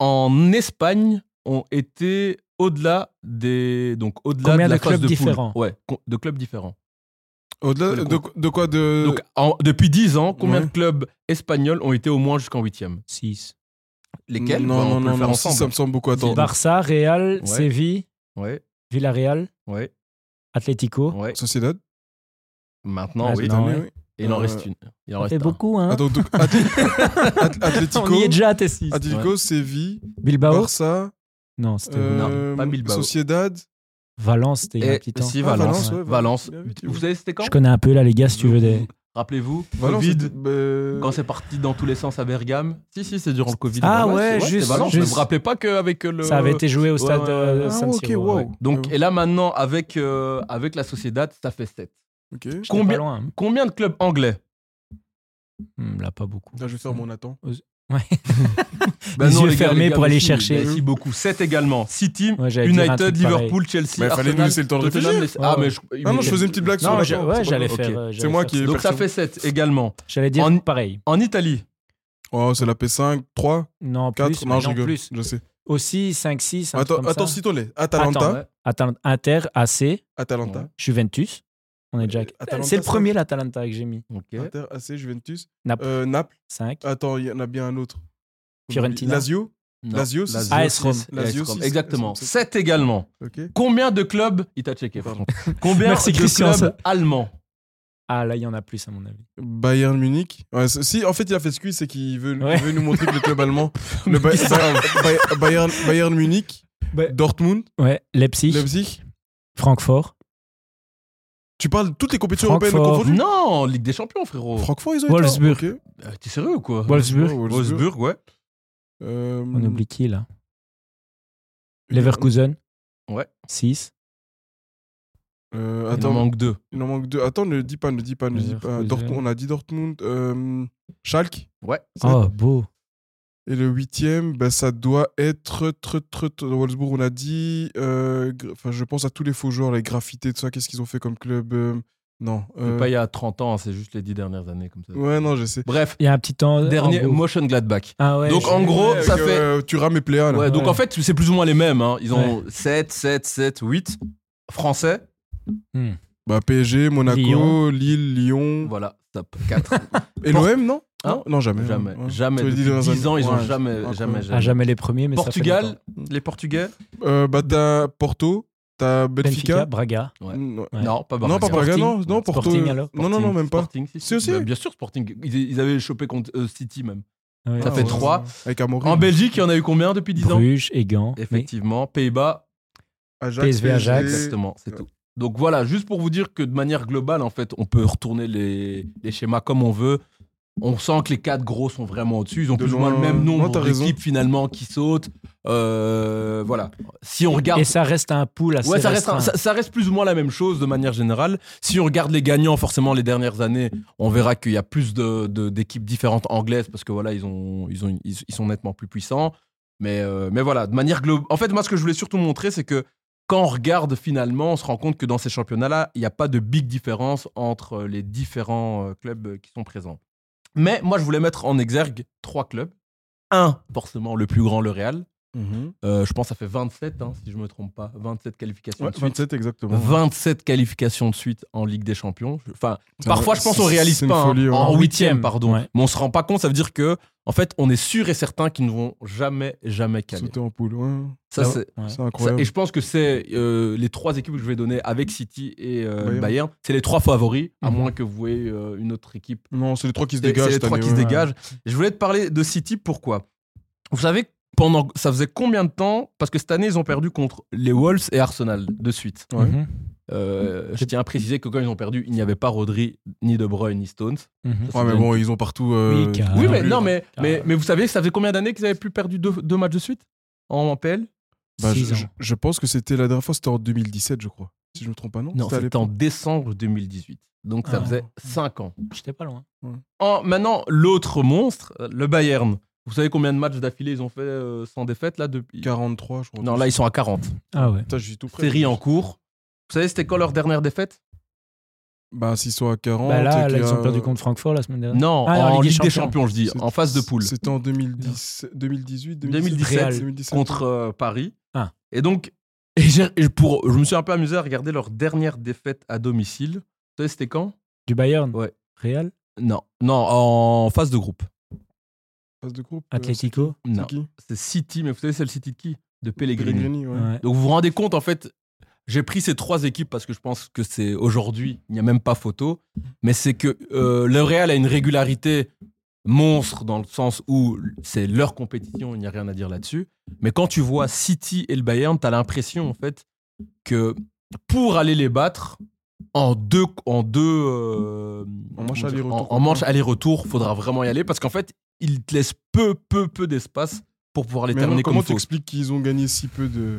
en Espagne ont été au-delà des donc au-delà
Combien
de, la
de
phase
clubs
de poule
différents
Ouais, co- de clubs différents.
Au-delà de, de quoi de...
Donc en- depuis 10 ans, combien
Euh, ouais.
de clubs espagnols ont été au moins jusqu'en huitième
6.
Lesquels
Non,
Bah, on
non,
peut
non,
le faire
non, si,
ensemble.
ça me semble beaucoup. Attends,
Barça, Real,
Ouais.
Séville,
Ouais,
Villarreal,
ouais,
Oh.
Atlético.
ouais.
Sociedad
Maintenant, oui.
Maintenant. Non,
Allez,
ouais.
oui.
Et il en
Euh,
reste une. Il en reste
C'est
un.
beaucoup, hein
Attends, donc, Atlético,
On y est déjà à T6.
Atlético, Séville,
Bilbao
Ah, Barça,
Non, c'était
euh,
Non, pas Bilbao.
Sociedad.
Valence, c'était il y a un
Et
petit temps.
si
Ah, Valence,
Valence,
ouais,
Valence.
Bien vu, tu vois.
Vous savez c'était quand
Je connais un peu là, les gars, si tu veux des.
Rappelez-vous,
Valence,
Covid.
c'était- bah,
Quand c'est parti dans tous les sens à Bergame Si, si, c'est durant le Covid.
Ah
Valence,
ouais,
c'est-
juste,
c'est Valence.
juste.
Mais vous rappelez pas qu'avec le.
Ça avait été joué au stade
ouais,
de
ouais.
San
Ah,
Siro.
ok, wow.
ouais.
Donc,
Ah
et là maintenant, avec, euh, avec la Sociedad, ça fait 7.
ok.
J'étais
Combien-
pas loin, hein.
Combien de clubs anglais
Hmm, Là, pas beaucoup.
Là, je vais faire mon attend.
Ben Les non, yeux les gars, fermés les gars, pour mais aller si, chercher. mais
Si,
si,
beaucoup. 7 également. 6 teams
Ouais, j'allais dire un
United,
truc pareil.
Liverpool, Chelsea.
Mais il fallait nous
Arsenal,
laisser le temps de
Tottenham,
réfléchir.
les- Ah,
Ouais.
mais je.
Ah non,
mais-
je faisais une petite blague sur
Non,
la
j'ai-
fin,
ouais,
c'est pas
j'allais
grave.
faire.
Ok.
euh,
C'est
j'allais
moi
faire
qui ai
ça.
Donc ça
Personne.
fait 7 également.
J'allais dire
En-
pareil.
En Italie,
Oh, c'est la P5, 3,
Non,
4.
plus.
non,
mais
je
non,
rigole.
plus.
Je sais.
Aussi 5-6. un truc
Attends,
comme ça.
attends, citons-les. Atalanta.
Attends, Attends, Inter, AC,
Atalanta.
Ouais.
Juventus. On est déjà.
Euh, Atalanta,
C'est le
ça.
premier, l'Atalanta, que j'ai mis.
ok.
Inter, AC, Juventus.
Naples.
Euh, Naples.
5.
Attends, il y en a bien un autre.
Fiorentina.
Lazio.
Non.
Lazio, c'est-
AS Rome.
Lazio,
AS Rome.
six.
Exactement.
Six.
7 également.
Ok.
Combien de clubs Il t'a checké. par
Pardon.
contre. Combien
Merci,
de
Christian,
clubs
ça.
allemands
Ah, là, il y en a plus, à mon avis.
Bayern Munich. Ouais, c'est- si, en fait, il a fait ce quiz, c'est qu'il veut, il
Ouais.
veut nous montrer que le club allemand. Le Ba- Ba- Ba- Bayern, Bayern Munich.
Ba-
Dortmund.
Ouais, Leipzig,
Leipzig.
Francfort.
Tu parles de toutes les compétitions
Francfort.
européennes confondues
Non, Ligue des Champions, frérot.
Francfort, ils ont
Wolfsburg.
été là Ok.
Euh, T'es sérieux ou quoi
Wolfsburg.
Ouais,
Wolfsburg, ouais.
Euh,
On oublie qui, là Leverkusen.
Ouais.
6.
Euh,
Il en
attends,
manque deux.
Il en manque deux. Attends, ne dis pas, ne dis pas, ne dis pas.
Leverkusen.
Dortmund, on a dit Dortmund, euh, Schalke.
Ouais.
Ça-
Oh, beau.
Et le huitième, bah, ça doit être tr- tr- tr- Wolfsburg. On a dit. euh, gr- Enfin, je pense à tous les faux joueurs, les graffités, tout ça. Qu'est-ce qu'ils ont fait comme club euh, Non.
C'est
euh,
pas il y a 30 ans, hein, c'est juste les 10 dernières années comme ça.
Ouais, non, je sais.
Bref,
Il y a un petit temps.
dernier
en beau.
Motion Gladbach.
Ah ouais.
Donc,
je-
en gros, ça fait-
Euh, tu rames et Pléa, là.
Ouais, donc
Ouais.
en fait, c'est plus ou moins les mêmes. hein. Ils ont 7, 7, 7, 8 français.
Bah, PSG, Monaco,
Lyon.
Lille, Lyon.
Voilà, top 4.
Et l'OM, non
Hein
Non, Non, jamais.
jamais,
Ouais.
jamais.
Tu l'as dit
Depuis
dans un-
10 ans, ils ont
Ouais.
jamais,
Incroyable.
jamais,
À
jamais.
Ah, jamais les premiers, mais ça fait
Portugal,
longtemps.
les Portugais
Euh, bah, t'as Porto, t'as
Benfica,
Benfica.
Braga.
bah, Ouais.
Non,
Ouais.
Non, pas Braga.
non, pas Braga,
Sporting.
non. Non, Porto. euh,
Sporting, alors
Non, non, non, même pas.
Sporting, si, si.
Si, aussi.
Bah, bien sûr, Sporting. Ils, ils avaient chopé contre euh, City même.
Ouais.
Ça fait trois.
Avec Amorim.
En Belgique, il y en a eu combien depuis 10 ans
Bruges, Egan. mais-
Effectivement. Pays-Bas,
Ajax,
PSV, Ajax.
Exactement, c'est
Ouais.
tout. Donc voilà, juste pour vous dire que de manière globale, en fait, on peut retourner les, les schémas comme on veut. On sent que les quatre gros sont vraiment au-dessus. Ils ont
De
plus ou moins le
loin,
même
non,
nombre
t'as raison.
d'équipes finalement qui sautent. Euh, voilà. Si on regarde.
Et ça reste un pool assez
Ouais, ça reste,
restreint.
ça, ça reste plus ou moins la même chose de manière générale. Si on regarde les gagnants, forcément, les dernières années, on verra qu'il y a plus de- de- d'équipes différentes anglaises parce que voilà, ils, ont, ils, ont une- ils- ils sont nettement plus puissants. Mais, euh, mais voilà, de manière globale. En fait, moi, ce que je voulais surtout montrer, c'est que quand on regarde finalement, on se rend compte que dans ces championnats-là, il n'y a pas de big différence entre les différents euh, clubs qui sont présents. Mais moi, je voulais mettre en exergue trois clubs. Un, forcément, le plus grand, le Real.
Mhm.
Euh, je pense que ça fait 27, hein, si je ne me trompe pas. 27 qualifications
Ouais,
de suite.
27 exactement.
27 qualifications de suite en Ligue des Champions. Je- Enfin,
C'est
parfois,
un-
je pense
c'est-
on réalise
c'est une
pas. hein.
folie, ouais.
En
En
huitième,
huitième,
pardon.
ouais.
Mais on se rend pas compte. Ça veut dire que, en fait, on est sûr et certain qu'ils ne vont jamais, jamais gagner.
Sauter en poule, ouais.
Ça,
Là-
c'est.
Ouais.
C'est
ça-
incroyable.
et je pense que c'est euh, les trois équipes que je vais donner avec City et euh,
Bayern.
Bayern. C'est les trois favoris, à
Mhm.
moins que vous ayez euh, une autre équipe
Non, c'est les trois qui se
c'est
dégagent.
c'est les
cette
trois
année,
qui se
ouais.
dégagent. Je voulais te parler de City. Pourquoi Vous savez, pendant, ça faisait combien de temps Parce que cette année, ils ont perdu contre les Wolves et Arsenal de suite.
Ouais.
Mhm,
Euh, je tiens à préciser que quand ils ont perdu, il n'y avait pas Rodri, ni De Bruyne, ni
mhm.
Stones. Ça,
Ouais, mais
c'est bien.
bon, ils ont partout. euh,
Oui, car-
Oui,
Ah,
mais
plus.
non, mais,
Ah.
mais, mais vous savez, ça faisait combien d'années qu'ils avaient pu perdre deux, deux matchs de suite en, en PL
Bah, je,
Six
je-
ans.
je pense que c'était la dernière fois, c'était en 2017, je crois. Si je me trompe pas, non
Non,
à
c'était en décembre 2018. Donc ça
Ah.
faisait 5 ans.
J'étais pas loin.
En- maintenant, l'autre monstre, euh, le Bayern. Vous savez combien de matchs d'affilée ils ont fait euh, sans défaite là depuis
43, je crois.
Non, là ils sont à 40.
Ah ouais.
Putain, je suis tout près.
série en cours. Vous savez, c'était quand leur dernière défaite
Bah, s'ils sont à 40.
Bah là,
et
là,
qu'il y
ils
a-
ont perdu contre Francfort la semaine dernière.
euh, Non,
Ah,
en, Ligue, des Champions, je dis,
C'est-
en phase de poule,
C'était en 2010, 2018,
2017,
2017. 2017.
contre euh, Paris.
Ah.
Et donc, et j'ai- et pour, je me suis un peu amusé à regarder leur dernière défaite à domicile. Vous savez, c'était quand
Du Bayern
Ouais.
Real
Non, non, en phase de groupe.
Phase de groupe. euh,
Atlético
c'est
Non,
qui
c'est City, mais vous savez, c'est le City de qui De Pellegrini.
Pellegrini, ouais.
Ouais.
Donc vous vous rendez compte, en fait, j'ai pris ces trois équipes parce que je pense que c'est aujourd'hui, il n'y a même pas photo, mais c'est que euh, le Real a une régularité monstre dans le sens où c'est leur compétition, il n'y a rien à dire là-dessus. Mais quand tu vois City et le Bayern, tu as l'impression, en fait, que pour aller les battre, en deux, en deux, euh,
En manche
comment dire,
aller-retour,
en- en manche aller-retour, faudra vraiment y aller parce qu'en fait, ils te laissent peu, peu, peu d'espace pour pouvoir les
Mais
terminer
alors, comment
comme
tu
il faut.
expliques qu'ils ont gagné si peu de,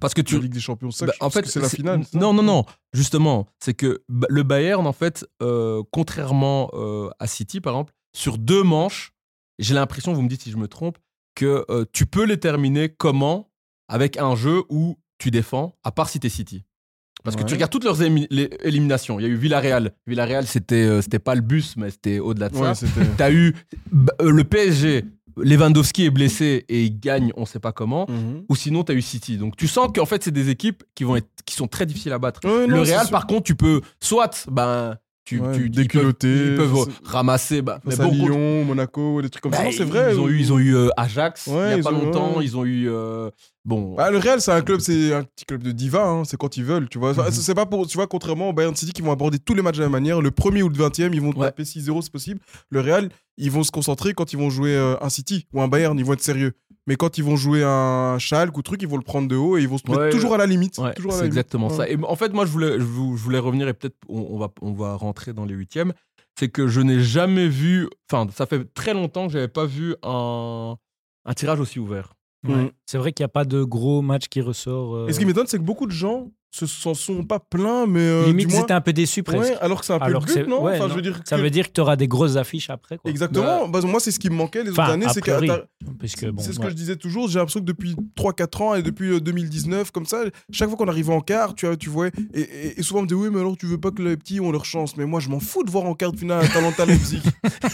Parce que
de
tu,
Ligue des Champions Ça,
bah,
je- parce que c'est la finale. ça
Non, non, non. Justement, c'est que ba- le Bayern, en fait, euh, contrairement euh, à City, par exemple, sur deux manches, j'ai l'impression, vous me dites si je me trompe, que euh, tu peux les terminer comment Avec un jeu où tu défends, à part si t'es City. Parce que
Ouais.
tu regardes toutes leurs émi- les éliminations. Il y a eu Villarreal. Villarreal, c'était euh, c'était pas le bus, mais c'était au-delà de ça.
Ouais, c'était.
T'as eu bah, euh, le PSG. Lewandowski est blessé et il gagne, on sait pas comment
Mhm.
ou sinon tu as eu City. Donc tu sens qu'en fait c'est des équipes qui vont être qui sont très difficiles à battre.
Ouais, non,
le
c'est
Real
sûr.
par contre, tu peux soit ben tu,
Ouais,
tu ils
déculotter,
peuvent- ils peuvent,
face-
ramasser ben, mais
Face à
bon, contre-
Lyon, Monaco, des trucs comme ça.
Bah,
ben,
Non, c'est vrai. hein.
Ils ont eu ils ont eu euh, Ajax
Ouais,
il y
ils
a pas
ont-
longtemps,
ouais.
ils ont eu euh, bon
Bah, le Real, c'est un club, c'est un petit club de diva. hein, C'est quand ils veulent, tu vois. Enfin,
Mhm.
C'est pas pour, tu vois, contrairement au Bayern City qui vont aborder tous les matchs de la même manière. Le premier ou le 20 e ils vont
Ouais.
taper 6-0, c'est possible. Le Real, ils vont se concentrer quand ils vont jouer euh, un City ou un Bayern, ils vont être sérieux. Mais quand ils vont jouer un Schalke ou truc, ils vont le prendre de haut et ils vont se mettre
Ouais,
toujours à la limite.
Ouais,
toujours à la
c'est
limite. Hein.
exactement
Ouais.
ça. Et en fait, moi, je voulais, je vou- je voulais revenir et peut-être on, on va, on va rentrer dans les huitièmes. C'est que je n'ai jamais vu. Enfin, ça fait très longtemps que j'avais pas vu un, un tirage aussi ouvert.
Ouais.
Mhm.
C'est vrai qu'il n'y a pas de gros match qui ressort. euh,
Et ce qui m'étonne, c'est que beaucoup de gens se s'en sont pas pleins, mais euh,
limite,
du moins,
c'était un peu déçu presque.
ouais, alors que c'est un peu
Alors
le
que
but,
c'est-
non
ouais,
Enfin, je
non.
veux dire
Ça
que-
veut dire que tu auras des grosses affiches après. Quoi.
Exactement. Bah, moi, c'est ce qui me manquait les autres
Enfin,
années,
a
c'est
priori.
que
Parce que,
C'est
bon,
c'est ce
ouais.
que je disais toujours, j'ai l'impression que depuis 3-4 ans et depuis euh, 2019, comme ça, chaque fois qu'on arrivait en quart, tu, vois- tu vois, et, et- et souvent on me dit oui, mais alors tu veux pas que les petits ont leur chance, mais moi je m'en fous de voir en quart de finale Atalanta Leipzig.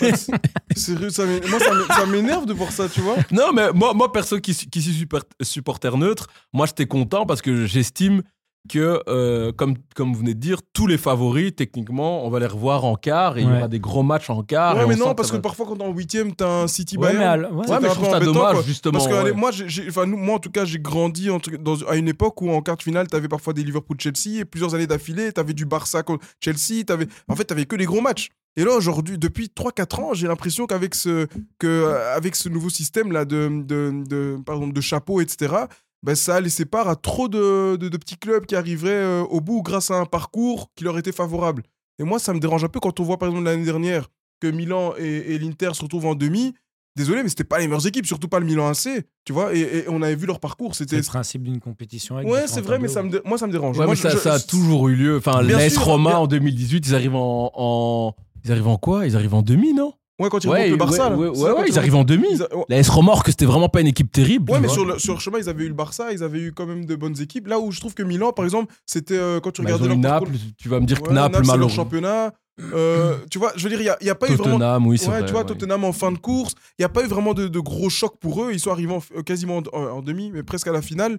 Ouais, c'est- Sérieux, ça m'é- moi ça m'é- ça m'énerve de voir ça, tu vois.
Non, mais moi, moi perso, qui, suis- qui suis super- supporter neutre, moi, j'étais content parce que j'estime que, euh, comme, comme vous venez de dire, tous les favoris, techniquement, on va les revoir en quart et il y
Ouais.
aura des gros matchs en quart.
Ah,
ouais,
et
mais
on sent
non, parce que
ça va-
parfois quand t'es en 8ème, t'as un City
Ouais, mais
Bayern.
alors- ouais.
Ouais, mais
c'était
je
un
trouve
peu
ça
embêtant,
dommage,
quoi.
justement.
Parce que allez,
ouais.
moi, j'ai- j'ai- enfin, nous, moi, en tout cas, j'ai grandi en truc- dans- à une époque où en quart de finale, t'avais parfois des Liverpool-Chelsea et plusieurs années d'affilée, t'avais du Barça contre Chelsea, t'avais... en fait, t'avais que les gros matchs. Et là, aujourd'hui, depuis 3-4 ans, j'ai l'impression qu'avec ce, que, euh, avec ce nouveau système-là de, de, de, par exemple, de chapeau, etc., ben, ça les sépare à trop de, de, de petits clubs qui arriveraient euh, au bout grâce à un parcours qui leur était favorable. Et moi, ça me dérange un peu quand on voit, par exemple, l'année dernière, que Milan et, et l'Inter se retrouvent en demi. Désolé, mais c'était pas les meilleures équipes, surtout pas le Milan AC, tu vois. Et, et on avait vu leur parcours,
C'est
c'était.
le principe d'une compétition. Avec
Ouais,
différents
c'est vrai, mais
tableaux.
ça me dé- moi ça me dérange.
Ouais,
Moi,
mais
je-
ça,
je-
ça a toujours eu lieu. Enfin,
Bien
l'AS
sûr,
Roma
bien-
en 2018, ils arrivent en. en- Ils arrivent en quoi Ils arrivent en demi, non
Ouais, quand ils remontent le Barça.
ouais,
là.
ouais,
C'est
ouais,
là quand
ouais, ils
remontent-
arrivent en demi.
ils a- ouais.
L'AS Roma, alors que c'était vraiment pas une équipe terrible.
Ouais,
tu
mais
vois.
sur le, sur le chemin, ils avaient eu le Barça, ils avaient eu quand même de bonnes équipes. Là où je trouve que Milan, par exemple, c'était euh, quand tu
Bah, ils
regardais
ont eu
leur
Naples,
parcours-
tu vas me dire que
Ouais,
Naples,
c'est leur
malheureux.
championnat. euh, tu vois, je veux dire, il n'y a, il y a pas eu vraiment.
Tottenham, oui, c'est
Ouais,
vrai.
tu vois,
ouais.
Tottenham en fin de course, il n'y a pas eu vraiment de, de gros chocs pour eux. Ils sont arrivés en- euh, quasiment en, en demi, mais presque à la finale.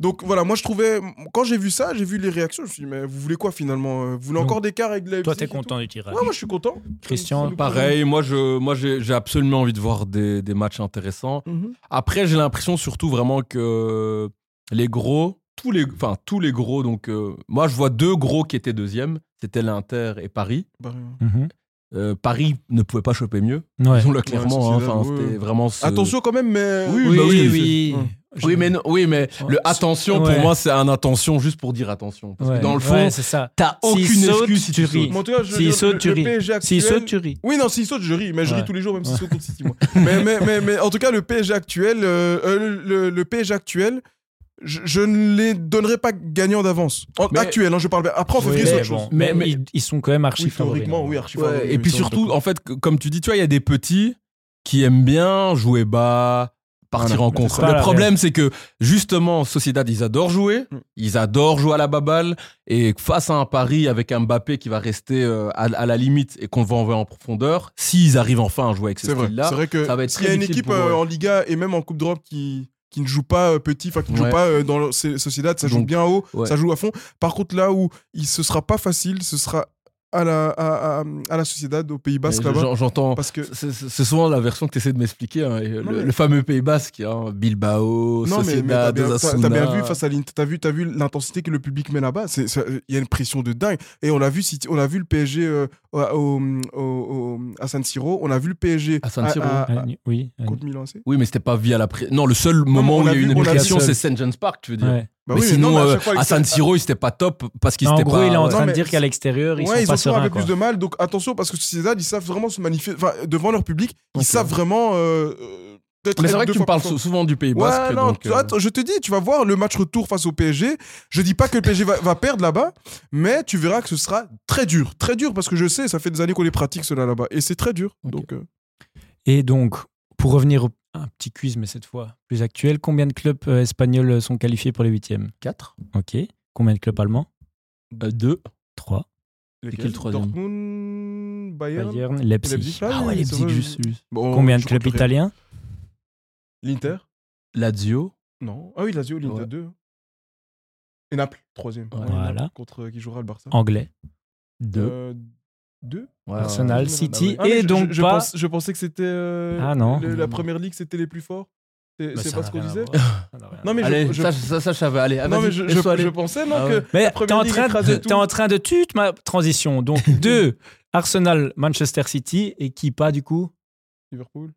Donc voilà, moi je trouvais, quand j'ai vu ça, j'ai vu les réactions, je me suis dit, mais vous voulez quoi finalement euh, Vous voulez encore des quarts avec les
Toi, t'es content du tirage.
Ouais, moi je suis content.
Christian,
Ça nous
Pareil, moi, je, moi j'ai, j'ai absolument envie de voir des, des matchs intéressants.
Mhm.
Après, j'ai l'impression surtout vraiment que les gros, tous les, enfin, tous les gros, donc euh, moi, je vois deux gros qui étaient deuxième. C'était l'Inter et Paris.
Pareil.
Mhm.
Euh, Paris ne pouvait pas choper mieux.
Ouais.
Disons-le clairement.
c'est
hein,
là,
enfin,
ouais.
c'était vraiment. ce-
Attention quand même, mais.
Oui, bah oui,
Ouais.
Je-
Oui, mais, non- oui, mais
Ouais.
le attention,
Ouais.
pour moi, c'est un attention juste pour dire attention. Parce
Ouais.
que dans le fond,
Ouais, c'est ça.
t'as
S'il
aucune
saute,
excuse si tu
tu
sautes.
ris.
Mais en tout cas, je,
S'il
le-
saute,
le-
tu
le
ris.
PSG
S'il
actuel-
saute, tu ris.
Oui, non, s'il saute, je ris, mais je
Ouais.
ris tous les jours, même s'il saute contre City, moi. mais, mais, mais, mais en tout cas, le PSG actuel, euh, euh, le, le- le PSG actuel, je, je ne les donnerai pas gagnants d'avance. En-
Mais-
Actuel, hein, je parle bien. Après, on fait
Oui,
c'est
mais
autre chose.
bon,
Mais-
mais
mais-
ils, ils sont quand même archi
Oui,
favoris,
théoriquement,
là.
oui, archi
Ouais,
favori,
et
oui,
puis
ça, on est
surtout,
d'accord.
en fait, que- comme tu dis, tu vois, il y a des petits qui aiment bien jouer bas, partir
Voilà,
en
c'est
contre.
ça,
Le
la
problème, c'est que justement, Sociedad, ils adorent jouer,
Mm.
ils adorent jouer à la baballe, et face à un pari avec un Mbappé qui va rester euh, à, à la limite et qu'on va envoyer en profondeur, s'ils arrivent enfin à jouer avec ce
c'est vrai.
style-là,
C'est vrai que
ça va être
s'il y a
très
une
difficile
équipe
pour
euh,
eux.
en Liga et même en Coupe d'Europe qui qui ne joue pas euh, petit, enfin qui ne joue
Ouais.
pas euh, dans le- c'est- Sociedad, ça joue
Donc,
bien haut,
ouais.
ça joue à fond. Par contre, là où il ce sera pas facile, ce sera à la à, à- à la Sociedad aux Pays Basque
Mais
là-bas,
euh, j'en- J'entends.
parce que
C'est c'est souvent la version que tu essaies de m'expliquer, hein, et le,
Non, mais-
le fameux Pays Basque, hein, Bilbao,
non mais, mais t'as
Sociedad,
bien, t'as- t'as
Osasuna.
bien vu face à l'Inter, t'as vu t'as vu l'intensité que le public met là-bas, c'est ça- il y a une pression de dingue et on l'a vu City- on a vu le PSG euh, au, au- au- à San Siro, on a vu le PSG
À San Siro.
Ah, oui. ah,
contre Milan AC.
Oui, mais c'était pas via la pré- Non, le seul
mais
moment
on
où il y
a
a eu
vu-
une
on a vu
implication,
seul.
c'est St. John's Park, tu veux dire.
ouais.
Bah
mais
oui, mais
sinon,
non, mais à
euh,
chaque fois,
à
avec-
San Siro, ils étaient pas top parce qu'ils
Non, en
étaient
gros,
pas.
il est en
ouais.
train
Non,
de
mais
dire qu'à l'extérieur, ils
ouais,
sont
ils
pas
ont toujours un
sereins.
peu
quoi.
plus de mal. Donc attention, parce que Sociedad, ils savent vraiment se manifester enfin, devant leur public. Ils
Ok.
savent vraiment. euh, euh, peut-être
Mais c'est
être
vrai que
deux
tu me
fois
parles
plus fort.
souvent du Pays Basque.
Ouais, non,
donc,
tu-
euh,
attends, je te dis, tu vas voir le match retour face au PSG. Je dis pas que le PSG va, va perdre là-bas, mais tu verras que ce sera très dur. Très dur, parce que je sais, ça fait des années qu'on les pratique, cela là-bas. Et c'est très dur.
Ok.
Donc, euh,
Et donc, pour revenir au- à un petit quiz, mais cette fois plus actuel, combien de clubs euh, espagnols euh, sont qualifiés pour les huitièmes
4
Ok. Combien de clubs allemands
2
Trois.
qui le troisième
Dortmund, Bayern.
Bayern, Leipzig.
Leipzig, ah
ah ouais,
oui, c'est
Leipzig,
vrai.
juste, juste.
Bon,
combien
je
de clubs
compterai.
italiens
L'Inter
Lazio.
Non. Ah oui, Lazio, l'Inter
Ouais.
2. Et Naples, troisième.
Ouais.
Ouais, Naples,
Voilà.
Contre euh, qui jouera le Barça.
Anglais.
2
Euh, deux
ouais, Bah
Arsenal,
ouais.
City
Ah, mais
et
je-
donc
je, je
pas-
pense- je pensais que c'était euh,
Ah, non.
le-
Non,
la
non.
première ligue, c'était les plus forts. C'est
Bah,
c'est
ça
pas
n'a
ce qu'on
rien à
disait.
voir. Ça n'a rien à
Non mais,
ouais. Allez,
je, je-
ça, ça, ça, je savais. Allez, ah,
non,
vas-y,
mais je, je-
laisse-toi aller.
je pensais non,
Ah
que
ouais.
Mais
première
t'es en,
ligue
train de,
écrasait tout.
t'es en train de tute ma transition. Donc, deux, Arsenal, Manchester City et qui pas du coup
Liverpool.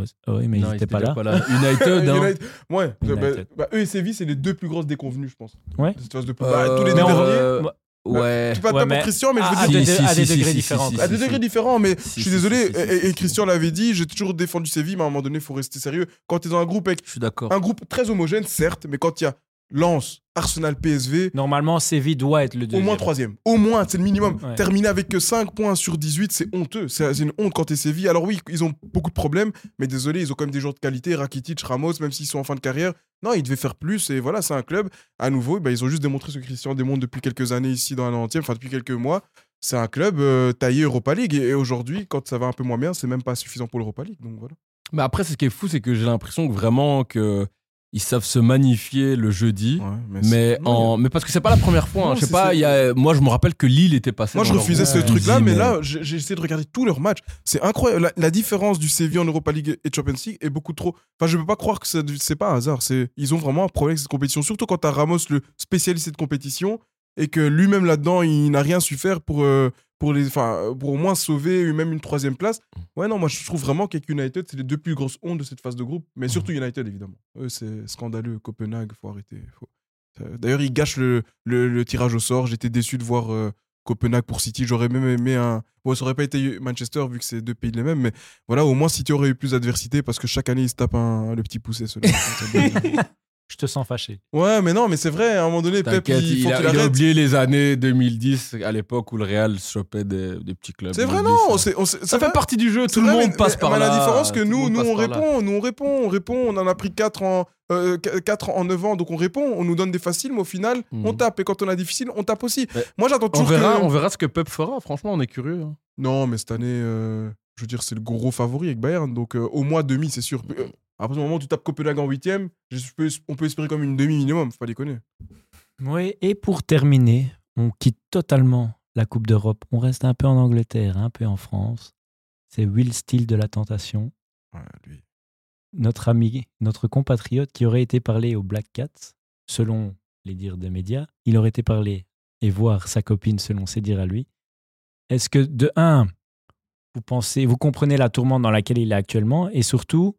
Euh,
Oh, Oui, mais
Non,
ils
ils
n'étaient pas
étaient
là.
pas là. United, hein.
United- Ouais, bah,
United.
bah, eux et Séville, c'est les deux plus grosses déconvenues, je pense.
Ouais.
De cette phase de poule. Bah,
Euh,
tous les deux
mais on-
derniers.
Ouais.
Tu vas
Ouais,
pas
mais-
pour Christian, mais je veux
Ah,
dire,
à des-
Si,
à
si,
des
si,
degrés
si,
différents,
si,
quoi.
à
si,
des
si.
degrés différents, mais je
Si, si,
suis désolé.
si, si,
et,
si,
et
si,
Christian l'avait dit, j'ai toujours défendu Séville, mais à un moment donné, il faut rester sérieux. Quand t'es dans un groupe avec
Je suis d'accord.
un groupe très homogène, certes, mais quand il y a Lens, Arsenal, PSV,
Normalement, Séville doit être le
Au
deuxième.
moins troisième. Au moins, c'est le minimum.
Ouais.
Terminer avec que 5 points sur 18, c'est honteux. C'est c'est une honte quand t'es Séville. Alors oui, ils ont beaucoup de problèmes, mais désolé, ils ont quand même des joueurs de qualité. Rakitic, Ramos, même s'ils sont en fin de carrière. Non, ils devaient faire plus. Et voilà, c'est un club. À nouveau, bah, ils ont juste démontré ce que Christian démontre depuis quelques années ici dans la 90 enfin depuis quelques mois. C'est un club euh, taillé Europa League. Et, et aujourd'hui, quand ça va un peu moins bien, c'est même pas suffisant pour l'Europa League. Donc voilà.
Mais après, ce qui est fou, c'est que j'ai l'impression que vraiment que ils savent se magnifier le jeudi. Mais,
c'est-
en... mais parce que c'est pas la première fois. hein.
Non,
je sais
c'est-
pas,
c'est-
il y a... moi je me rappelle que Lille était passé.
Moi, je
dans leur
refusais
groupe.
ce
Ouais.
truc-là,
Dis,
mais là, j'ai j'ai essayé de regarder tous leurs matchs. C'est incroyable. La, la différence du Séville en Europa League et Champions League est beaucoup trop. Enfin, je peux pas croire que ça- c'est pas un hasard. C'est- Ils ont vraiment un problème avec cette compétition. Surtout quand t'as Ramos, le spécialiste de cette compétition, et que lui-même là-dedans, il n'a rien su faire pour, euh, pour, les, enfin, pour au moins sauver une- même une troisième place. Ouais, non, moi, je trouve vraiment qu'avec United, c'est les deux plus grosses hontes de cette phase de groupe. Mais surtout United, évidemment. Eux, c'est scandaleux. Copenhague, faut arrêter. Faut- Euh, D'ailleurs, ils gâchent le, le- le tirage au sort. J'étais déçu de voir. euh, Copenhague pour City, j'aurais même aimé un. Bon, ça aurait pas été Manchester vu que c'est deux pays les mêmes, mais voilà, au moins City aurait eu plus d'adversité parce que chaque année ils se tapent un, le petit poussé. ceux-là.
je te sens fâché.
Ouais, mais non, mais c'est vrai, à un moment donné, Pep,
T'inquiète,
il
il,
faut
a,
qu'il
il a
arrête.
oublié les années 2010, à l'époque où le Real chopait des, des petits clubs.
C'est vrai,
Ils
non
disent,
on
ça.
s'est- on s'est- c'est
Ça fait
vrai,
partie du jeu,
c'est
tout le
vrai,
monde
mais-
passe
mais-
par
mais
là.
La différence que
tout le
nous,
monde
nous
passe
on
par là.
répond, nous on répond, on répond, on en a pris 4 en 4 en 9 ans, donc on répond, on nous donne des faciles, mais au final,
Mhm.
on tape et quand on a difficile, on tape aussi.
Ouais.
Moi, j'attends
On
toujours
verra,
que
on verra ce que Pep fera, franchement, on est curieux. hein.
Non, mais cette année, euh, je veux dire, c'est le gros favori avec Bayern. Donc, euh, au moins demi, c'est sûr. Euh, À partir du moment où tu tapes Copenhague en huitième, je peux- on peut espérer comme une demi minimum. Faut pas déconner.
Oui, et pour terminer, on quitte totalement la Coupe d'Europe. On reste un peu en Angleterre, un peu en France. C'est Will Steele de la Tentation,
Ouais, lui.
notre ami, notre compatriote qui aurait été parlé au Black Cats, selon les dires des médias. Il aurait été parlé et voir sa copine selon ses dires à lui. Est-ce que, de un, vous pensez, vous comprenez la tourmente dans laquelle il est actuellement Et surtout,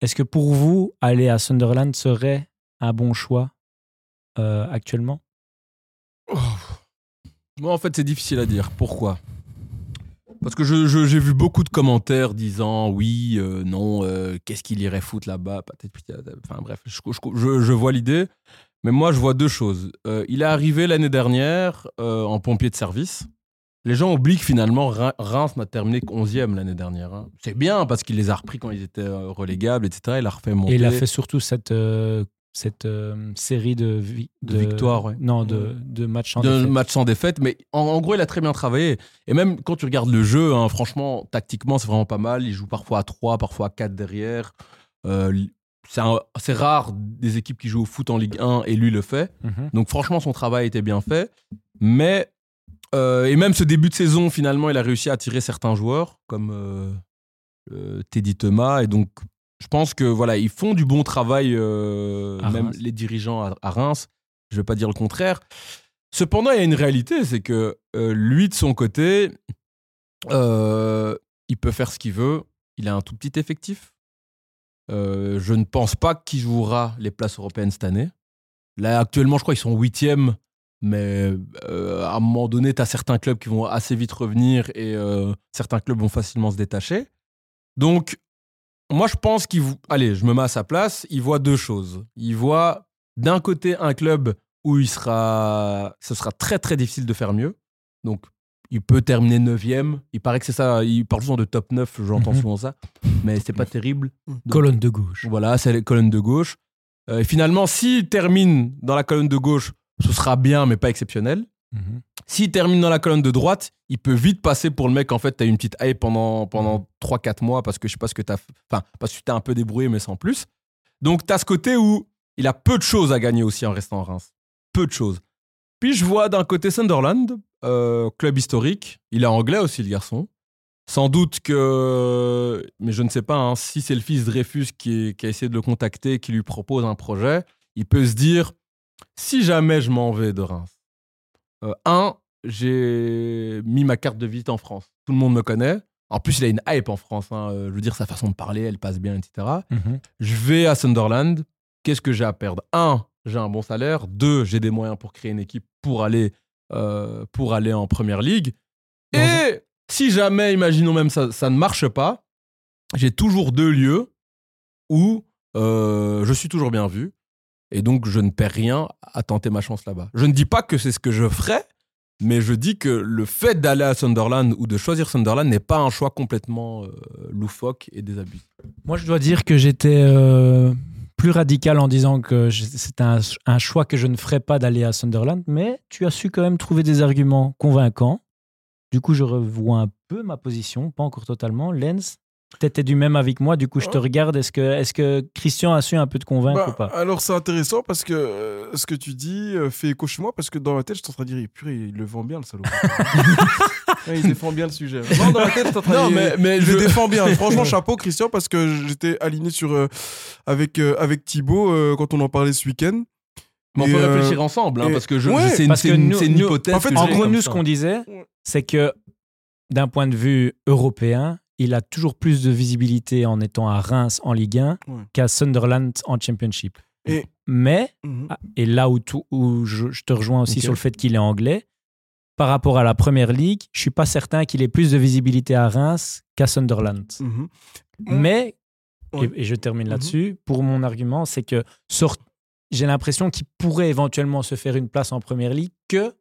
est-ce que pour vous, aller à Sunderland serait un bon choix euh, actuellement
Oh. Moi, en fait, c'est difficile à dire. Pourquoi Parce que je- je- j'ai vu beaucoup de commentaires disant oui, euh, non, euh, qu'est-ce qu'il irait foutre là-bas Patati patata. Enfin bref, je, je- je- je vois l'idée. Mais moi, je vois deux choses. Euh, il est arrivé l'année dernière euh, en pompier de service. Les gens oublient que finalement, Rein- Reims n'a terminé qu'onzième l'année dernière. hein. C'est bien parce qu'il les a repris quand ils étaient euh, relégables, etc. Il a refait monter.
Et il a fait surtout cette, euh, cette euh, série de, vi-
De victoires, ouais.
Non, de, de matchs en
de
défaite.
match sans défaite, mais en, en gros, il a très bien travaillé. Et même quand tu regardes le jeu, hein, franchement, tactiquement, c'est vraiment pas mal. Il joue parfois à 3, parfois à 4 derrière. Euh, li- c'est un- c'est rare des équipes qui jouent au foot en Ligue 1 et lui le fait.
Mhm.
Donc franchement, son travail était bien fait. Mais, euh, et même ce début de saison, finalement, il a réussi à attirer certains joueurs, comme euh, euh, Teddy Thomas. Et donc, je pense que voilà, ils font du bon travail, euh,
À
même
Reims.
les dirigeants à, à Reims. Je ne vais pas dire le contraire. Cependant, il y a une réalité, c'est que euh, lui, de son côté, euh, il peut faire ce qu'il veut. Il a un tout petit effectif. Euh, je ne pense pas qu'il jouera les places européennes cette année. Là, actuellement, je crois qu'ils sont huitièmes, mais euh, à un moment donné, tu as certains clubs qui vont assez vite revenir et euh, certains clubs vont facilement se détacher. Donc, moi, je pense qu'il. vou- Allez, je me mets à sa place. Il voit deux choses. Il voit d'un côté un club où il sera, ce sera très très difficile de faire mieux. Donc, il peut terminer 9 Il paraît que c'est ça. Il parle souvent de top 9, j'entends
Mhm.
souvent ça. Mais c'est pas terrible.
Colonne de gauche.
Voilà, c'est la colonne de gauche. Euh, et finalement, s'il termine dans la colonne de gauche, ce sera bien, mais pas exceptionnel.
Mhm.
S'il termine dans la colonne de droite, il peut vite passer pour le mec. En fait, t'as eu une petite hype pendant, pendant 3-4 mois parce que je sais pas ce que t'as. fait- Enfin, parce que tu t'es un peu débrouillé, mais sans plus. Donc, t'as ce côté où il a peu de choses à gagner aussi en restant à Reims. Peu de choses. Puis, je vois d'un côté Sunderland, euh, club historique. Il est anglais aussi, le garçon. Sans doute que. Mais je ne sais pas hein, si c'est le fils Dreyfus qui, est- qui a essayé de le contacter, qui lui propose un projet. Il peut se dire si jamais je m'en vais de Reims. Euh, un, j'ai mis ma carte de visite en France. Tout le monde me connaît. En plus, il a une hype en France. hein. Euh, Je veux dire, sa façon de parler, elle passe bien, etc.
Mhm.
Je vais à Sunderland. Qu'est-ce que j'ai à perdre Un, j'ai un bon salaire. Deux, j'ai des moyens pour créer une équipe pour aller, euh, pour aller en première ligue.
Dans
Et si jamais, imaginons même ça, ça ne marche pas, j'ai toujours deux lieux où euh, je suis toujours bien vu. Et donc, je ne perds rien à tenter ma chance là-bas. Je ne dis pas que c'est ce que je ferais, mais je dis que le fait d'aller à Sunderland ou de choisir Sunderland n'est pas un choix complètement euh, loufoque et désabusé.
Moi, je dois dire que j'étais euh, plus radical en disant que je- c'était un, un choix que je ne ferais pas d'aller à Sunderland, mais tu as su quand même trouver des arguments convaincants. Du coup, je revois un peu ma position, pas encore totalement. Lens, t'étais du même avec moi, du coup, je te regarde. Est-ce que, est que Christian a su un peu te convaincre
Bah,
ou pas
alors, c'est intéressant parce que euh, ce que tu dis euh, fait écho chez moi parce que dans ma tête, je suis en train de dire purée, il le vend bien le salaud. Ouais, il défend bien le sujet. Non, dans ma tête, je suis en train de
Non,
dire-
mais, mais
je
je,
le défends bien. Franchement, chapeau Christian parce que j'étais aligné sur euh, avec euh, avec Thibaut euh, quand on en parlait ce week-end.
Mais on
Et,
peut
euh,
réfléchir ensemble, hein,
et-
parce que je,
Ouais,
c'est une,
parce
c'est
que
une-
nous-
c'est une
nous-
hypothèse.
en fait,
que
En
j'ai
gros,
comme
nous, ce
ça.
qu'on disait, c'est que d'un point de vue européen, il a toujours plus de visibilité en étant à Reims en Ligue 1
Ouais.
qu'à Sunderland en Championship.
Et-
Mais,
Mhm.
ah, et là où, tout- où je, je te rejoins aussi
Ok.
sur le fait qu'il est anglais, par rapport à la Première Ligue, je suis pas certain qu'il ait plus de visibilité à Reims qu'à Sunderland.
Mhm.
Mais,
Ouais.
et, et je termine
Mhm.
là-dessus, pour mon argument, c'est que sort- j'ai l'impression qu'il pourrait éventuellement se faire une place en première ligue que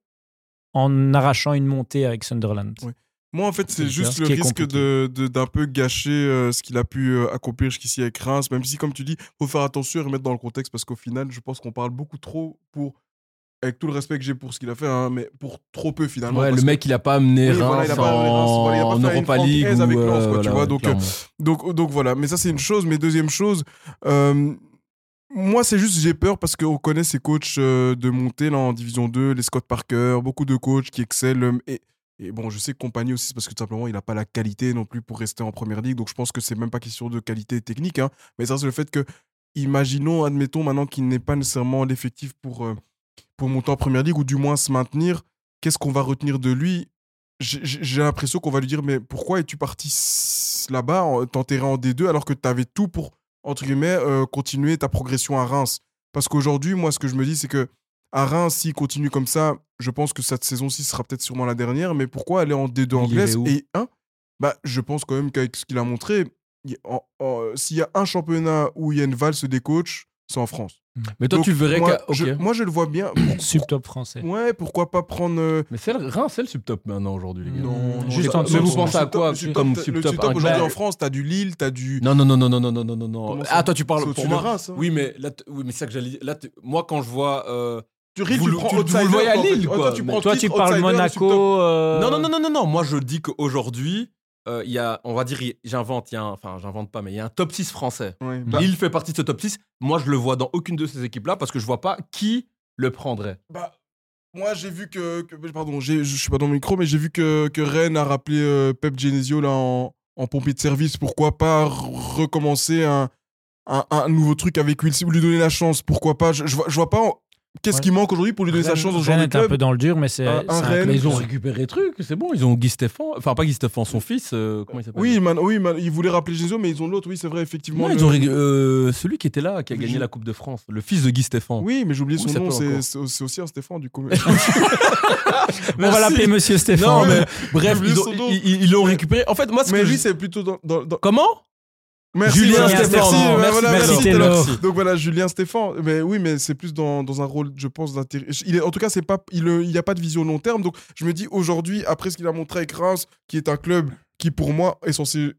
en arrachant une montée avec Sunderland.
Oui. Moi, en fait, c'est
C'est
juste
ce
le
qui est
risque
compliqué.
de- de- d'un peu gâcher euh, ce qu'il a pu euh, accomplir jusqu'ici avec Reims, même si, comme tu dis, faut faire attention et remettre dans le contexte parce qu'au final, je pense qu'on parle beaucoup trop pour, avec tout le respect que j'ai pour ce qu'il a fait, hein, mais pour trop peu finalement.
Ouais,
parce
le
que-
mec, il a pas amené
Oui, voilà,
Reims
il a pas amené Reims,
en
voilà, il a pas fait une
Europa
Francaise
League. ou, euh,
avec Lens, quoi, tu
voilà,
vois, donc, euh,
clairement.
Donc, donc voilà, mais ça c'est une chose. Mais deuxième chose, euh, moi c'est juste j'ai peur parce qu'on connaît ces coachs euh, de montée là, en Division 2, les Scott Parker, beaucoup de coachs qui excellent. euh, Et, et bon, je sais que Compagnie aussi, c'est parce que tout simplement il n'a pas la qualité non plus pour rester en première ligue. Donc je pense que c'est même pas question de qualité technique. hein. mais ça c'est le fait que, imaginons, admettons maintenant qu'il n'est pas nécessairement l'effectif pour, euh, pour monter en première ligue ou du moins se maintenir. Qu'est-ce qu'on va retenir de lui j'ai- j'ai j'ai l'impression qu'on va lui dire mais pourquoi es-tu parti s- là-bas en- t'enterrer en D2 alors que tu avais tout pour entre guillemets euh, continuer ta progression à Reims parce qu'aujourd'hui moi ce que je me dis c'est que à Reims s'il continue comme ça je pense que cette saison-ci sera peut-être sûrement la dernière mais pourquoi aller en D2
Il
anglaise
irait où
et 1 bah je pense quand même qu'avec ce qu'il a montré il- en- en- s'il y a un championnat où il y a une valse des coachs c'est en France
Mais toi,
Donc,
tu verrais
moi,
qu'à. ok.
je, moi je le vois bien
Subtop français.
ouais pourquoi pas prendre euh,
Mais c'est le- Reims, c'est le subtop maintenant aujourd'hui, les gars.
Non, non,
Juste
ça-
en
mais
dessous.
vous pensez à
Le
quoi
subtop,
comme
le
subtop
subtop
aujourd'hui
incroyable.
en France, t'as du Lille, t'as du.
Non, non, non, non, non, non, non, non, non,
Comment
non.
ça
Ah, toi, tu
C'est
parles
au-dessus
pour
de
moi.
Reims, hein.
Oui, mais là, t- oui, mais c'est ça que j'allais. Là, t- moi, quand je vois. euh,
Tu ris,
Vous
tu
le-
prends
tu- vous
outsider,
le voyez à
toi, en fait.
Lille,
Ouais,
quoi,
Toi, tu
mais
prends
Toi, tu
titre,
parles
outsider, subtop.
Monaco. euh,
Non, non, non, non, non, non. Moi, je dis qu'aujourd'hui, euh, il y a, on va dire, il- j'invente, il y a un- enfin, j'invente pas, mais il y a un top 6 français.
Ouais, bah,
Lille fait partie de ce top 6. Moi, je le vois dans aucune de ces équipes-là parce que je vois pas qui le prendrait.
bah, moi, j'ai vu que, que- pardon, j'ai- je suis pas dans le micro, mais j'ai vu que, que Rennes a rappelé euh, Pep Genesio là en, en pompier de service. Pourquoi pas r- recommencer un, un, un nouveau truc avec Wilson, lui donner la chance. Pourquoi pas Je, je vois, je vois pas en- qu'est-ce
Ouais.
qui manque aujourd'hui pour lui donner sa
Rennes-
chance dans ce genre
Rennes
de
est un
club.
peu dans le dur, mais c'est.
Un- un
c'est un
Ah,
Rennes,
club-
ils ont
récupéré truc, c'est bon. Ils ont Guy Stéphane, enfin pas Guy Stéphane, son fils. euh, comment il s'appelle
Oui, man, oui, man, ils voulaient rappeler Genesio, mais ils ont l'autre. Oui, c'est vrai, effectivement.
Non, ils
le-
ont ré- euh, celui qui était là, qui a
Le
gagné
Gilles.
la Coupe de France, le fils de Guy Stéphane.
Oui, mais j'ai oublié
Comment
son nom.
il s'appelle
C'est
encore
c'est- c'est aussi un Stéphane du coup.
On va l'appeler Monsieur Stéphane.
Non, mais bref,
oublié
ils,
son
ont-
nom.
ils- ils- ils l'ont récupéré. En fait, moi, ce
mais
que
lui,
je-
c'est plutôt dans. dans- dans-
Comment
Merci,
Julien
voilà,
Stéphane,
merci,
merci,
ouais, voilà,
merci,
merci,
Taylor.
Taylor. Donc voilà, Julien Stéphane. Mais oui, mais c'est plus dans, dans un rôle, je pense, d'intérêt. Il est, en tout cas, c'est pas, il n'y a pas de vision long terme. Donc je me dis aujourd'hui, après ce qu'il a montré avec Reims, qui est un club qui pour moi est censé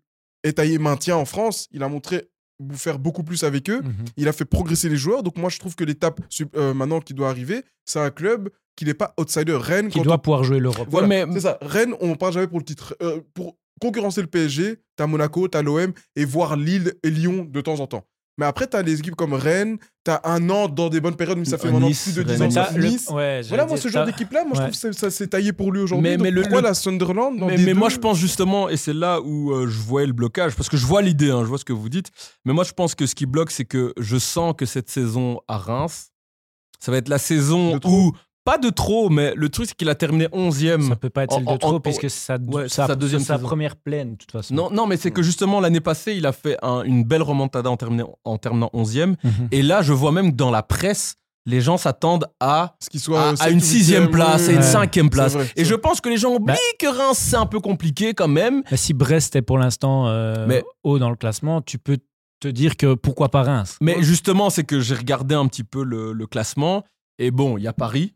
étayer maintien en France, il a montré vous faire beaucoup plus avec eux.
Mhm.
Il a fait progresser les joueurs. Donc moi, je trouve que l'étape sub- euh, maintenant qui doit arriver, c'est un club qui n'est pas outsider. Rennes,
Qui
quand
doit pouvoir jouer l'Europe.
Voilà,
Ouais, mais-
c'est ça. Rennes, on parle jamais pour le titre. Euh, pour concurrencer le PSG, t'as Monaco, t'as l'OM et voir Lille et Lyon de temps en temps. Mais après, t'as des équipes comme Rennes, t'as un an dans des bonnes périodes, mais ça fait
Euh,
maintenant
Nice,
plus de 10
Rennes.
ans.
Mais
Ça,
sur
le-
Nice.
ouais, j'allais
Voilà, moi,
dire,
ce genre
ça-
d'équipe-là, moi, je
ouais.
trouve que ça- ça s'est taillé pour lui aujourd'hui.
Mais-
Donc
mais le-
pourquoi
le-
la Sunderland dans
mais,
des
mais moi,
deux
je pense justement, et c'est là où euh, je voyais le blocage, parce que je vois l'idée, hein, je vois ce que vous dites, mais moi, je pense que ce qui bloque, c'est que je sens que cette saison à Reims, ça va être la saison
De trop.
où, pas de trop, mais le truc, c'est qu'il a terminé 11e.
Ça peut pas être celle
En-
de
en-
trop,
en-
puisque c'est sa,
Ouais, c'est
sa-
sa deuxième
c'est sa
saison.
première pleine, de toute façon.
Non, non, mais c'est que justement, l'année passée, il a fait un- une belle remontada en terminant, en terminant 11e.
Mhm.
Et là, je vois même que dans la presse, les gens s'attendent à,
ce qui soit
à,
euh,
à
septième,
une sixième
huitième,
place, à
euh,
une
ouais.
cinquième place.
vrai,
Et
c'est
je
vrai.
pense que les gens oublient
Bah.
que Reims, c'est un peu compliqué quand même.
Mais Bah, si Brest est pour l'instant euh,
Mais-
haut dans le classement, tu peux te dire que pourquoi pas Reims
Mais justement, c'est que j'ai regardé un petit peu le, le classement. Et bon, il y a Paris.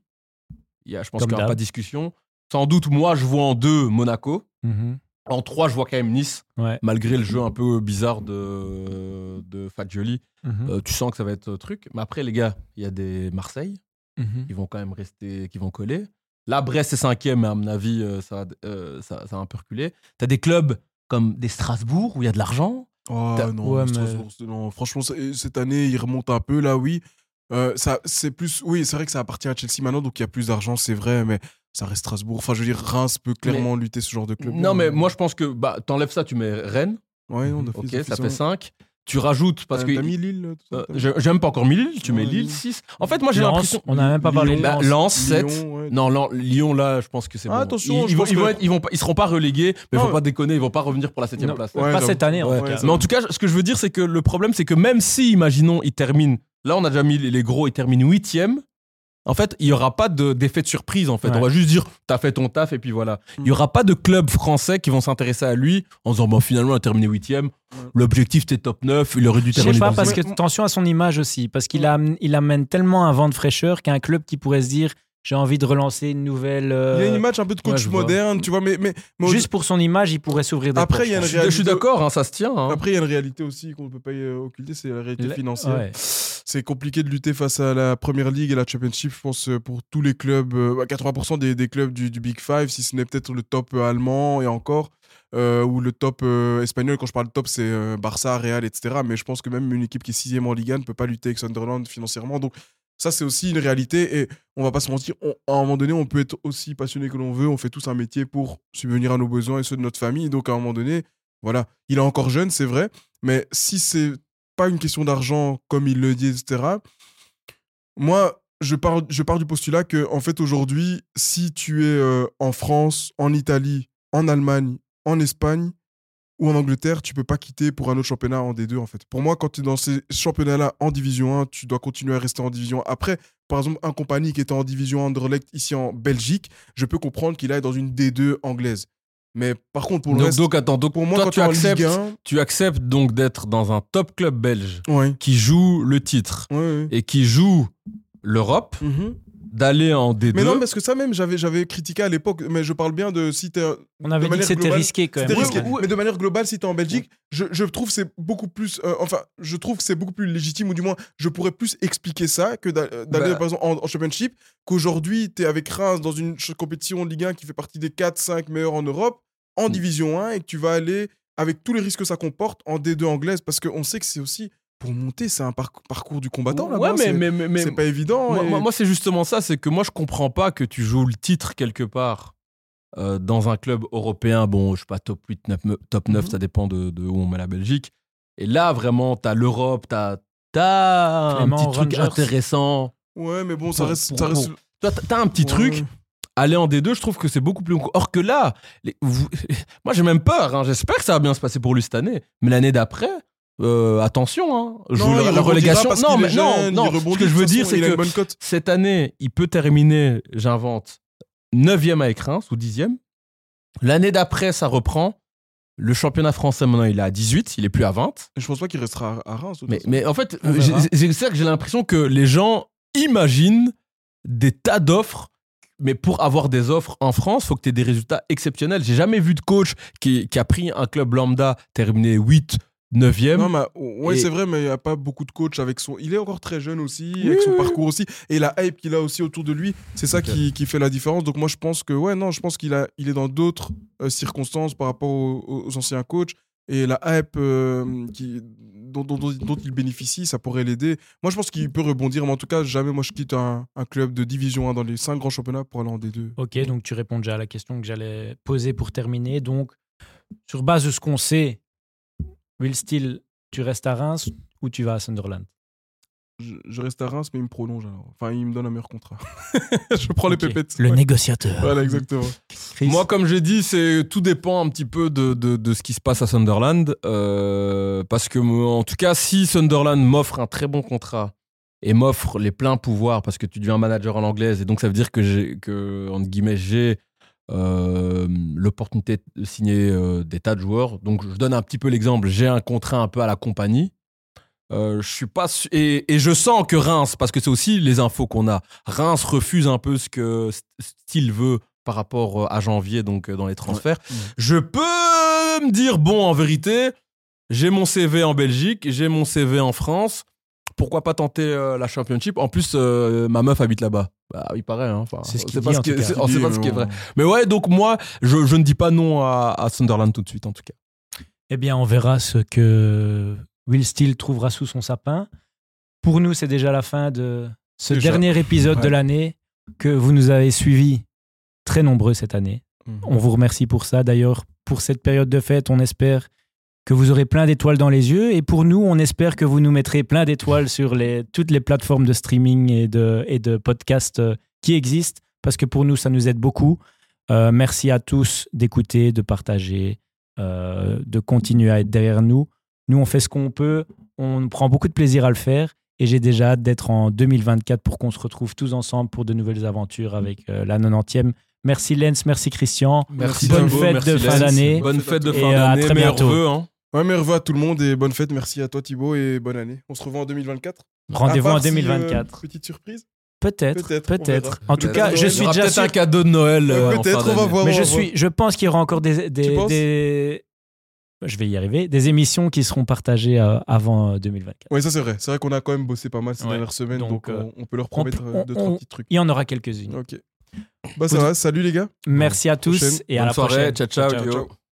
Il Y a, je pense
Comme
qu'il n'y aura
d'hab.
pas de discussion. Sans doute, moi, je vois en deux Monaco.
Mhm.
En trois, je vois quand même Nice,
Ouais.
malgré le jeu un peu bizarre de, de Fagioli.
Mhm.
Euh, tu sens que ça va être euh, truc. Mais après, les gars, il y a des Marseille
Mhm.
qui vont quand même rester, qui vont coller. Là, Brest est cinquième, mais à mon avis, euh, ça, va- euh, ça, ça va un peu reculer. T'as des clubs comme des Strasbourg où il y a de l'argent.
Oh
T'as-
non,
Ouais,
mais
mais-
Strasbourg, c'est- non, franchement, c'est- cette année, il remonte un peu, là, oui. Euh, ça, c'est plus, oui, c'est vrai que ça appartient à Chelsea maintenant, donc il y a plus d'argent, c'est vrai, mais ça reste Strasbourg. Enfin, je veux dire, Reims peut clairement lutter ce genre de club. Euh,
Non, mais moi, je pense que bah, t'enlèves ça, tu mets Rennes.
Ouais, non,
Ok, ça fait 5. Tu rajoutes parce que.
T'as mis Lille, tout ça
Euh,
t'as-
j'ai- J'aime pas encore mis Lille, tu mets
Ouais,
Lille
Lille.
6. En fait, moi j'ai
Lens,
l'impression.
on n'a même pas parlé de
Bah,
Lens.
Lens 7.
Lyon, ouais.
Non, Lan- Lyon là, je pense que c'est
Ah,
bon.
attention,
ils,
je
ils vont,
pense
ils, vont
que-
être- ils, vont pas- ils seront pas relégués, mais
Non.
faut pas déconner, ils vont pas revenir pour la 7ème
Non.
place.
Ouais,
pas
j'avoue.
cette année, en
Ouais.
tout
Ouais,
cas.
ça-
Mais en tout cas, ce que je veux dire, c'est que le problème, c'est que même si, imaginons, ils terminent. Là, on a déjà mis les les gros, ils terminent 8ème. En fait, il n'y aura pas de- d'effet de surprise, en fait.
Ouais.
On va juste dire, t'as fait ton taf, et puis voilà.
Mm.
Il n'y aura pas de club français qui vont s'intéresser à lui en disant, bah, finalement, il a terminé 8ème. L'objectif, c'était top 9. Il aurait dû
Je
terminer
sais pas,
deuxième.
parce que attention à son image aussi, parce qu'il am- il amène tellement un vent de fraîcheur qu'un club qui pourrait se dire j'ai envie de relancer une nouvelle. euh,
Il y a une image un peu de
ouais,
coach
je vois.
moderne, tu vois, mais, mais, mais-
Juste pour son image, il pourrait s'ouvrir des
Après,
portes,
il y a
je pense.
une
Je suis- je suis
réalité-
d'accord, hein, ça se tient. hein.
après il y a une réalité aussi qu'on ne peut pas euh, occulter, c'est la réalité
La-
financière.
ouais.
C'est compliqué de lutter face à la première ligue et la championship, je pense, euh, pour tous les clubs, euh, bah, 80% des, des clubs du, du Big Five, si ce n'est peut-être le top euh, allemand et encore, euh, ou le top euh, espagnol. Quand je parle top, c'est euh, Barça, Real, etc. Mais je pense que même une équipe qui est sixième en Liga ne peut pas lutter avec Sunderland financièrement. Donc, ça, c'est aussi une réalité et on va pas se mentir, on- à un moment donné, on peut être aussi passionné que l'on veut, on fait tous un métier pour subvenir à nos besoins et ceux de notre famille. Donc, à un moment donné, voilà, il est encore jeune, c'est vrai, mais si c'est pas une question d'argent comme il le dit, etc. Moi, je pars, je pars du postulat que, en fait, aujourd'hui, si tu es euh, en France, en Italie, en Allemagne, en Espagne ou en Angleterre, tu peux pas quitter pour un autre championnat en D2, en fait. Pour moi, quand tu es dans ces championnats-là en Division 1, tu dois continuer à rester en Division 1. Après, par exemple, un compagnie qui était en Division 1 Anderlecht ici en Belgique, je peux comprendre qu'il aille dans une D2 anglaise. Mais par contre, pour le
donc,
reste,
donc, attends, donc
pour moi,
toi,
quand
tu
t'es en
acceptes,
Ligue 1,
tu acceptes donc d'être dans un top club belge
ouais,
qui joue le titre
ouais, ouais.
et qui joue l'Europe,
Mhm.
d'aller en D2.
Mais non, parce que ça même, j'avais, j'avais critiqué à l'époque, mais je parle bien de si t'es.
On avait dit que
manière
c'était
globale,
risqué quand même.
c'était risqué.
Ouais.
Mais de manière globale, si t'es en Belgique, je, je trouve que c'est beaucoup plus. euh, enfin, je trouve que c'est beaucoup plus légitime, ou du moins, je pourrais plus expliquer ça que d'a- euh, d'aller,
Bah.
par exemple, en, en Championship, qu'aujourd'hui, t'es avec Reims dans une ch- compétition Ligue 1 qui fait partie des 4-5 meilleurs en Europe, en
Mm.
Division 1, et que tu vas aller avec tous les risques que ça comporte en D2 anglaise, parce qu'on sait que c'est aussi. Pour monter, c'est un parc- parcours du combattant là-bas.
ouais, mais,
c'est,
mais, mais, mais-
c'est pas évident.
moi,
et-
moi- moi, c'est justement ça, c'est que moi, je comprends pas que tu joues le titre quelque part euh, dans un club européen. Bon, je sais pas, top 8, 9, me- top
Mhm.
9, ça dépend de, de où on met la Belgique. Et là, vraiment, t'as l'Europe, t'as, t'as un
Clément,
petit truc
Rangers.
intéressant.
Ouais, mais bon, ça
Pour-
reste.
pour-
ça reste...
pour- Toi, t'as- t'as un petit truc.
Ouais.
aller en D2, je trouve que c'est beaucoup plus. Or que là, les- vous- moi j'ai même peur. hein. J'espère que ça va bien se passer pour lui cette année, mais l'année d'après. euh, attention, hein. Joue
Non,
la-
il
la
rebondira
relégation.
parce
Non,
qu'il
mais
est
non,
jeune,
non.
il rebondit,
Ce que je
de
veux
toute
dire,
façon,
c'est
il a
que
une bonne cote.
cette année, il peut terminer, j'invente, 9e avec Reims ou 10e. L'année d'après, ça reprend. Le championnat français, maintenant, il est à 18, il est plus à 20.
Je pense pas qu'il restera à à Reims. de toute
Mais,
façon.
mais en fait,
On
euh,
verra.
j'ai- c'est ça que j'ai l'impression que les gens imaginent des tas d'offres. Mais pour avoir des offres en France, faut que tu aies des résultats exceptionnels. J'ai jamais vu de coach qui, qui a pris un club lambda, terminé 8, 9e.
Non, mais oh, ouais,
Hum. Et-
c'est vrai, mais il n'y a pas beaucoup de coachs avec son. Il est encore très jeune aussi,
Oui,
avec son
oui, oui.
parcours aussi, et la hype qu'il a aussi autour de lui, c'est ça
Ok.
qui, qui fait la différence. Donc moi, je pense que ouais, non, je pense qu'il a, il est dans d'autres euh, circonstances par rapport aux, aux anciens coachs et la hype euh, qui, dont, dont- dont- dont il bénéficie, ça pourrait l'aider. Moi, je pense qu'il peut rebondir, mais en tout cas, jamais moi je quitte un, un club de division 1 dans les cinq grands championnats pour aller en D2.
Ok, donc tu réponds déjà à la question que j'allais poser pour terminer. Donc, sur base de ce qu'on sait, Will Steele, tu restes à Reims ou tu vas à Sunderland
Je, je reste à Reims, mais il me prolonge alors. Enfin, il me donne un meilleur contrat. je prends les
Ok.
pépettes.
Le
E
Ouais.
négociateur.
Voilà, exactement.
Chris.
Moi, comme j'ai dit, c'est tout dépend un petit peu de, de- de ce qui se passe à Sunderland. euh, parce que, moi, en tout cas, si Sunderland m'offre un très bon contrat et m'offre les pleins pouvoirs, parce que tu deviens manager en anglaise, et donc ça veut dire que j'ai, que, entre guillemets, j'ai euh, l'opportunité de signer euh, des tas de joueurs. Donc, je donne un petit peu l'exemple. J'ai un contrat un peu à la compagnie. Euh, je suis pas su- et, et je sens que Reims, parce que c'est aussi les infos qu'on a. Reims refuse un peu ce que S- Steele veut par rapport euh, à janvier, donc euh, dans les transferts.
Mmh.
Ouais.
Je peux me dire bon, en vérité, j'ai mon CV en Belgique, j'ai mon CV en France. Pourquoi pas tenter euh, la Championship En plus, euh, ma meuf habite là-bas. Bah, il paraît. hein. Enfin,
C'est ce
on
qu'il
sait pas
dit, en
qui-
tout cas.
Oh, c'est- on sait
Dis,
pas ce qui est
euh,
vrai. Mais ouais, donc moi, je, je ne dis pas non à, à Sunderland tout de suite, en tout cas.
Eh bien, on verra ce que Will Steele trouvera sous son sapin. Pour nous, c'est déjà la fin de ce
Déjà.
dernier épisode de
Ouais.
l'année que vous nous avez suivis très nombreux cette année.
Mhm.
On vous remercie pour ça. D'ailleurs, pour cette période de fête, on espère que vous aurez plein d'étoiles dans les yeux. Et pour nous, on espère que vous nous mettrez plein d'étoiles sur les, toutes les plateformes de streaming et de, et de podcasts euh, qui existent, parce que pour nous, ça nous aide beaucoup. Euh, merci à tous d'écouter, de partager, euh, de continuer à être derrière nous. Nous, on fait ce qu'on peut, on prend beaucoup de plaisir à le faire. Et j'ai déjà hâte d'être en 2024 pour qu'on se retrouve tous ensemble pour de nouvelles aventures avec euh, la 90e. Merci Lens, merci Christian.
Merci
Bonne
Thibaut,
fête
merci
de fin
Lens.
d'année.
Bonne fête de
Et
fin
à
d'année.
très
meilleurs
bientôt.
vœux, hein.
Ouais, merveille à tout le monde et bonne fête. Merci à toi Thibaut et bonne année. On se revoit en 2024.
Rendez-vous
À
en
part si, euh,
2024.
petite surprise.
peut-être,
peut-être,
peut-être.
on
en tout
Peut-être.
cas, je
Il y
suis
aura
déjà
peut-être
sûr.
un cadeau de Noël. euh, en
Peut-être,
fin
on va
d'année.
voir.
Mais je
on va voir.
suis, je pense qu'il y aura encore des,
Tu
des,
penses
des- je vais y arriver, des émissions qui seront partagées euh, avant euh, 2024.
Ouais, ça c'est vrai. C'est vrai qu'on a quand même bossé pas mal ces
Ouais.
dernières semaines, donc,
Donc, euh,
on- on peut leur promettre
on-
euh, deux, trois
on-
petits trucs.
Il y en aura quelques-unes.
Ok. Bah ça va, salut les gars.
Merci à tous
Prochaine.
et à
Bonne
la
soirée.
prochaine.
Ciao, ciao. yo.
ciao.